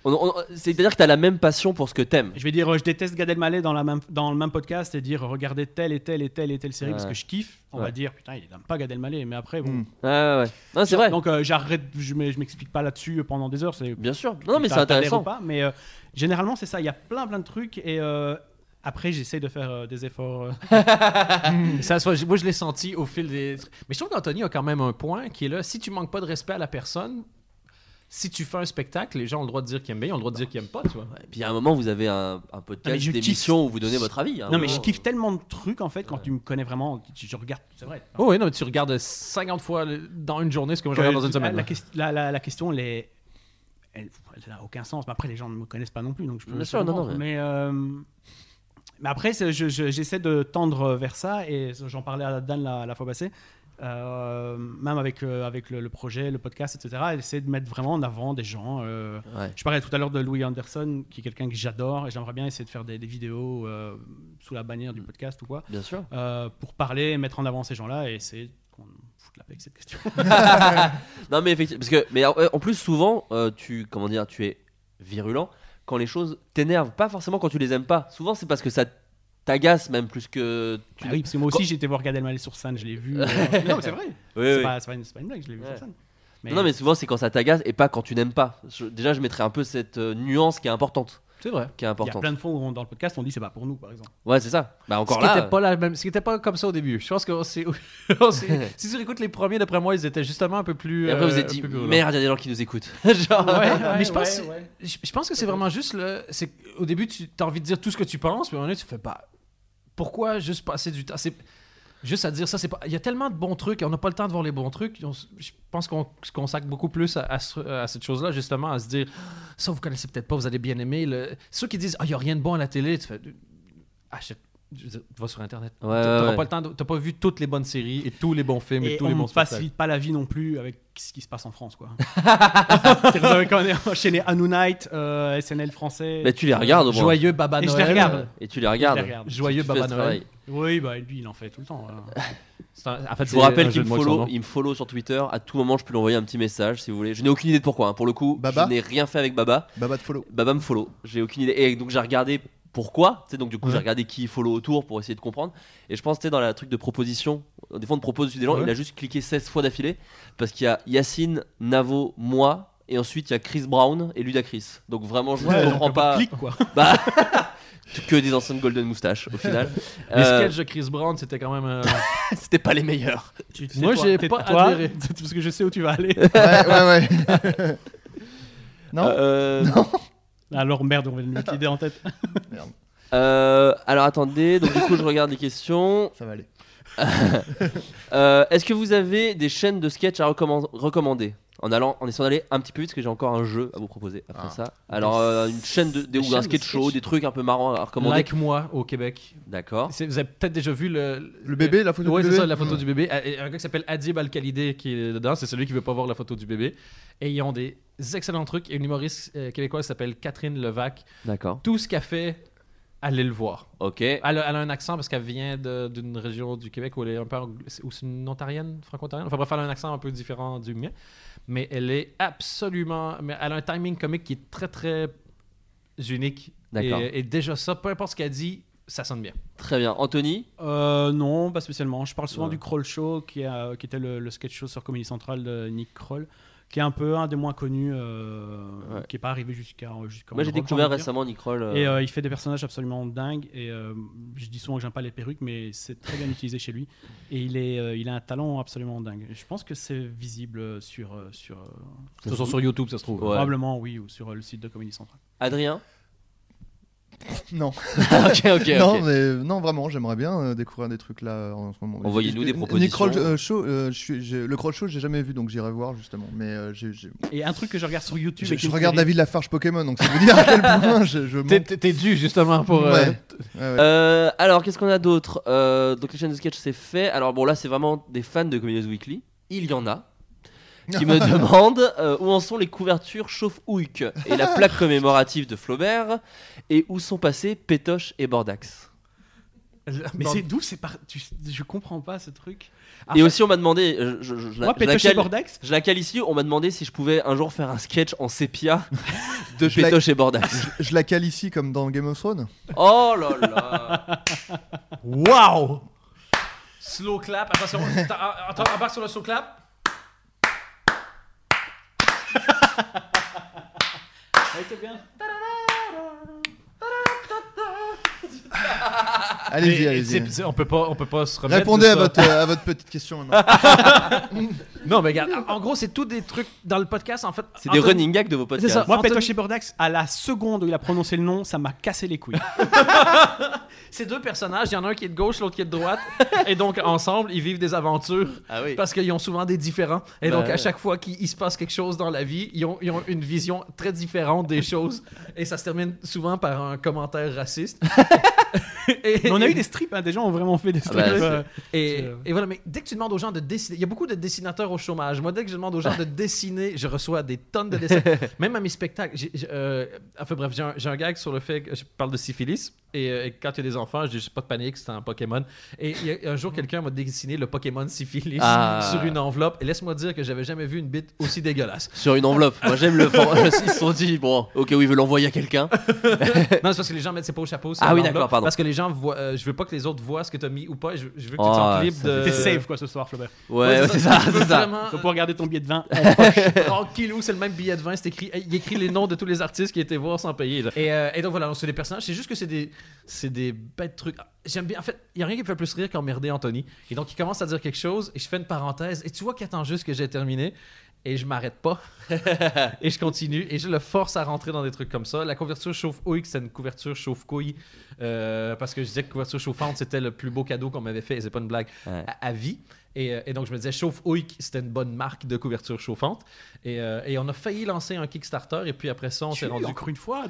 B: On- on- C'est-à-dire que t'as la même passion pour ce que t'aimes.
E: je vais dire euh, je déteste Gad Elmaleh dans, la même, dans le même podcast et dire regardez telle et telle et telle et telle série parce
B: Ouais.
E: que je kiffe. On
B: Ouais.
E: va dire putain, il n'aime pas Gad Elmaleh. Mais après, bon.
C: Mm.
B: Ouais, ouais, ouais. Non, c'est vrai.
E: Donc euh, j'arrête, je m'e- je m'explique pas là-dessus pendant des heures. C'est
B: Bien sûr. Non, mais
E: T'as-
B: c'est
E: t'adhères
B: intéressant.
E: ou pas, mais euh, généralement, c'est ça. Il y a plein, plein de trucs. Et euh, après, j'essaye de faire euh, des efforts.
B: Ah
E: euh.
F: Ça, se voit, moi, je l'ai senti au fil des. Mais je trouve qu'Anthony a quand même un point qui est là. Si tu manques pas de respect à la personne, si tu fais un spectacle, les gens ont le droit de dire qu'ils aiment bien, ils ont le droit de dire qu'ils aiment pas, tu vois.
B: Et puis à un moment, vous avez un, un
E: Non, mais
B: podcast
E: je kiffe.
B: d'émission où vous donnez votre avis. hein.
E: non, mais je
B: Vraiment.
E: kiffe tellement de trucs, en fait, quand tu me connais vraiment. Je, je regarde, c'est vrai.
F: Oh oui, non, mais tu regardes 50 fois le- dans une journée ce que moi je regarde dans une
E: Que-
F: semaine.
E: La, quest- la- la- la question, elle est. Elle elle n'a aucun sens. Mais après, les gens ne me connaissent pas non plus, donc je peux.
B: Bien
E: je
B: sûr,
E: peux
B: non, non,
E: comprendre. Mais, euh, mais après, c'est- je- je- j'essaie de tendre vers ça, et j'en parlais à Dan la, la fois passée. euh, même avec, euh, avec le, le projet, le podcast, etc. et Essayer de mettre vraiment en avant des gens. euh,
B: Ouais.
E: Je parlais tout à l'heure de Louis Anderson, qui est quelqu'un que j'adore, et j'aimerais bien essayer de faire des, des vidéos euh, sous la bannière du podcast ou quoi,
B: Bien sûr.
E: euh, pour parler, mettre en avant ces gens-là, et essayer qu'on foute la paix avec cette question.
B: non mais effectivement parce que mais en en plus souvent euh, tu comment dire tu es virulent quand les choses t'énervent pas forcément quand tu les aimes pas souvent c'est parce que ça t'agace même plus que tu
E: Ah oui, parce que moi aussi j'ai été voir Gad Elmaleh sur scène, je l'ai vu. euh, non, mais c'est vrai.
B: Oui,
E: c'est
B: oui.
E: pas, c'est pas une, c'est pas une blague, je l'ai vu
B: Ouais.
E: sur scène.
B: non mais souvent c'est quand ça t'agace et pas quand tu n'aimes pas Je- déjà je mettrais un peu cette euh, nuance qui est importante
F: C'est vrai.
B: qui est
E: il y a
B: importante
E: plein de fois où on- dans le podcast on dit c'est pas pour nous, par exemple.
B: ouais c'est ça bah
F: Ce
B: encore
F: qui,
B: là
F: était pas la même, ce qui était pas comme ça au début. Je pense que on s'est- on s'est- si tu réécoutes les premiers, d'après moi, ils étaient justement un peu plus.
B: et après vous
F: euh,
B: vous êtes
F: un
B: dit
F: peu plus violents.
B: merde il y a des gens qui nous écoutent genre
F: Ouais, mais je pense, je, je pense que c'est vraiment juste le. c'est que bah, Au début, tu as envie de dire tout ce que tu penses, mais à un moment donné, tu fais pas. Pourquoi juste passer du temps C'est- Juste à dire ça, c'est pas. Il y a tellement de bons trucs, et on n'a pas le temps de voir les bons trucs. On s- je pense qu'on se consacre beaucoup plus à, à ce- à cette chose-là, justement, à se dire ça, vous connaissez peut-être pas, vous allez bien aimer. le- Ceux qui disent ah, il n'y a rien de bon à la télé, tu fais achète, je veux dire, va sur Internet.
B: Ouais, ouais,
F: T'auras
B: ouais.
F: pas le temps, de- t'as pas vu toutes les bonnes séries et tous les bons films et,
E: Et
F: tous les
E: on
F: bons
E: ne
F: spectacles.
E: facilite pas la vie non plus avec ce qui se passe en France, quoi. C'est-à-dire, vous avez quand même enchaîné Hanounite, euh, SNL français.
B: Mais tu les regardes au moins.
F: Joyeux Baba
E: Et je
F: Noël.
E: les regarde.
B: Et tu les regardes.
E: Je les regarde.
F: Joyeux
B: Tu fais
F: Baba
B: ce
F: Noël.
B: travail.
E: Oui, bah lui, il en fait tout le temps. hein. voilà.
F: C'est un- en fait,
B: Je
F: c'est
B: vous rappelle
F: un
B: qu'il me
F: jeu de mots avec son
B: follow,
F: nom.
B: il me follow sur Twitter. À tout moment, je peux lui envoyer un petit message si vous voulez. Je n'ai aucune idée de pourquoi. hein. Pour le coup,
C: Baba
B: je n'ai rien fait avec Baba.
C: Baba Bah, de follow.
B: Baba me follow. J'ai aucune idée. Et donc j'ai regardé pourquoi. Tu sais, donc du coup j'ai regardé qui follow autour pour essayer de comprendre. Et je pense que tu dans la truc de proposition. Des fois on te propose des gens.
F: Ouais.
B: Il a juste cliqué 16 fois d'affilée parce qu'il y a Yacine, Navo, moi. Et ensuite, il y a Chris Brown et Ludacris. Donc vraiment, je ne comprends pas.
E: Clique, quoi.
B: Bah, que des anciennes Golden Moustache au final.
F: Les
B: Euh,
F: sketchs de Chris Brown, c'était quand même. euh,
B: C'était pas les meilleurs.
E: Tu- tu sais,
F: Moi,
E: toi,
F: j'ai
E: t'es-
F: pas
E: toi,
F: adhéré.
E: Parce que je sais où tu vas aller.
C: Ouais, ouais, ouais. Ah. non
B: Euh,
E: Alors merde, on va nous mettre l'idée en tête.
B: euh, alors attendez, donc du coup je regarde les questions.
C: Ça va aller.
B: Euh, Est-ce que vous avez des chaînes de sketch à recommen- recommander en allant, en essayant d'aller un petit peu vite, parce que j'ai encore un jeu à vous proposer après
C: Ah.
B: ça. Alors euh, une chaîne de, des- ou
F: chaînes
B: un
F: de
B: sketch show,
F: sketch.
B: des trucs un peu marrants à recommander.
F: like moi au Québec.
B: D'accord.
F: C'est- Vous avez peut-être déjà vu le.
C: Le bébé, la photo
F: Ouais,
C: du
F: c'est
C: bébé
F: ça, la photo du bébé. Ah, et Un gars qui s'appelle Adib Al-Khalidé qui est dedans, c'est celui qui veut pas voir la photo du bébé. Et ils ont des excellents trucs. Et une humoriste euh, québécoise s'appelle Catherine Levac.
B: D'accord.
F: Tout ce qu'elle fait, allez le voir.
B: Ok.
F: Elle a, elle a un accent parce qu'elle vient de- d'une région du Québec où elle est un peu. anglo- c'est- Ou c'est une ontarienne, franco-ontarienne. Enfin bref, elle a un accent un peu différent du mien. Mais elle est absolument. Mais elle a un timing comique qui est très, très unique.
B: D'accord.
F: Et, et déjà ça, peu importe ce qu'elle dit, ça sonne bien.
B: Très bien. Anthony.
E: Euh, non, pas spécialement. Je parle souvent
B: Ouais.
E: du Kroll Show, qui, a- qui était le, le sketch show sur Comedy Central de Nick Kroll, qui est un peu un des moins connus, euh,
B: Ouais.
E: qui n'est pas arrivé jusqu'à. jusqu'en
B: Moi j'ai
E: Europe, j'ai
B: découvert
E: envie de dire.
B: récemment Nick Roll. euh,
E: Et euh, il fait des personnages absolument dingues. Et euh, je dis souvent que j'aime pas les perruques, mais c'est très bien utilisé chez lui. Et il, est, euh, il a un talent absolument dingue. Je pense que c'est visible sur, euh, sur euh,
F: De toute façon, sur YouTube, ça se trouve.
B: Ouais.
E: probablement oui ou sur euh, le site de Comedy Central.
B: Adrien.
C: Non.
B: ok, ok.
C: non,
B: ok.
C: mais- non, vraiment, j'aimerais bien euh, découvrir des trucs là euh, en ce moment.
B: Envoyez-nous des
C: Nick
B: propositions.
C: Kroll, euh, show, euh, je suis- j'ai- le Kroll Show, j'ai jamais vu, donc j'irai voir justement. Mais euh, j'ai- j'ai-
E: Et un truc que je regarde sur YouTube.
C: je,
E: et qui
C: je
E: me
C: regarde
E: fait rire-
C: David Lafarge Pokémon, donc ça veut dire à quel point je, je
F: T'es-
C: manque.
F: T'es t'es dû justement pour. euh,
C: Ouais. Ouais, ouais.
B: Euh, alors, qu'est-ce qu'on a d'autre Euh, Donc, les chaînes de sketch, c'est fait. Alors, bon, là, c'est vraiment des fans de Comedians Weekly. Il y en a qui me demandent euh, où en sont les couvertures chauffe-houic et la plaque commémorative de Flaubert et où sont passés Pétoche et Bordax.
E: Mais c'est d'où c'est par... tu- Je comprends pas ce truc. Ah,
B: Et
E: ça-
B: aussi, on m'a demandé, euh, je, je- je la-
E: Moi,
B: je la
E: Pétoche et
B: cale-
E: Bordax,
B: je la cale ici, on m'a demandé si je pouvais un jour faire un sketch en sépia de
C: Je la-
B: Pétoche et Bordax.
C: Je la cale ici comme dans Game of Thrones.
B: Oh là là
F: Wow! Slow clap, attention, t'as- attends, embarque sur le slow clap.
C: Allez-y,
B: Ah,
F: Et-
C: allez-y.
F: c'est- c'est- on peut pas, on peut pas se remettre.
C: Répondez
F: de
C: à
F: ça.
C: votre, euh, à votre petite question maintenant.
B: Ah,
F: Non, mais regarde, en- en gros, c'est tout des trucs dans le podcast en fait.
B: C'est des
F: Anthony-
B: running gags de vos podcasts.
F: C'est ça.
E: Moi,
F: Anthony-
E: Pétoche et Bordax, à la seconde où il a prononcé le nom, ça m'a cassé les couilles.
F: C'est deux personnages, il y en a un qui est de gauche, l'autre qui est de droite, et donc ensemble, ils vivent des aventures.
B: Ah oui.
F: Parce qu'ils ont souvent des différents. Et
B: Bah
F: donc,
E: Ben.
B: ouais.
F: à chaque fois qu'il il se passe quelque chose dans la vie, ils ont, ils ont une vision très différente des choses. Et ça se termine souvent par un commentaire raciste. et,
E: Mais on a eu des strips, hein, des gens ont vraiment fait des strips.
B: bah, c'est-
E: euh,
F: Et,
E: C'est, euh,
F: et voilà, mais dès que tu demandes aux gens de dessiner, il y a beaucoup de dessinateurs au chômage. Moi, dès que je demande aux gens de dessiner, je reçois des tonnes de dessins. Même à mes spectacles. j'ai- j'ai, euh, enfin bref, j'ai un, j'ai un gag sur le fait que je parle de syphilis. Et, euh, et quand il y a des enfants, je dis pas de panique, c'est un Pokémon. Et il y a- un jour, quelqu'un m'a dessiné le Pokémon syphilis
B: Mm. Ah.
F: sur une enveloppe. Et laisse-moi dire que j'avais jamais vu une bite aussi dégueulasse.
B: Sur une enveloppe. Moi j'aime le format. Ils se sont dit, bon, ok, oui, ils veulent l'envoyer à quelqu'un.
F: Non, c'est parce que les gens mettent ses pas au chapeau. c'est
B: Ah
F: une
B: oui,
F: enveloppe,
B: d'accord, pardon.
F: Parce que les gens voient. euh, je veux pas que les autres voient ce que t'as mis ou pas. Je, je veux que tu te
B: Oh,
F: sentes libre
B: ça
F: de.
E: T'es safe, quoi, ce soir, Flaubert.
B: Ouais, ouais, c'est ça,
F: Je veux
B: c'est Ah, ça.
F: vraiment,
E: Faut
F: euh,
E: pas regarder ton billet de vin.
F: Tranquillou, c'est le même billet de vin, c'est écrit. Il écrit les noms de tous les artistes qui étaient voir sans payer. là. Et, euh, et donc voilà, donc c'est des personnages. C'est juste que c'est des, c'est des bêtes trucs. Ah, J'aime bien. En fait, il y a rien qui me fait plus rire qu'emmerder Anthony. Et donc il commence à dire quelque chose et je fais une parenthèse et tu vois qu'il attend juste que j'ai terminé. et je m'arrête pas. et je continue et je le force à rentrer dans des trucs comme ça. La couverture chauffe-houille, c'est une couverture chauffe-couille euh, parce que je disais que couverture chauffante, c'était le plus beau cadeau qu'on m'avait fait, et c'est pas une blague,
B: Ouais.
F: à, à vie. Et, euh, et donc je me disais, chauffe-houille, c'était une bonne marque de couverture chauffante. Et, euh, et on a failli lancer un Kickstarter et puis après ça, on s'est rendu.
E: encore une fois.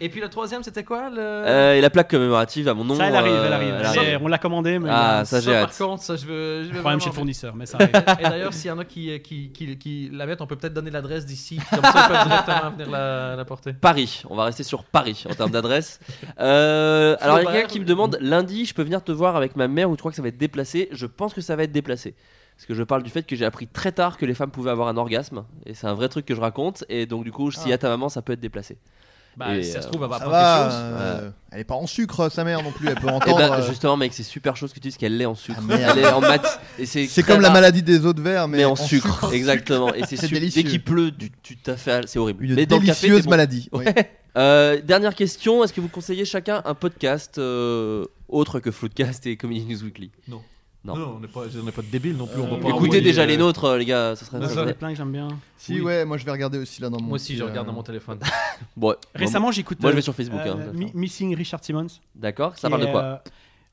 F: Et puis le troisième, c'était quoi le...
B: Euh, et la plaque commémorative à mon nom.
E: ça, elle arrive,
B: euh,
E: elle arrive.
B: elle
E: Mais On l'a commandé, mais.
B: Ah, ça, j'ai
F: par
B: hâte.
F: contre, ça, je veux. Je veux
E: Problème chez le
F: vraiment-
E: fournisseur, mais ça arrive.
F: Et d'ailleurs, s'il y en a qui, qui, qui, qui la mettent, on peut peut-être donner l'adresse d'ici. Comme ça, ils peuvent directement venir la, la porter.
B: Paris, on va rester sur Paris en termes d'adresse. Euh, alors, il y a
F: Flaubert.
B: quelqu'un qui me demande lundi, je peux venir te voir avec ma mère ou tu crois que ça va être déplacé Je pense que ça va être déplacé. Parce que je parle du fait que j'ai appris très tard que les femmes pouvaient avoir un orgasme. Et c'est un vrai truc que je raconte. Et donc, du coup,
E: Ah.
B: s'il y a ta maman, ça peut être déplacé.
F: Bah,
B: Et,
F: si ça se
B: euh,
F: trouve, elle va
C: Ça
F: apprendre
C: va,
F: quelque chose.
C: euh, elle est pas en sucre, sa mère non plus, elle peut
E: Ah,
B: Et
C: entendre.
E: oh,
B: ben,
C: euh,
B: justement, mec, c'est super chose que tu dis, parce qu'elle l'est en sucre.
C: Ah, merde.
B: Elle est en maths. Et c'est
C: C'est
B: très
C: comme la
B: rare.
C: maladie des eaux de verre, mais,
B: mais, en, sucre, exactement. Et c'est
C: C'est
B: su-
C: délicieux.
B: Dès qu'il pleut, tu, tu t'as fait, c'est horrible.
C: Une
B: Mais dans le café,
C: délicieuse
B: c'est bon.
C: maladie. oui.
B: Euh, dernière question, est-ce que vous conseillez chacun un podcast euh, autre que Floodcast et Comedy News Weekly Non.
D: Non, on n'est pas, on n'est pas débiles non plus. on va
E: Euh,
D: pas
B: Écoutez
D: envoyer,
B: déjà
D: euh,
B: les nôtres, euh, les gars. Ça serait ça
E: Il y en a
B: serait-
E: plein que j'aime bien.
C: Si,
F: Oui.
C: ouais, moi je vais regarder aussi là dans mon.
F: Moi aussi, je
C: petit,
F: regarde
C: euh,
F: dans mon téléphone.
B: Bon, ouais.
E: Récemment, j'écoute.
B: Moi, je
E: euh,
B: vais sur Facebook, hein,
E: euh,
B: d'accord.
E: Mi- Missing Richard Simmons.
B: D'accord, ça
E: qui
B: parle de
E: est,
B: quoi
E: euh,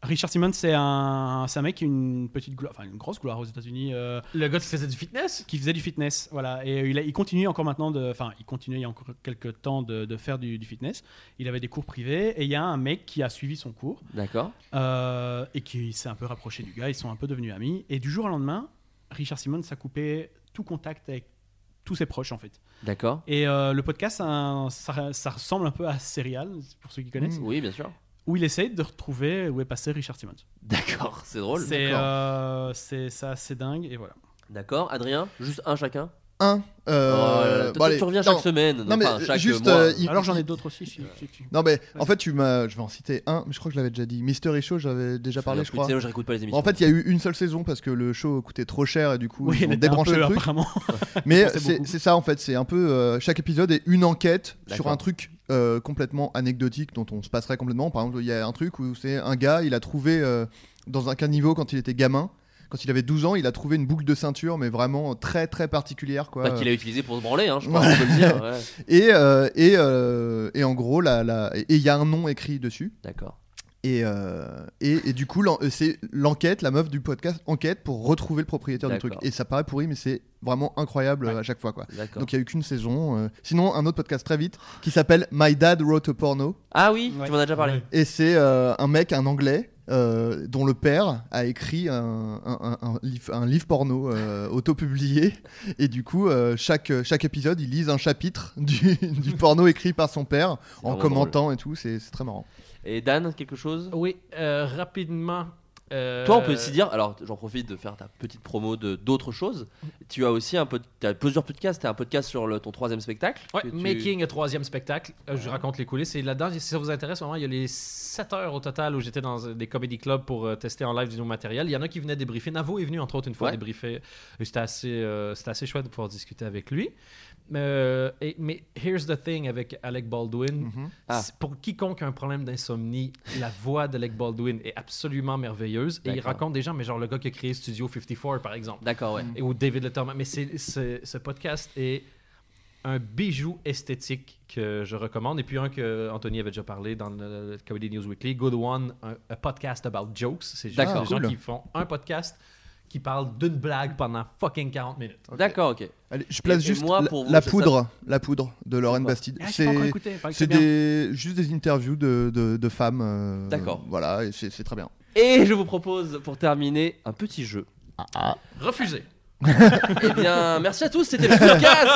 E: Richard Simmons, c'est un, c'est un mec qui a une petite gloire, enfin une grosse gloire aux États-Unis, euh,
F: Le gars qui faisait du fitness
E: qui faisait du fitness, voilà. Et euh, il, a- il continue encore maintenant, de, enfin il continue il y a encore quelques temps de, de faire du, du fitness. Il avait des cours privés et il y a un mec qui a suivi son cours
B: D'accord.
E: euh, et qui s'est un peu rapproché du gars. Ils sont un peu devenus amis. Et du jour au lendemain, Richard Simmons a coupé tout contact avec tous ses proches en fait.
B: D'accord.
E: Et euh, le podcast, ça, ça- ça ressemble un peu à Serial pour ceux qui connaissent,
C: Hmm.
B: Oui, bien sûr.
E: où il essaye de retrouver où est passé Richard Simmons.
B: D'accord, c'est drôle.
E: C'est
C: Oh, d'accord.
E: euh, c'est ça, c'est dingue et voilà.
B: D'accord, Adrien, juste un chacun.
C: Un. euh,
B: Oh là là, toi,
C: bon,
B: toi,
C: allez,
B: tu reviens
C: non.
B: chaque semaine.
C: Non, mais
B: enfin, chaque
C: juste,
B: mois.
C: euh, il- Euh,
E: Alors j'en ai d'autres aussi. Si, si tu-
C: Non mais en fait tu m'as, je vais en citer un, mais je crois que je l'avais déjà dit. Mystery Show, j'avais déjà parlé, je
B: Plus, tu
C: crois.
B: sais, Je réécoute pas les
C: Bon,
B: émissions.
C: en fait, il y a eu une seule saison parce que le show coûtait trop cher et du coup
E: Oui,
C: ils
E: elle
C: ont
E: était un
C: débranché
E: peu,
C: le truc.
E: apparemment.
C: Mais
E: pensais
C: c'est
E: beaucoup.
C: c'est ça en fait, c'est un peu euh, chaque épisode est une enquête sur
B: D'accord.
C: un truc euh, complètement anecdotique dont on se passerait complètement. Par exemple, il y a un truc où c'est un gars, il a trouvé euh, dans un caniveau quand il était gamin, quand il avait 12 ans, il a trouvé une boucle de ceinture mais vraiment très très particulière quoi.
B: Pas Bah, qu'il a utilisé pour se branler, hein, je crois,
C: Voilà.
B: on peut le dire. ouais.
C: Et euh, et euh, et en gros là là et et il y a un nom écrit dessus.
B: D'accord.
C: Et, euh, et, et du coup, l'en- euh, c'est l'enquête, la meuf du podcast enquête pour retrouver le propriétaire du truc.
B: D'accord.
C: Et ça paraît pourri, mais c'est vraiment incroyable euh, à chaque fois. quoi.
B: D'accord.
C: Donc il n'y a eu qu'une saison. euh. Sinon, un autre podcast très vite qui s'appelle My Dad Wrote a Porno.
B: Ah oui,
E: Ouais.
B: tu m'en as déjà parlé.
C: Et c'est euh, un mec, un anglais, euh, dont le père a écrit un, un- un- un livre, un livre porno euh, auto-publié. Et du coup, euh, chaque, chaque épisode, ils lisent un chapitre du, du porno écrit par son père en
B: vraiment
C: commentant et tout. C'est c'est très marrant.
B: Et Dan, quelque chose
F: Oui, euh, rapidement. euh,
B: Toi, on peut aussi dire, alors j'en profite de faire ta petite promo de d'autres choses. Tu as aussi un pod- t'as plusieurs podcasts. Tu as un podcast sur le- ton troisième spectacle.
F: Ouais,
B: que tu-
F: Making, un troisième spectacle. Euh, Je raconte les coulisses. Et là-dedans, si ça vous intéresse, vraiment, il y a les 7 heures au total où j'étais dans euh, des comedy clubs pour euh, tester en live du nouveau matériel. Il y en a qui venaient débriefer. Navo est venu, entre autres, une fois
B: Ouais.
F: débriefer. Et C'était assez, euh, c'était assez chouette de pouvoir discuter avec lui. Euh, et- mais here's the thing avec Alec Baldwin.
B: Ah.
F: C'est- Pour quiconque a un problème d'insomnie, la voix d'Alec Baldwin est absolument merveilleuse. Et il
B: D'accord.
F: raconte des gens, mais genre le gars qui a créé Studio 54, par exemple
B: D'accord, ouais.
F: et- ou David Letterman. Mais c'est, c'est- ce podcast est un bijou esthétique que je recommande. Et puis un que Anthony avait déjà parlé dans le, le Comedy News Weekly, Good One, un, a podcast about jokes. C'est juste
B: D'accord.
F: des gens
C: Cool.
F: qui font un podcast qui parle d'une blague pendant fucking 40 minutes.
B: D'accord, ok.
C: Allez, je place
B: Et- et
C: juste
B: moi,
C: la,
B: pour vous,
C: la
B: je- ça-
C: poudre, la poudre de Lauren
B: quoi
C: Bastide.
E: Ah, j'ai
C: c'est
E: pas encore écouté, il paraît que
C: c'est
E: c'est bien.
C: des, juste des interviews de, de, de femmes. euh,
B: D'accord.
C: Voilà, et c'est c'est très bien.
B: Et je vous propose, pour terminer, un petit jeu.
F: Refusé.
B: Eh bien, merci à tous. C'était le podcast.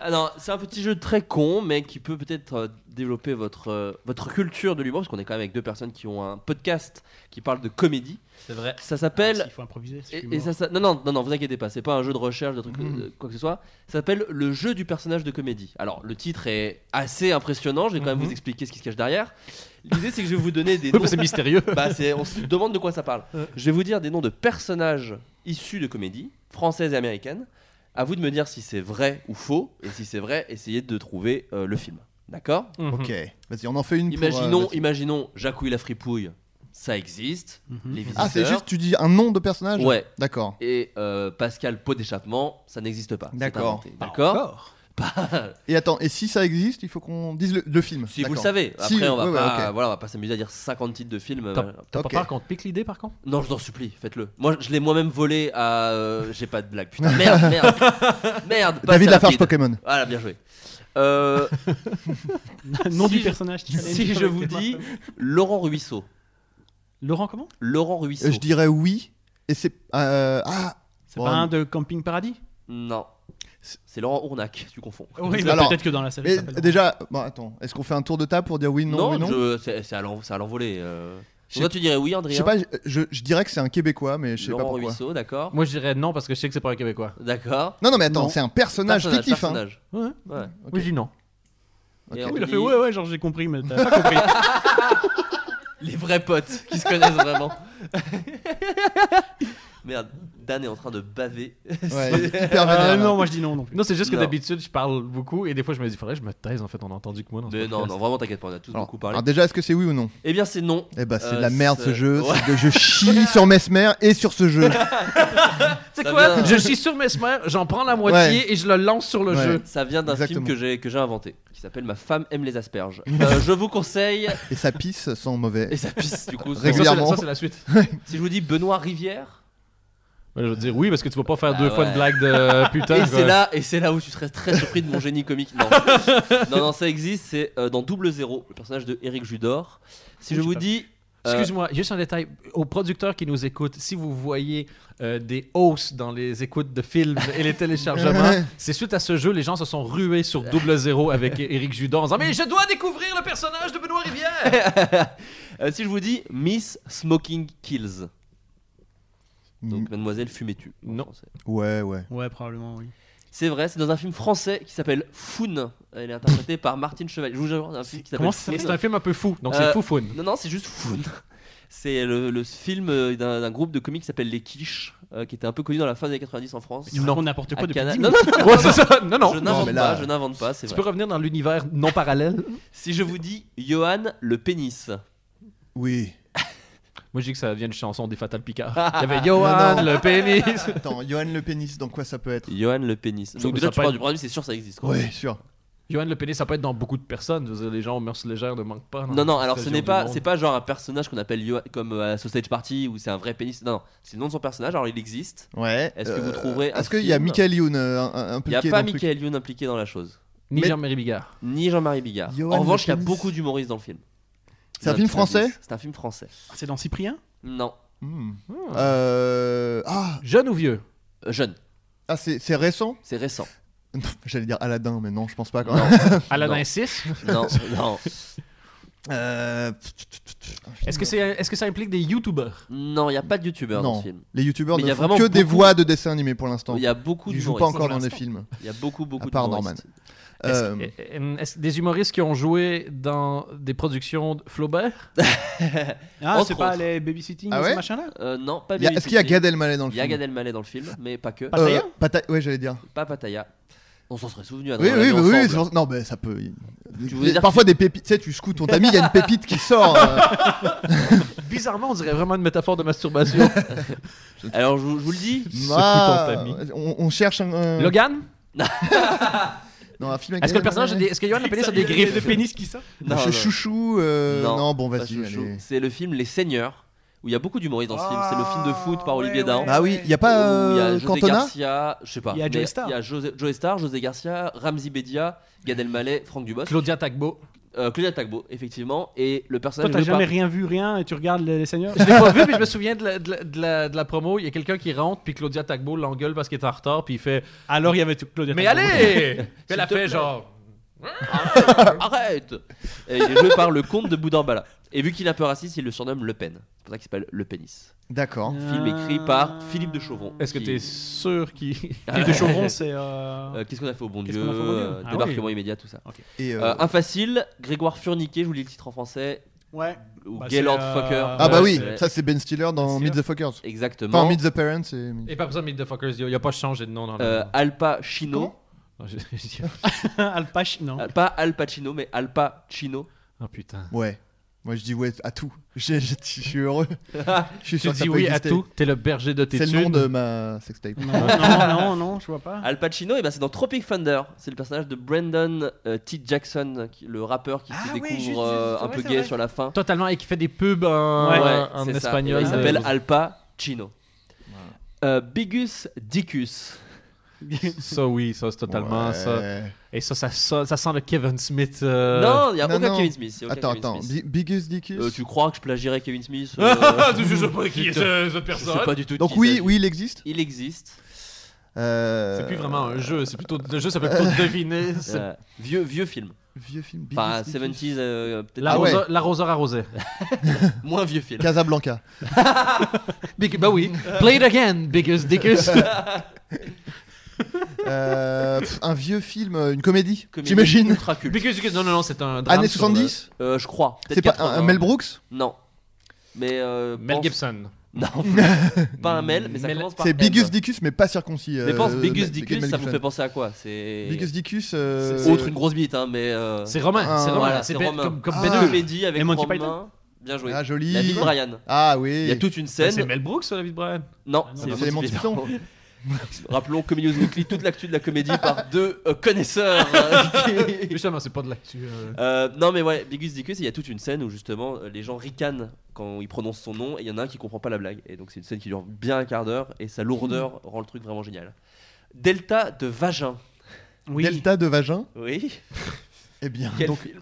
B: Ah non, c'est un petit jeu très con, mais qui peut peut-être euh, développer votre euh, votre culture de l'humour, parce qu'on est quand même avec deux personnes qui ont un podcast qui parle de comédie.
F: C'est vrai.
B: Ça
E: Ah,
B: s'appelle
E: s'il faut improviser. si je suis
B: Et, et
E: mort.
B: ça, ça- non, non, non, non, vous inquiétez pas, c'est pas un jeu de recherche, de trucs,
C: Mm.
B: de quoi que ce soit. Ça s'appelle Le jeu du personnage de comédie. Alors, le titre est assez impressionnant, je vais quand
C: Mm-hmm.
B: même vous expliquer ce qui se cache derrière. L'idée, c'est que je vais vous donner des noms.
F: c'est mystérieux.
B: Bah, c'est- on se demande de quoi ça parle. Je vais vous dire des noms de personnages issus de comédie, françaises et américaines. À vous de me dire si c'est vrai ou faux, et si c'est vrai, essayez de trouver euh, le film. D'accord
F: Mhm.
E: Hmm.
C: Ok, vas-y, on en fait une. pour, euh,
B: Imaginons,
C: Bastide.
B: imaginons Jacouille la fripouille. ça existe. Les visiteurs.
C: Ah, c'est juste, tu dis un nom de personnage
B: Ouais.
C: D'accord.
B: Et euh, Pascal, pot d'échappement, ça n'existe pas. C'est
C: D'accord.
B: inventé. D'accord. Pas-
C: Et attends, et si ça existe, il faut qu'on dise le, le film.
B: si vous le
C: D'accord.
B: savez. Après,
C: Si,
B: on va
C: ouais, ouais,
B: pas,
C: ok.
B: voilà, on va pas s'amuser à dire 50 titres de films.
F: T'as
B: euh,
F: t'as
C: Ok.
F: pas peur qu'on te pique l'idée par contre
B: Non, je t'en supplie, faites-le. Moi, je l'ai moi-même volé à. euh, J'ai pas de blague, putain. Merde, merde, merde. pas
C: David
B: assez
C: Lafarge
B: rapide.
C: Pokémon.
B: Voilà, bien joué. Euh,
E: Nom
B: Si
E: du
B: je-
E: personnage. challenge.
B: si je vous dis Laurent Ruisseau.
E: Laurent, comment
B: Laurent Ruisseau.
C: Euh, Je dirais oui. Et c'est. euh, ah
E: C'est
C: Bon.
E: pas un de Camping Paradis
B: Non. C'est Laurent Ournac, tu confonds.
E: Oui,
C: mais Alors-
E: peut-être que dans la série.
C: mais
E: ça s'appelle
C: déjà, bon, attends, est-ce qu'on fait un tour de table pour dire oui, non, oui, non
B: je- c'est c'est à l'en- c'est à l'envolée. euh.
C: Je
B: Toi,
C: sais-
B: tu dirais oui, André
C: Je sais pas, je, je- je dirais que c'est un Québécois, mais je sais
B: Laurent
C: pas pourquoi.
B: Ruisseau, d'accord.
F: Moi je dirais non parce que je sais que c'est pas un Québécois.
B: D'accord.
C: Non, non, mais attends,
E: Non.
C: c'est un personnage, fictif. hein.
B: personnage.
F: Ouais.
B: Ouais.
F: Moi je dis non.
B: Et
C: Ok.
B: on
E: Oui, il a
B: dit
E: fait ouais, ouais, genre j'ai compris, mais t'as pas compris.
B: Les vrais potes qui se connaissent vraiment. Merde, Dan est en train de baver.
C: Ouais, hyper
B: Ah,
C: vénère, là.
E: Euh, non, moi je dis non non plus.
F: Non, c'est juste que
B: Non.
F: d'habitude je parle beaucoup et des fois je me dis faudrait que je me taise en fait, on a entendu que moi dans ce
B: Mais non,
F: podcast.
B: non, vraiment, t'inquiète pas, on a tous
C: Alors,
B: beaucoup parlé.
C: alors déjà, est-ce que c'est oui ou non
B: Eh bien, c'est non.
C: Eh bah, c'est
B: Euh,
C: de la merde
B: c'est-
C: ce jeu.
B: Ouais.
C: c'est que je chie sur Mesmer et sur ce jeu.
F: C'est
B: Ça
F: quoi
B: vient-
F: Je suis sur Mesmer, j'en prends la moitié et je le lance sur le
C: Ouais.
F: jeu.
B: Ça vient d'un film
C: Exactement.
B: que j'ai que j'ai inventé, qui s'appelle Ma femme aime les asperges. Euh, je vous conseille
C: Et ça pisse sans mauvais.
B: et ça pisse du coup. sans-
C: Régulier. Régulièrement.
F: Ça, c'est la suite.
B: Si je vous dis Benoît Rivière,
F: Ouais, Ben, je veux dire oui parce que tu vas pas faire
B: Ah
F: deux fois
B: ouais.
F: une blague de euh, putain.
B: et c'est
F: quoi.
B: là et c'est là où tu serais très surpris de mon génie comique. Non, non, non, ça existe. C'est euh, dans Double Zéro, le personnage de Eric Judor. Si
E: Oui,
B: je
E: j'ai
B: vous
E: pas
B: dis euh,
F: Excuse-moi, juste un détail. Aux producteurs qui nous écoutent, si vous voyez euh, des hausses dans les écoutes de films et les téléchargements,
C: Ouais.
F: c'est suite à ce jeu, les gens se sont rués sur Double Zéro avec Eric Judor en disant Mais je dois découvrir le personnage de Benoît Rivière
B: euh, si je vous dis Miss Smoking Kills,
C: Mm.
B: donc Mademoiselle fumez-tu en
F: Non.
B: français.
C: Ouais, ouais.
E: Ouais, probablement oui.
B: C'est vrai, c'est dans un film français qui s'appelle Foun. Elle est interprétée par Martine Chevalier. Je vous jure, un film qui s'appelle
F: Comment ça s'appelle
B: Foun.
F: C'est un film un peu fou, donc
B: Euh,
F: c'est foufoun.
B: Non, non, c'est juste Foun. C'est le, le film euh, d'un d'un groupe de comiques qui s'appelle Les Quiches, euh, qui était un peu connu dans la fin des années 90 en France.
E: Tu racontes n'importe
B: À
E: quoi depuis
B: Cana-
E: 10
B: non, non,
E: minutes.
B: non,
F: Ouais, c'est ça. Non, non.
B: je
C: non,
B: n'invente
C: mais là-
B: pas, je n'invente pas, c'est
F: Tu
B: vrai.
F: peux revenir dans l'univers non parallèle
B: Si je vous dis Johan le pénis,
C: Oui.
F: Moi, je dis que ça vient d'une chanson des Fatal Picard. Il y avait Johan,
C: Non, non.
F: le pénis.
C: Attends, Johan le pénis, dans quoi ça peut être
B: Johan le pénis.
F: Ça-
B: Donc déjà
F: ça
B: tu
F: peut
B: parles
F: être-
B: du produit, c'est sûr ça existe. quoi.
C: Ouais, sûr.
F: Johan, le pénis, ça peut être dans beaucoup de personnes. Je veux dire, les gens aux mœurs légères ne manquent pas. dans
B: Non non,
F: la
B: alors ce
F: région
B: n'est
F: du
B: pas
F: monde.
B: c'est pas genre un personnage qu'on appelle Johan comme euh, à Sausage Party où c'est un vrai pénis. Non non, c'est le nom de son personnage, alors il existe.
C: Ouais. euh,
B: Est-ce que vous trouverez un
C: Est-ce qu'il y a
B: film
C: Michael Youn euh, un- un-
B: Il n'y a
C: impliqué
B: pas
C: dans le truc
B: Michael Youn impliqué dans la chose,
F: Ni
C: Mais-
F: Jean-Marie Bigard.
B: ni Jean-Marie Bigard.
C: Johan
B: en
C: le
B: revanche, il y a
C: pénis.
B: beaucoup d'humoristes dans le film.
C: C'est un film français
B: C'est un film français.
E: C'est dans Cyprien
B: Non,
C: Hmm. Euh, Ah,
F: Jeune ou vieux
B: Euh, jeune,
C: ah c'est c'est récent
B: c'est récent.
C: J'allais dire Aladdin, mais non, je pense pas. Ah, Quand même.
B: Non,
F: Aladdin 6
B: non, non,
C: Euh,
F: Est-ce que, c'est, est-ce que ça implique des youtubeurs
B: non, il n'y a pas de youtubeurs dans
C: non,
B: ce film.
C: les youtubeurs
B: Mais il y
C: ne
B: a
C: font
B: vraiment
C: que des
B: beaucoup-
C: voix de dessins animés pour l'instant.
B: Il y a beaucoup
C: Ils
B: de
C: jouent pas encore dans les films.
B: Il y a beaucoup, beaucoup
C: à part
B: d'humoristes.
F: Est-ce-
C: Euh,
F: euh, est-ce des humoristes qui ont joué dans des productions de Flaubert
E: Ah,
B: Entre
E: c'est pas
B: autres.
E: les babysitting
C: Ah
E: ou
C: ouais
E: ce machin là
B: Euh, non, pas
C: il y a-
B: Baby
C: Est-ce qu'il y a
B: Sitting.
C: Gad Elmaleh dans le
B: Il y a
C: film
B: Gad Elmaleh dans le film, mais pas que.
E: Pas- Elmaleh.
C: Euh, Pataya- Ouais, j'allais dire.
B: Pas Pataya. On s'en serait souvenu.
C: Oui,
B: Adrien, on l'a
C: oui,
B: vu
C: oui, oui,
B: ensemble.
C: c'est pour- non, mais ça peut.
B: Tu voulais dire
C: Parfois des pépites, tu sais, tu secoues ton ami, il y a une pépite qui sort. euh,
F: Bizarrement, on dirait vraiment une métaphore de masturbation.
B: Alors, je, vous je vous le dis.
C: ah,
F: ton tamis.
C: on, on cherche un, un-
F: Logan
C: non, un film avec
F: Est-ce que le
C: Gad
F: personnage a
C: Elmaleh.
F: des... Est-ce que Johan le pénis a des griffes
E: De pénis qui sort
B: Non,
C: Chez
B: non,
C: Chouchou euh,
B: Non,
C: Non, bon,
B: pas
C: vas-y.
B: Chouchou.
C: allez.
B: C'est le film Les Seigneurs, où il y a beaucoup d'humoristes dans ce film. C'est le film de foot par
E: Ah,
B: Olivier
E: ouais,
B: Dahan.
E: ouais.
C: Ah oui, il n'y a pas
B: où il y a
C: euh,
B: José
C: Cantona
B: Garcia, je sais pas.
E: Il y a
B: mais
E: Joey Starr.
B: Il y a José, Joey Starr, José Garcia, Ramzi Bedia, Gad Elmaleh, Franck Dubosc,
F: Claudia Tagbo.
B: euh, Claudia Tagbo, effectivement, et le
E: Toi,
B: personnage.
E: t'as
B: de
E: jamais
B: Par-
E: rien vu, rien, et tu regardes les, les seigneurs
F: Je l'ai pas vu, mais je me souviens de la, de la- de la- de la promo. Il y a quelqu'un qui rentre, puis Claudia Tagbo l'engueule parce qu'il est en retard, puis il fait
E: Alors, il y avait tout- Claudia.
F: Mais
E: Tagbo.
F: allez Puis
B: S'il
F: Elle a
B: te plaît.
F: fait genre.
B: Ah, Arrête Et Il est joué par le comte de Boudarbala. Et vu qu'il est un peu raciste, il le surnomme Le Pen. C'est pour ça qu'il s'appelle Le Pénis.
C: D'accord.
B: Euh, Film écrit par Philippe de Chauvron.
F: Est-ce que
B: qui-
F: t'es sûr qu'il.
E: Et de Chauron, c'est. euh,
B: Euh, Qu'est-ce qu'on a fait au bon
E: Qu'est-ce
B: Dieu,
E: qu'on a fait au bon Dieu
B: euh,
E: Ah
B: Débarquement
E: oui.
B: immédiat, tout ça.
C: Et, euh,
B: Euh, infacile, Grégoire Furniquet, je vous lis le titre en français,
E: Ouais.
B: ou
E: Bah,
B: Gaylord
E: c'est, euh,
B: Fucker.
C: ah bah
B: Ouais,
C: oui,
B: c'est-
C: ça c'est Ben Stiller dans
E: Ben
C: Meet the Fuckers.
B: Exactement.
C: Enfin, Meet the Parents. Et...
F: Et pas pour ça, Meet the Fuckers, il n'y a pas changé de nom dans le.
B: Euh, Al Pacino,
F: Non, je- je-
E: Al Pacino.
B: Euh, pas Al Pacino, mais Al Pacino.
F: oh putain.
C: Ouais. Moi, je dis ouais à tout. Je, je- je suis heureux. Je suis
F: Tu
C: sûr que ça
F: dis
C: peut
F: oui à
C: exister.
F: tout. T'es le berger de tes
C: C'est le nom de ma sextape.
E: Non, non, non, non, je vois pas.
B: Al Pacino, et ben c'est dans Tropic Thunder. C'est le personnage de Brandon euh, T. Jackson, qui- le rappeur qui
E: Ah
B: se
E: oui,
B: découvre
E: juste,
B: euh,
E: juste,
B: un
E: ouais,
B: peu
E: c'est
B: gay
E: vrai.
B: sur la fin.
F: Totalement, et qui fait des pubs en,
E: Ouais,
F: en
B: c'est ça.
F: espagnol.
B: Il s'appelle
F: Euh,
B: Al Pacino. Euh, Bigus Dicus.
F: Ça, oui, ça, c'est totalement
C: Ouais.
F: ça. Et ça, ça, sent- ça sent le Kevin Smith. euh,
B: non, il n'y a
C: non,
B: aucun
C: non.
B: Kevin Smith. y a aucun
C: Attends,
B: Kevin
C: attends.
B: Smith.
C: Bi- Biggest Dickus.
B: Euh, tu crois que je plagierais Kevin Smith euh,
F: Ah, je sais pas qui est
B: putain.
F: ce- cette
B: Je sais
F: personne.
B: pas du tout.
C: Donc
B: qui il
C: oui,
B: s'agit.
C: oui, il existe.
B: Il existe.
C: Euh,
F: C'est plus vraiment un jeu, c'est plutôt le jeu, ça peut plutôt deviner. c'est-
B: Euh, vieux, vieux film.
C: Vieux film. Biggest
B: Enfin,
C: Dickus.
B: 70s, euh, peut-être
C: Ah ouais.
F: L'arroseur l'arroseur arrosé.
B: moins vieux film.
C: Casablanca.
F: Big- bah oui. Play it again, biggest dickus.
C: Euh, pff, un vieux film, euh, une comédie,
B: Comédie
C: j'imagine.
B: ultra culte.
F: biggest dickus. Non, non, non, c'est un drame.
C: Années
F: sur
C: 70
B: Euh, je crois.
C: C'est
B: Peut-être
C: pas un, un
B: 80.
C: Mel Brooks
B: Non. Mais euh,
F: le- Mel
B: pense-
F: Gibson.
B: Non, pas un Mel, mais ça
F: Mel-
B: commence par
C: C'est
B: M.
C: Biggest Dickus, mais pas circoncis.
B: Mais
C: euh,
B: pense Bigus
C: Mel-
B: Dicus,
C: Mel
B: ça vous
C: Gibson.
B: fait penser à quoi C'est
C: Biggest Dickus. euh,
B: C'est autre une grosse bite, hein, mais euh,
F: C'est Romain.
C: Ah,
F: c'est Romain.
B: voilà,
F: c'est
B: c'est
F: Ben-
B: Romain.
F: comme, comme
C: Ah.
F: Ben Hur.
B: comédie avec
E: Et Monty
B: Romain.
E: Python
B: Bien joué.
C: Ah, joli.
B: La vie de Brian.
C: Ah oui.
B: Il y a toute une
F: Mais C'est
B: scène.
F: Mel Brooks sur la vie de Brian.
B: Non,
E: non,
B: c'est
C: Ah
B: Monty
C: c'est Monty Python.
B: Rappelons Comedy News Weekly toute l'actu de la comédie par deux euh, connaisseurs. euh, qui-
F: Justement, c'est pas de l'actu. euh.
B: Euh, non mais ouais, Bigus Dicus, il y a toute une scène où justement euh, les gens ricanent quand ils prononcent son nom et il y en a un qui comprend pas la blague. Et donc c'est une scène qui dure bien un quart d'heure et sa lourdeur
C: Mmh.
B: rend le truc vraiment génial. Delta de vagin.
E: Oui.
C: Delta de vagin.
B: Oui.
C: Eh bien,
B: Quel
C: donc,
B: film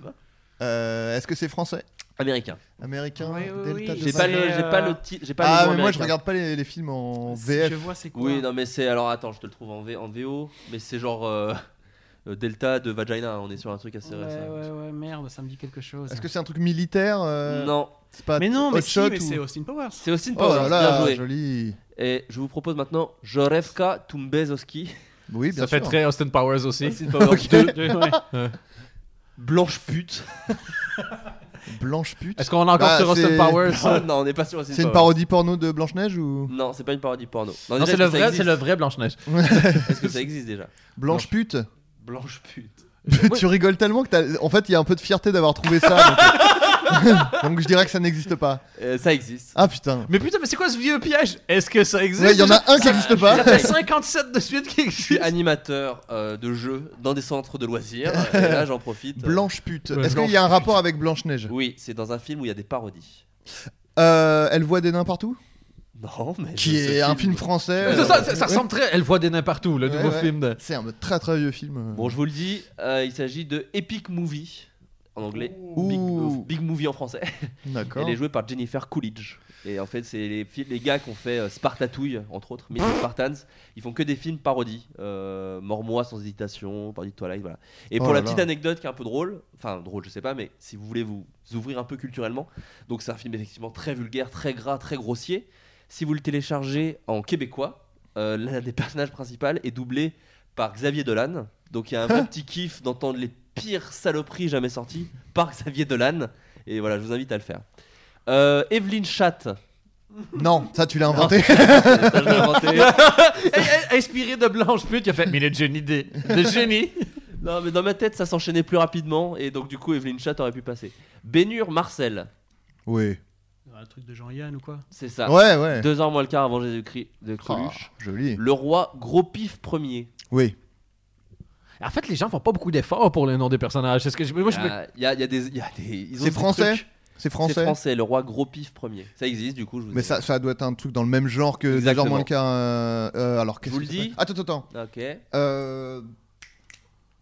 C: euh, est-ce que c'est français
B: Américain.
C: Américain
E: Oui, oui,
C: Delta
E: oui.
C: de
B: J'ai
C: vagin.
B: pas le, j'ai
E: euh,
B: pas le titre, j'ai pas
C: Ah,
B: le nom
C: mais moi je
B: américain.
C: regarde pas les, les films en
E: Si
C: VF.
E: Je vois, c'est quoi
B: Oui, non mais c'est alors attends, je te le trouve en, v, en VO, mais c'est genre euh, euh, Delta de vagina. hein, On est sur un truc assez
E: Ouais,
B: récent.
E: ouais, ouais, merde, ça me dit quelque chose.
C: Est-ce que c'est un truc militaire euh,
B: Non,
C: C'est pas
E: Mais non, mais,
C: Hot
E: si,
C: Shot
E: mais
C: ou-
E: c'est Austin Powers.
B: c'est aussi une hein.
C: Oh là là,
B: bien joué.
C: joli.
B: Et je vous propose maintenant Jorevka Tumbezowski.
C: Oui, bien
F: Ça fait
C: sûr.
F: très Austin Powers aussi.
B: Austin Powers
C: Ok.
B: 2,
E: Ouais. Ah,
B: Blanche pute.
C: Blanche pute.
F: Est-ce qu'on est encore
C: Bah,
F: sur Austin
C: c'est-
F: Powers
B: Non, Oh non, on n'est pas sûr.
C: C'est une
B: Powers.
C: parodie porno de Blanche-Neige ou
B: Non, c'est pas une parodie porno.
F: Non,
B: déjà,
F: c'est le
B: est-ce que ça
F: vrai, c'est
B: existe
F: le vrai Blanche-Neige.
B: Est-ce que ça existe déjà
C: Blanche pute
B: Blanche pute.
C: Tu rigoles tellement que t'as... En fait, il y a un peu de fierté d'avoir trouvé ça. donc... euh, donc je dirais que ça n'existe pas.
B: Euh, ça existe.
C: Ah putain.
F: Mais putain, mais c'est quoi ce vieux piège Est-ce que ça existe
C: Ouais, il y en a un qui n'existe pas.
F: Ça fait 57 de suite
B: Je
F: qui
B: suis
F: existe.
B: animateur euh, de jeux dans des centres de loisirs. et là, j'en profite.
C: Blanche pute.
F: Ouais,
C: Est-ce qu'il y a un rapport avec Blanche-Neige
B: Oui, c'est dans un film où il y a des parodies.
C: Euh, Elle voit des nains partout
B: Non, mais.
C: Qui
B: ce
C: est un film français.
F: Ça,
C: euh,
F: ça- ça- ça ressemble très. Elle voit des nains partout, le
C: Ouais,
F: nouveau
C: ouais.
F: film de.
C: C'est un très très vieux film. euh.
B: Bon, je vous le dis, euh, il s'agit de Epic Movie en anglais. Big,
C: Ouh.
B: euh, Big Movie en français.
C: D'accord.
B: Elle est jouée par Jennifer Coolidge. Et en fait, c'est les, fi- les gars qui ont fait euh, Spartatouille, entre autres, mais Spartans. Ils font que des films parodies. Euh, Mort-moi sans hésitation, Parodie de Twilight, voilà. Et pour
C: Oh
B: la
C: là
B: petite
C: là.
B: anecdote qui est un peu drôle, enfin drôle, je sais pas, mais si vous voulez vous ouvrir un peu culturellement, donc c'est un film effectivement très vulgaire, très gras, très grossier. Si vous le téléchargez en québécois, euh, l'un des personnages principaux est doublé par Xavier Dolan. Donc il y a un
C: Hein
B: vrai petit kiff d'entendre les pires saloperies jamais sorties par Xavier Dolan. Et voilà, je vous invite à le faire. Euh, Evelyne Chatte.
C: Non, ça tu l'as inventé.
B: Ça, je l'ai inventé.
F: Inspiré de Blanche Pute, il a fait. Mais il a déjà une idée. De génie.
B: non, mais dans ma tête, ça s'enchaînait plus rapidement. Et donc, du coup, Evelyne Chatte aurait pu passer. Bénur Marcel.
C: oui.
E: Un truc de Jean-Yann ou quoi
B: C'est ça.
C: Ouais, ouais.
B: Ah. Deux heures moins le quart avant Jésus-Christ de Coluche.
C: Ah, joli.
B: Le roi Gros Pif Premier.
C: Oui.
F: En fait, les gens font pas beaucoup d'efforts pour le nom des personnages. C'est ce que je- moi,
B: Il
F: je
B: y
F: me-
B: a, Ah, il y a- il y a des. il y a des- ils ont
C: C'est
B: des
C: français
B: trucs.
C: C'est
B: C'est
C: français.
B: français, le roi Gros Pif Premier. Ça existe, du coup, je vous
C: Mais
B: ai-
C: ça, ça doit être un truc dans le même genre que déjà
B: Exactement.
C: moins le cas. euh, euh, alors, qu'est-ce
B: vous
C: que
B: le
C: c'est
B: dis
C: Attends, attends, attends.
B: Ok.
C: Euh...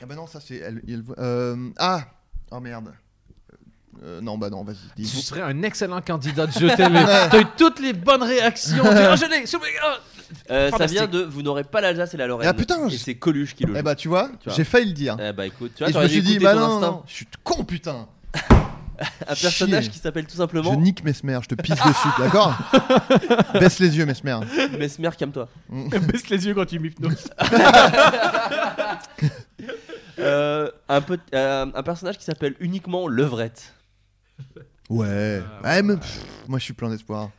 C: Ah bah non, ça c'est. elle- il- euh, Ah Oh merde. Euh, non, bah non, vas-y,
F: Tu
C: dis.
F: serais un excellent candidat de jeter le. T'as eu toutes les bonnes réactions. Tu oh, je l'ai, c'est- ah.
B: Euh, ça
F: Fantastique.
B: vient de Vous n'aurez pas l'Alsace et la Lorraine.
C: Ah, putain,
B: Et
C: je-
B: c'est Coluche qui le joue.
C: Eh bah, tu vois,
B: Tu vois.
C: j'ai failli le dire.
B: Eh bah, écoute, tu vois,
C: Et je me
B: t'aurais
C: suis
B: dû
C: dit,
B: écouter
C: bah
B: ton
C: non, non,
B: instinct.
C: non, je suis con, putain.
B: Un personnage
C: Chier.
B: qui s'appelle tout
C: Je
B: simplement
C: nique Mesmer, je te pisse dessus, d'accord Baisse les yeux, Mesmer.
B: Mesmer, calme-toi.
E: Baisse les yeux quand tu m'hypnoses.
B: Euh, un, peu- euh, un personnage qui s'appelle uniquement Levrette. Ah,
C: Ouais. Ouais, mais pff, moi je suis plein d'espoir.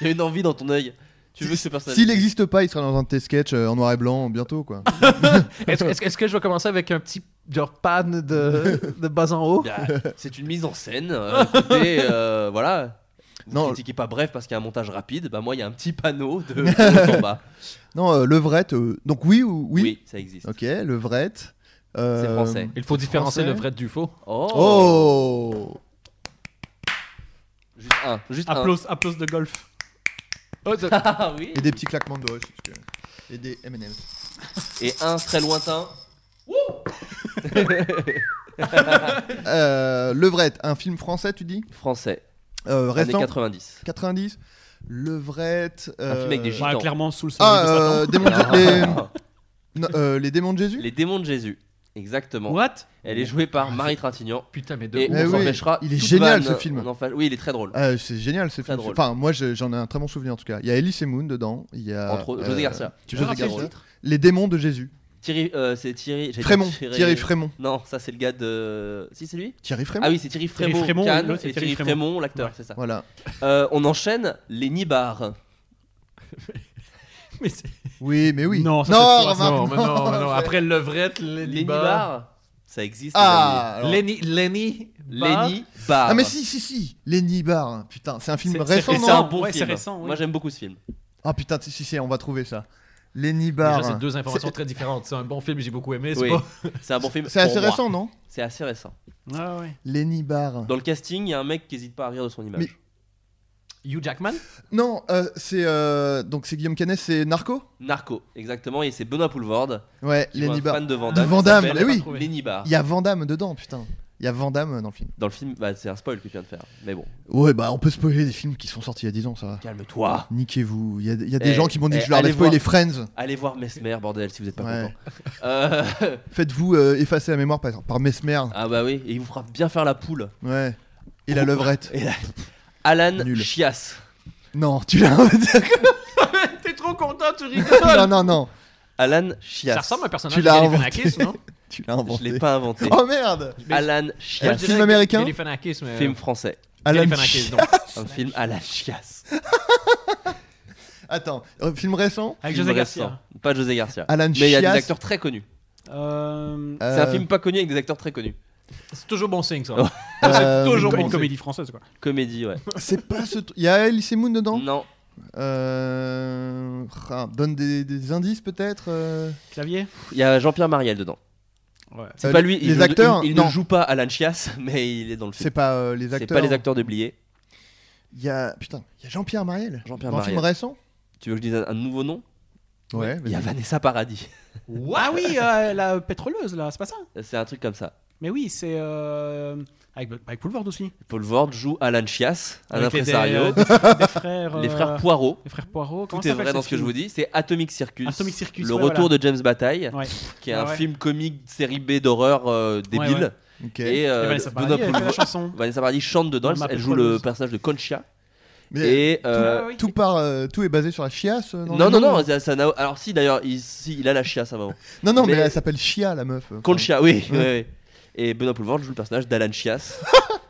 B: Il y a une envie dans ton œil. Tu veux que ce personnage
C: S'il n'existe pas, il sera dans un de tes sketchs euh, en noir et blanc bientôt, quoi.
F: Est-ce est-ce- est-ce que je vais commencer avec un petit genre panne de, de bas en haut
B: Bah, C'est une mise en scène. euh, écoutez, euh, voilà. Vous
C: Non.
B: critiquez pas bref parce qu'il y a un montage rapide. Bah moi, il y a un petit panneau de de haut en bas.
C: Non, euh, levrette. euh, donc oui ou oui.
B: Oui, ça existe.
C: Ok, levrette. euh,
B: C'est français.
F: Il faut différencier
C: Français.
F: le vrai du faux.
B: Oh,
C: Oh
B: Juste un. Juste un.
E: Applause, applause de golf.
F: Oh,
B: Ah oui.
C: Et des petits claquements de doigts. parce que- Et des M&M's.
B: Et un très lointain.
C: Euh, levrette, un film français, tu dis
B: Français.
C: euh,
B: Années
C: Récent
B: 90.
C: 90 Levrette. euh,
B: film avec des gilets.
E: Ouais,
B: Gitan.
E: clairement, sous le soleil
C: Ah,
E: de
C: euh,
E: Satan.
C: démons de-
B: Ah.
C: les... non, euh, les démons de Jésus
B: Les démons de Jésus. Exactement.
E: What
B: Elle est jouée par Marie Trintignant.
F: Putain, mais de
B: Et
F: ouf.
C: Eh
B: on
C: oui,
B: s'empêchera.
C: il est
B: toute
C: génial,
B: vanne,
C: ce film.
B: on en fa- Oui, il est très drôle.
C: Ah, c'est génial ce
B: Très
C: film.
B: drôle.
C: Enfin, moi je- j'en ai un très bon souvenir en tout cas. Il y a Elise et Moon dedans. Il y a
B: Entre autres, José
C: euh,
B: Garcia.
C: Tu veux
E: Ah,
B: José
C: rappeler le
B: Garcia.
C: Les démons de Jésus.
B: Thierry, euh, c'est Thierry. j'ai dit
C: Frémont. Thierry Frémont.
B: Non, ça c'est le gars de. Si c'est lui
C: Thierry Frémont.
B: Ah oui, c'est Thierry
E: Thierry
B: Frémont.
E: Frémont,
B: Cannes,
E: l'autre, c'est
B: et
E: Thierry
B: Thierry
E: Frémont.
B: Frémont, l'acteur,
E: Ouais.
B: c'est ça.
C: Voilà.
B: Euh, on enchaîne les Nibars.
F: Mais c'est-
C: Oui, mais Eh oui.
E: Non, ça, c'est
C: Romain,
F: non, mais non, mais non.
C: c'est-
F: Après levrette,
B: Les
F: Lenny Bar.
B: Nibars, ça existe.
C: Ah, alors-
F: Lenny. Lenny.
B: les amis.
F: Bar.
B: Lenny Bar.
C: Ah, mais si, si, si. Lenny Bar. Putain, c'est un film
E: C'est-
C: récent,
B: Et
E: c'est
B: c'est un
C: non
E: récent.
B: bon
E: Ouais, c'est
B: film.
E: récent, oui.
B: Moi j'aime beaucoup ce film.
C: Ah putain, si, si, si, on va trouver ça. Lenny
F: Déjà,
C: Bar.
F: c'est deux informations très différentes. C'est un bon film, j'ai beaucoup aimé. C'est
B: Oui.
F: pas-
B: C'est un bon film.
C: C'est assez
B: pour moi.
C: récent, non
B: C'est assez récent.
E: Ah ouais.
C: Lenny Bar.
B: Dans le casting, il y a un mec qui hésite pas à rire de son image.
C: Mais-
F: Hugh Jackman
C: Non, euh, c'est euh, donc c'est Guillaume Canet, c'est Narco.
B: Narco, exactement. Et c'est Benoît Poulvord,
C: Ouais,
B: qui joue
C: Lenny
B: un
C: Bar.
B: fan de Van
C: De
B: Damme.
C: Van
B: qui
C: Damme,
B: s'appelle
C: mais oui.
B: Lenny Bar.
C: Il y a Van Damme dedans, putain. Il y a Van Damme dans le film.
B: Dans le film, bah, c'est un spoil que tu viens de faire. Mais bon,
C: Ouais, bah on peut spoiler des films qui sont sortis il y a 10 ans, ça va.
B: calme-toi.
C: Niquez-vous. Il y a, il y a des
B: Eh,
C: gens qui m'ont dit
B: eh,
C: que je leur avais
B: allez voir.
C: spoilé Friends.
B: Allez voir Mesmer, bordel, si vous êtes pas
C: Ouais.
B: content. Euh,
C: Faites-vous euh, effacer la mémoire par, par Mesmer.
B: ah bah oui, et il vous fera bien faire la poule.
C: Ouais. Et la levrette.
B: Oh. Et là- Alan
C: Nul.
B: Chias.
C: Non, tu l'as.
F: T'es trop content, tu rigoles.
C: non, non, non.
B: Alan Chias.
F: Ça ressemble à un personnage
C: Tu
F: de
C: l'as
F: Galifianakis, non
C: Tu l'as
B: Je l'ai
C: inventé.
B: pas inventé.
C: Oh merde
B: Alan
C: Un
B: Chias.
C: film américain
F: Galifianakis, mais.
B: Film français.
C: Alan
F: Galifianakis,
C: Ch-
F: donc.
B: Un film Alan Chias.
C: Attends, euh, film récent
E: Avec
B: Film
E: José
B: récent.
E: Garcia.
B: Pas José Garcia.
C: Alan
B: Mais il y a des
C: Chias.
B: acteurs très connus.
E: Euh,
B: C'est un
C: Euh,
B: film pas connu avec des acteurs très connus.
F: C'est toujours bon signe, ça.
B: Ouais.
C: euh,
E: toujours
F: bon,
E: une
F: c'est-
E: comédie française quoi.
B: Comédie, ouais.
C: C'est pas ce truc. Il y a Elise Moon dedans
B: Non.
C: Euh, ah, Donne des, des indices peut-être euh,
E: Clavier
B: Il y a Jean-Pierre Mariel dedans.
E: Ouais.
B: C'est
C: Euh,
B: pas lui. il
C: les
B: ne-
C: acteurs,
B: Il, il
C: non.
B: ne joue pas Alan Chias, mais il est dans le
C: C'est
B: film.
C: pas euh, les
B: C'est
C: acteurs.
B: pas les acteurs de Blié.
C: Il y a. Putain, il y a Jean-Pierre Mariel.
B: Jean-Pierre
C: Dans un film
B: Mariel.
C: récent
B: Tu veux que je dise un un nouveau nom
C: Ouais,
B: Il y a
C: vas-y.
B: Vanessa Paradis.
E: Ah oui, euh, la pétroleuse là, c'est pas ça
B: C'est un truc comme ça.
E: Mais oui, c'est euh, avec avec Boulevard aussi.
B: Paul Vord joue Alan Chias, un
E: Avec les-
B: impresario.
E: des, euh, des frères.
B: Les
E: euh,
B: frères Poirot.
E: Les frères Poirot.
B: Tout est vrai dans ce que je vous dis. C'est Atomic Circus.
E: Atomic Circus,
B: Le
E: ouais,
B: retour
E: voilà.
B: de James Bataille,
E: Ouais.
B: qui est
E: Ouais,
B: un
E: ouais.
B: film comique série B d'horreur euh, débile.
C: Ok.
B: Et euh,
E: Et Vanessa Paradis,
B: Benoît
E: elle fait la
B: Poulvord-
E: chanson.
B: Vanessa Paradis chante dedans.
E: Dans ma
B: Elle joue le
E: pétroleuse.
B: personnage de Concha.
C: Mais
B: Et euh,
E: Ah oui.
C: tout, part, euh, tout est basé sur la chiasse euh, dans
B: non,
C: le
B: non,
C: film
B: non, ça- ça n'a- Alors, si d'ailleurs, il, si, il a la chiasse à un moment.
C: Non, non, mais,
B: Mais-
C: elle s'appelle Chia la meuf. Enfin,
B: Concha, oui. oui, oui. Et Benoît Poulvord joue le personnage d'Alan Chias.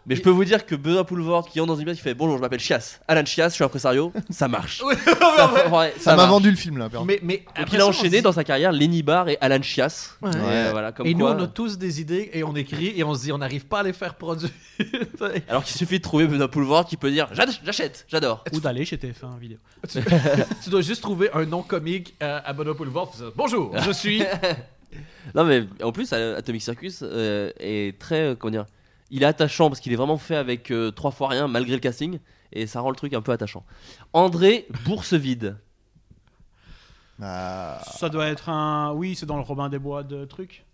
B: Mais je peux vous dire que Benoît Poulvord qui entre dans une pièce, il fait Bonjour, je m'appelle Chias. Alan Chias, je suis impresario. Ça marche. ça ouais, ça
C: Ça m'a
B: marche.
C: vendu le film là. pardon.
F: Mais, mais
B: Donc
F: après
B: il a
F: ça, on
B: enchaîné
F: dit-
B: dans sa carrière Lenny Barr et Alan Chias.
F: Ouais.
B: Et, euh, voilà, comme
F: Et nous,
B: quoi-
F: on a tous des idées et on écrit et on se dit, on n'arrive pas à les faire produire.
B: Alors qu'il suffit de trouver Benoît Poulvord qui peut dire J'ad- J'achète, j'adore.
E: Ou d'aller chez TF1 vidéo.
F: tu, tu dois juste trouver un nom comique euh, à Benoît Poulevard. Bonjour, je suis.
B: Ah, Non, mais en plus, euh, Atomic Circus euh, est très. euh, comment dire Il est attachant parce qu'il est vraiment fait avec euh, trois fois rien malgré le casting. Et ça rend le truc un peu attachant. André Boursevide.
C: Ah.
E: Ça doit être un. Oui, c'est dans le Robin des Bois de truc.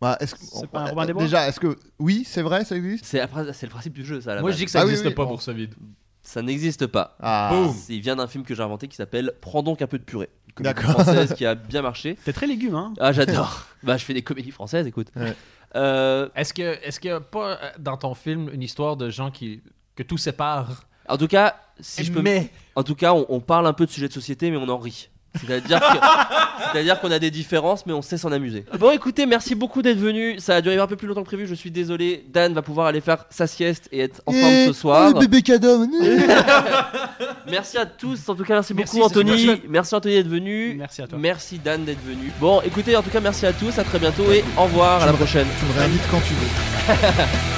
C: Bah, est-ce que-
E: C'est pas un Robin des Bois
C: Déjà, est-ce que. Oui, c'est vrai, ça existe
B: C'est après- c'est le principe du jeu, ça. à la
F: Moi, je
B: base.
F: dis que ça
C: Ah oui,
F: n'existe
C: oui,
F: pas
C: bon.
F: pour ce vide.
B: Ça n'existe pas.
C: Ah.
B: Il vient d'un film que j'ai inventé qui s'appelle Prends donc un peu de purée. Une comédie
C: D'accord.
B: Française qui a bien marché.
E: T'es très légume, hein
B: Ah, j'adore. bah, je fais des comédies françaises, écoute.
C: Ouais.
B: Euh,
F: Est-ce que, est-ce qu'il y a pas euh, dans ton film une histoire de gens qui que tout sépare
B: en tout cas, si je peux.
F: Mais
B: En tout cas, on, on parle un peu de sujets de société, mais on en rit. C'est-à-dire que- c'est-à-dire qu'on a des différences, mais on sait s'en amuser. Bon, écoutez, merci beaucoup d'être venu. Ça a duré un peu plus longtemps que prévu, je suis désolé. Dan va pouvoir aller faire sa sieste et être en forme ce soir.
C: bébé cadeau.
B: Merci à tous, en tout cas, merci,
E: Merci,
B: beaucoup
E: c'est
B: Anthony.
E: super
B: Merci Anthony d'être venu.
E: Merci à toi.
B: Merci Dan d'être venu. Bon, écoutez, en tout cas, merci à tous, à très bientôt et au revoir, à la prochaine.
C: Tu me réinvites quand tu veux.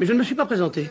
G: Mais je ne me suis pas présenté.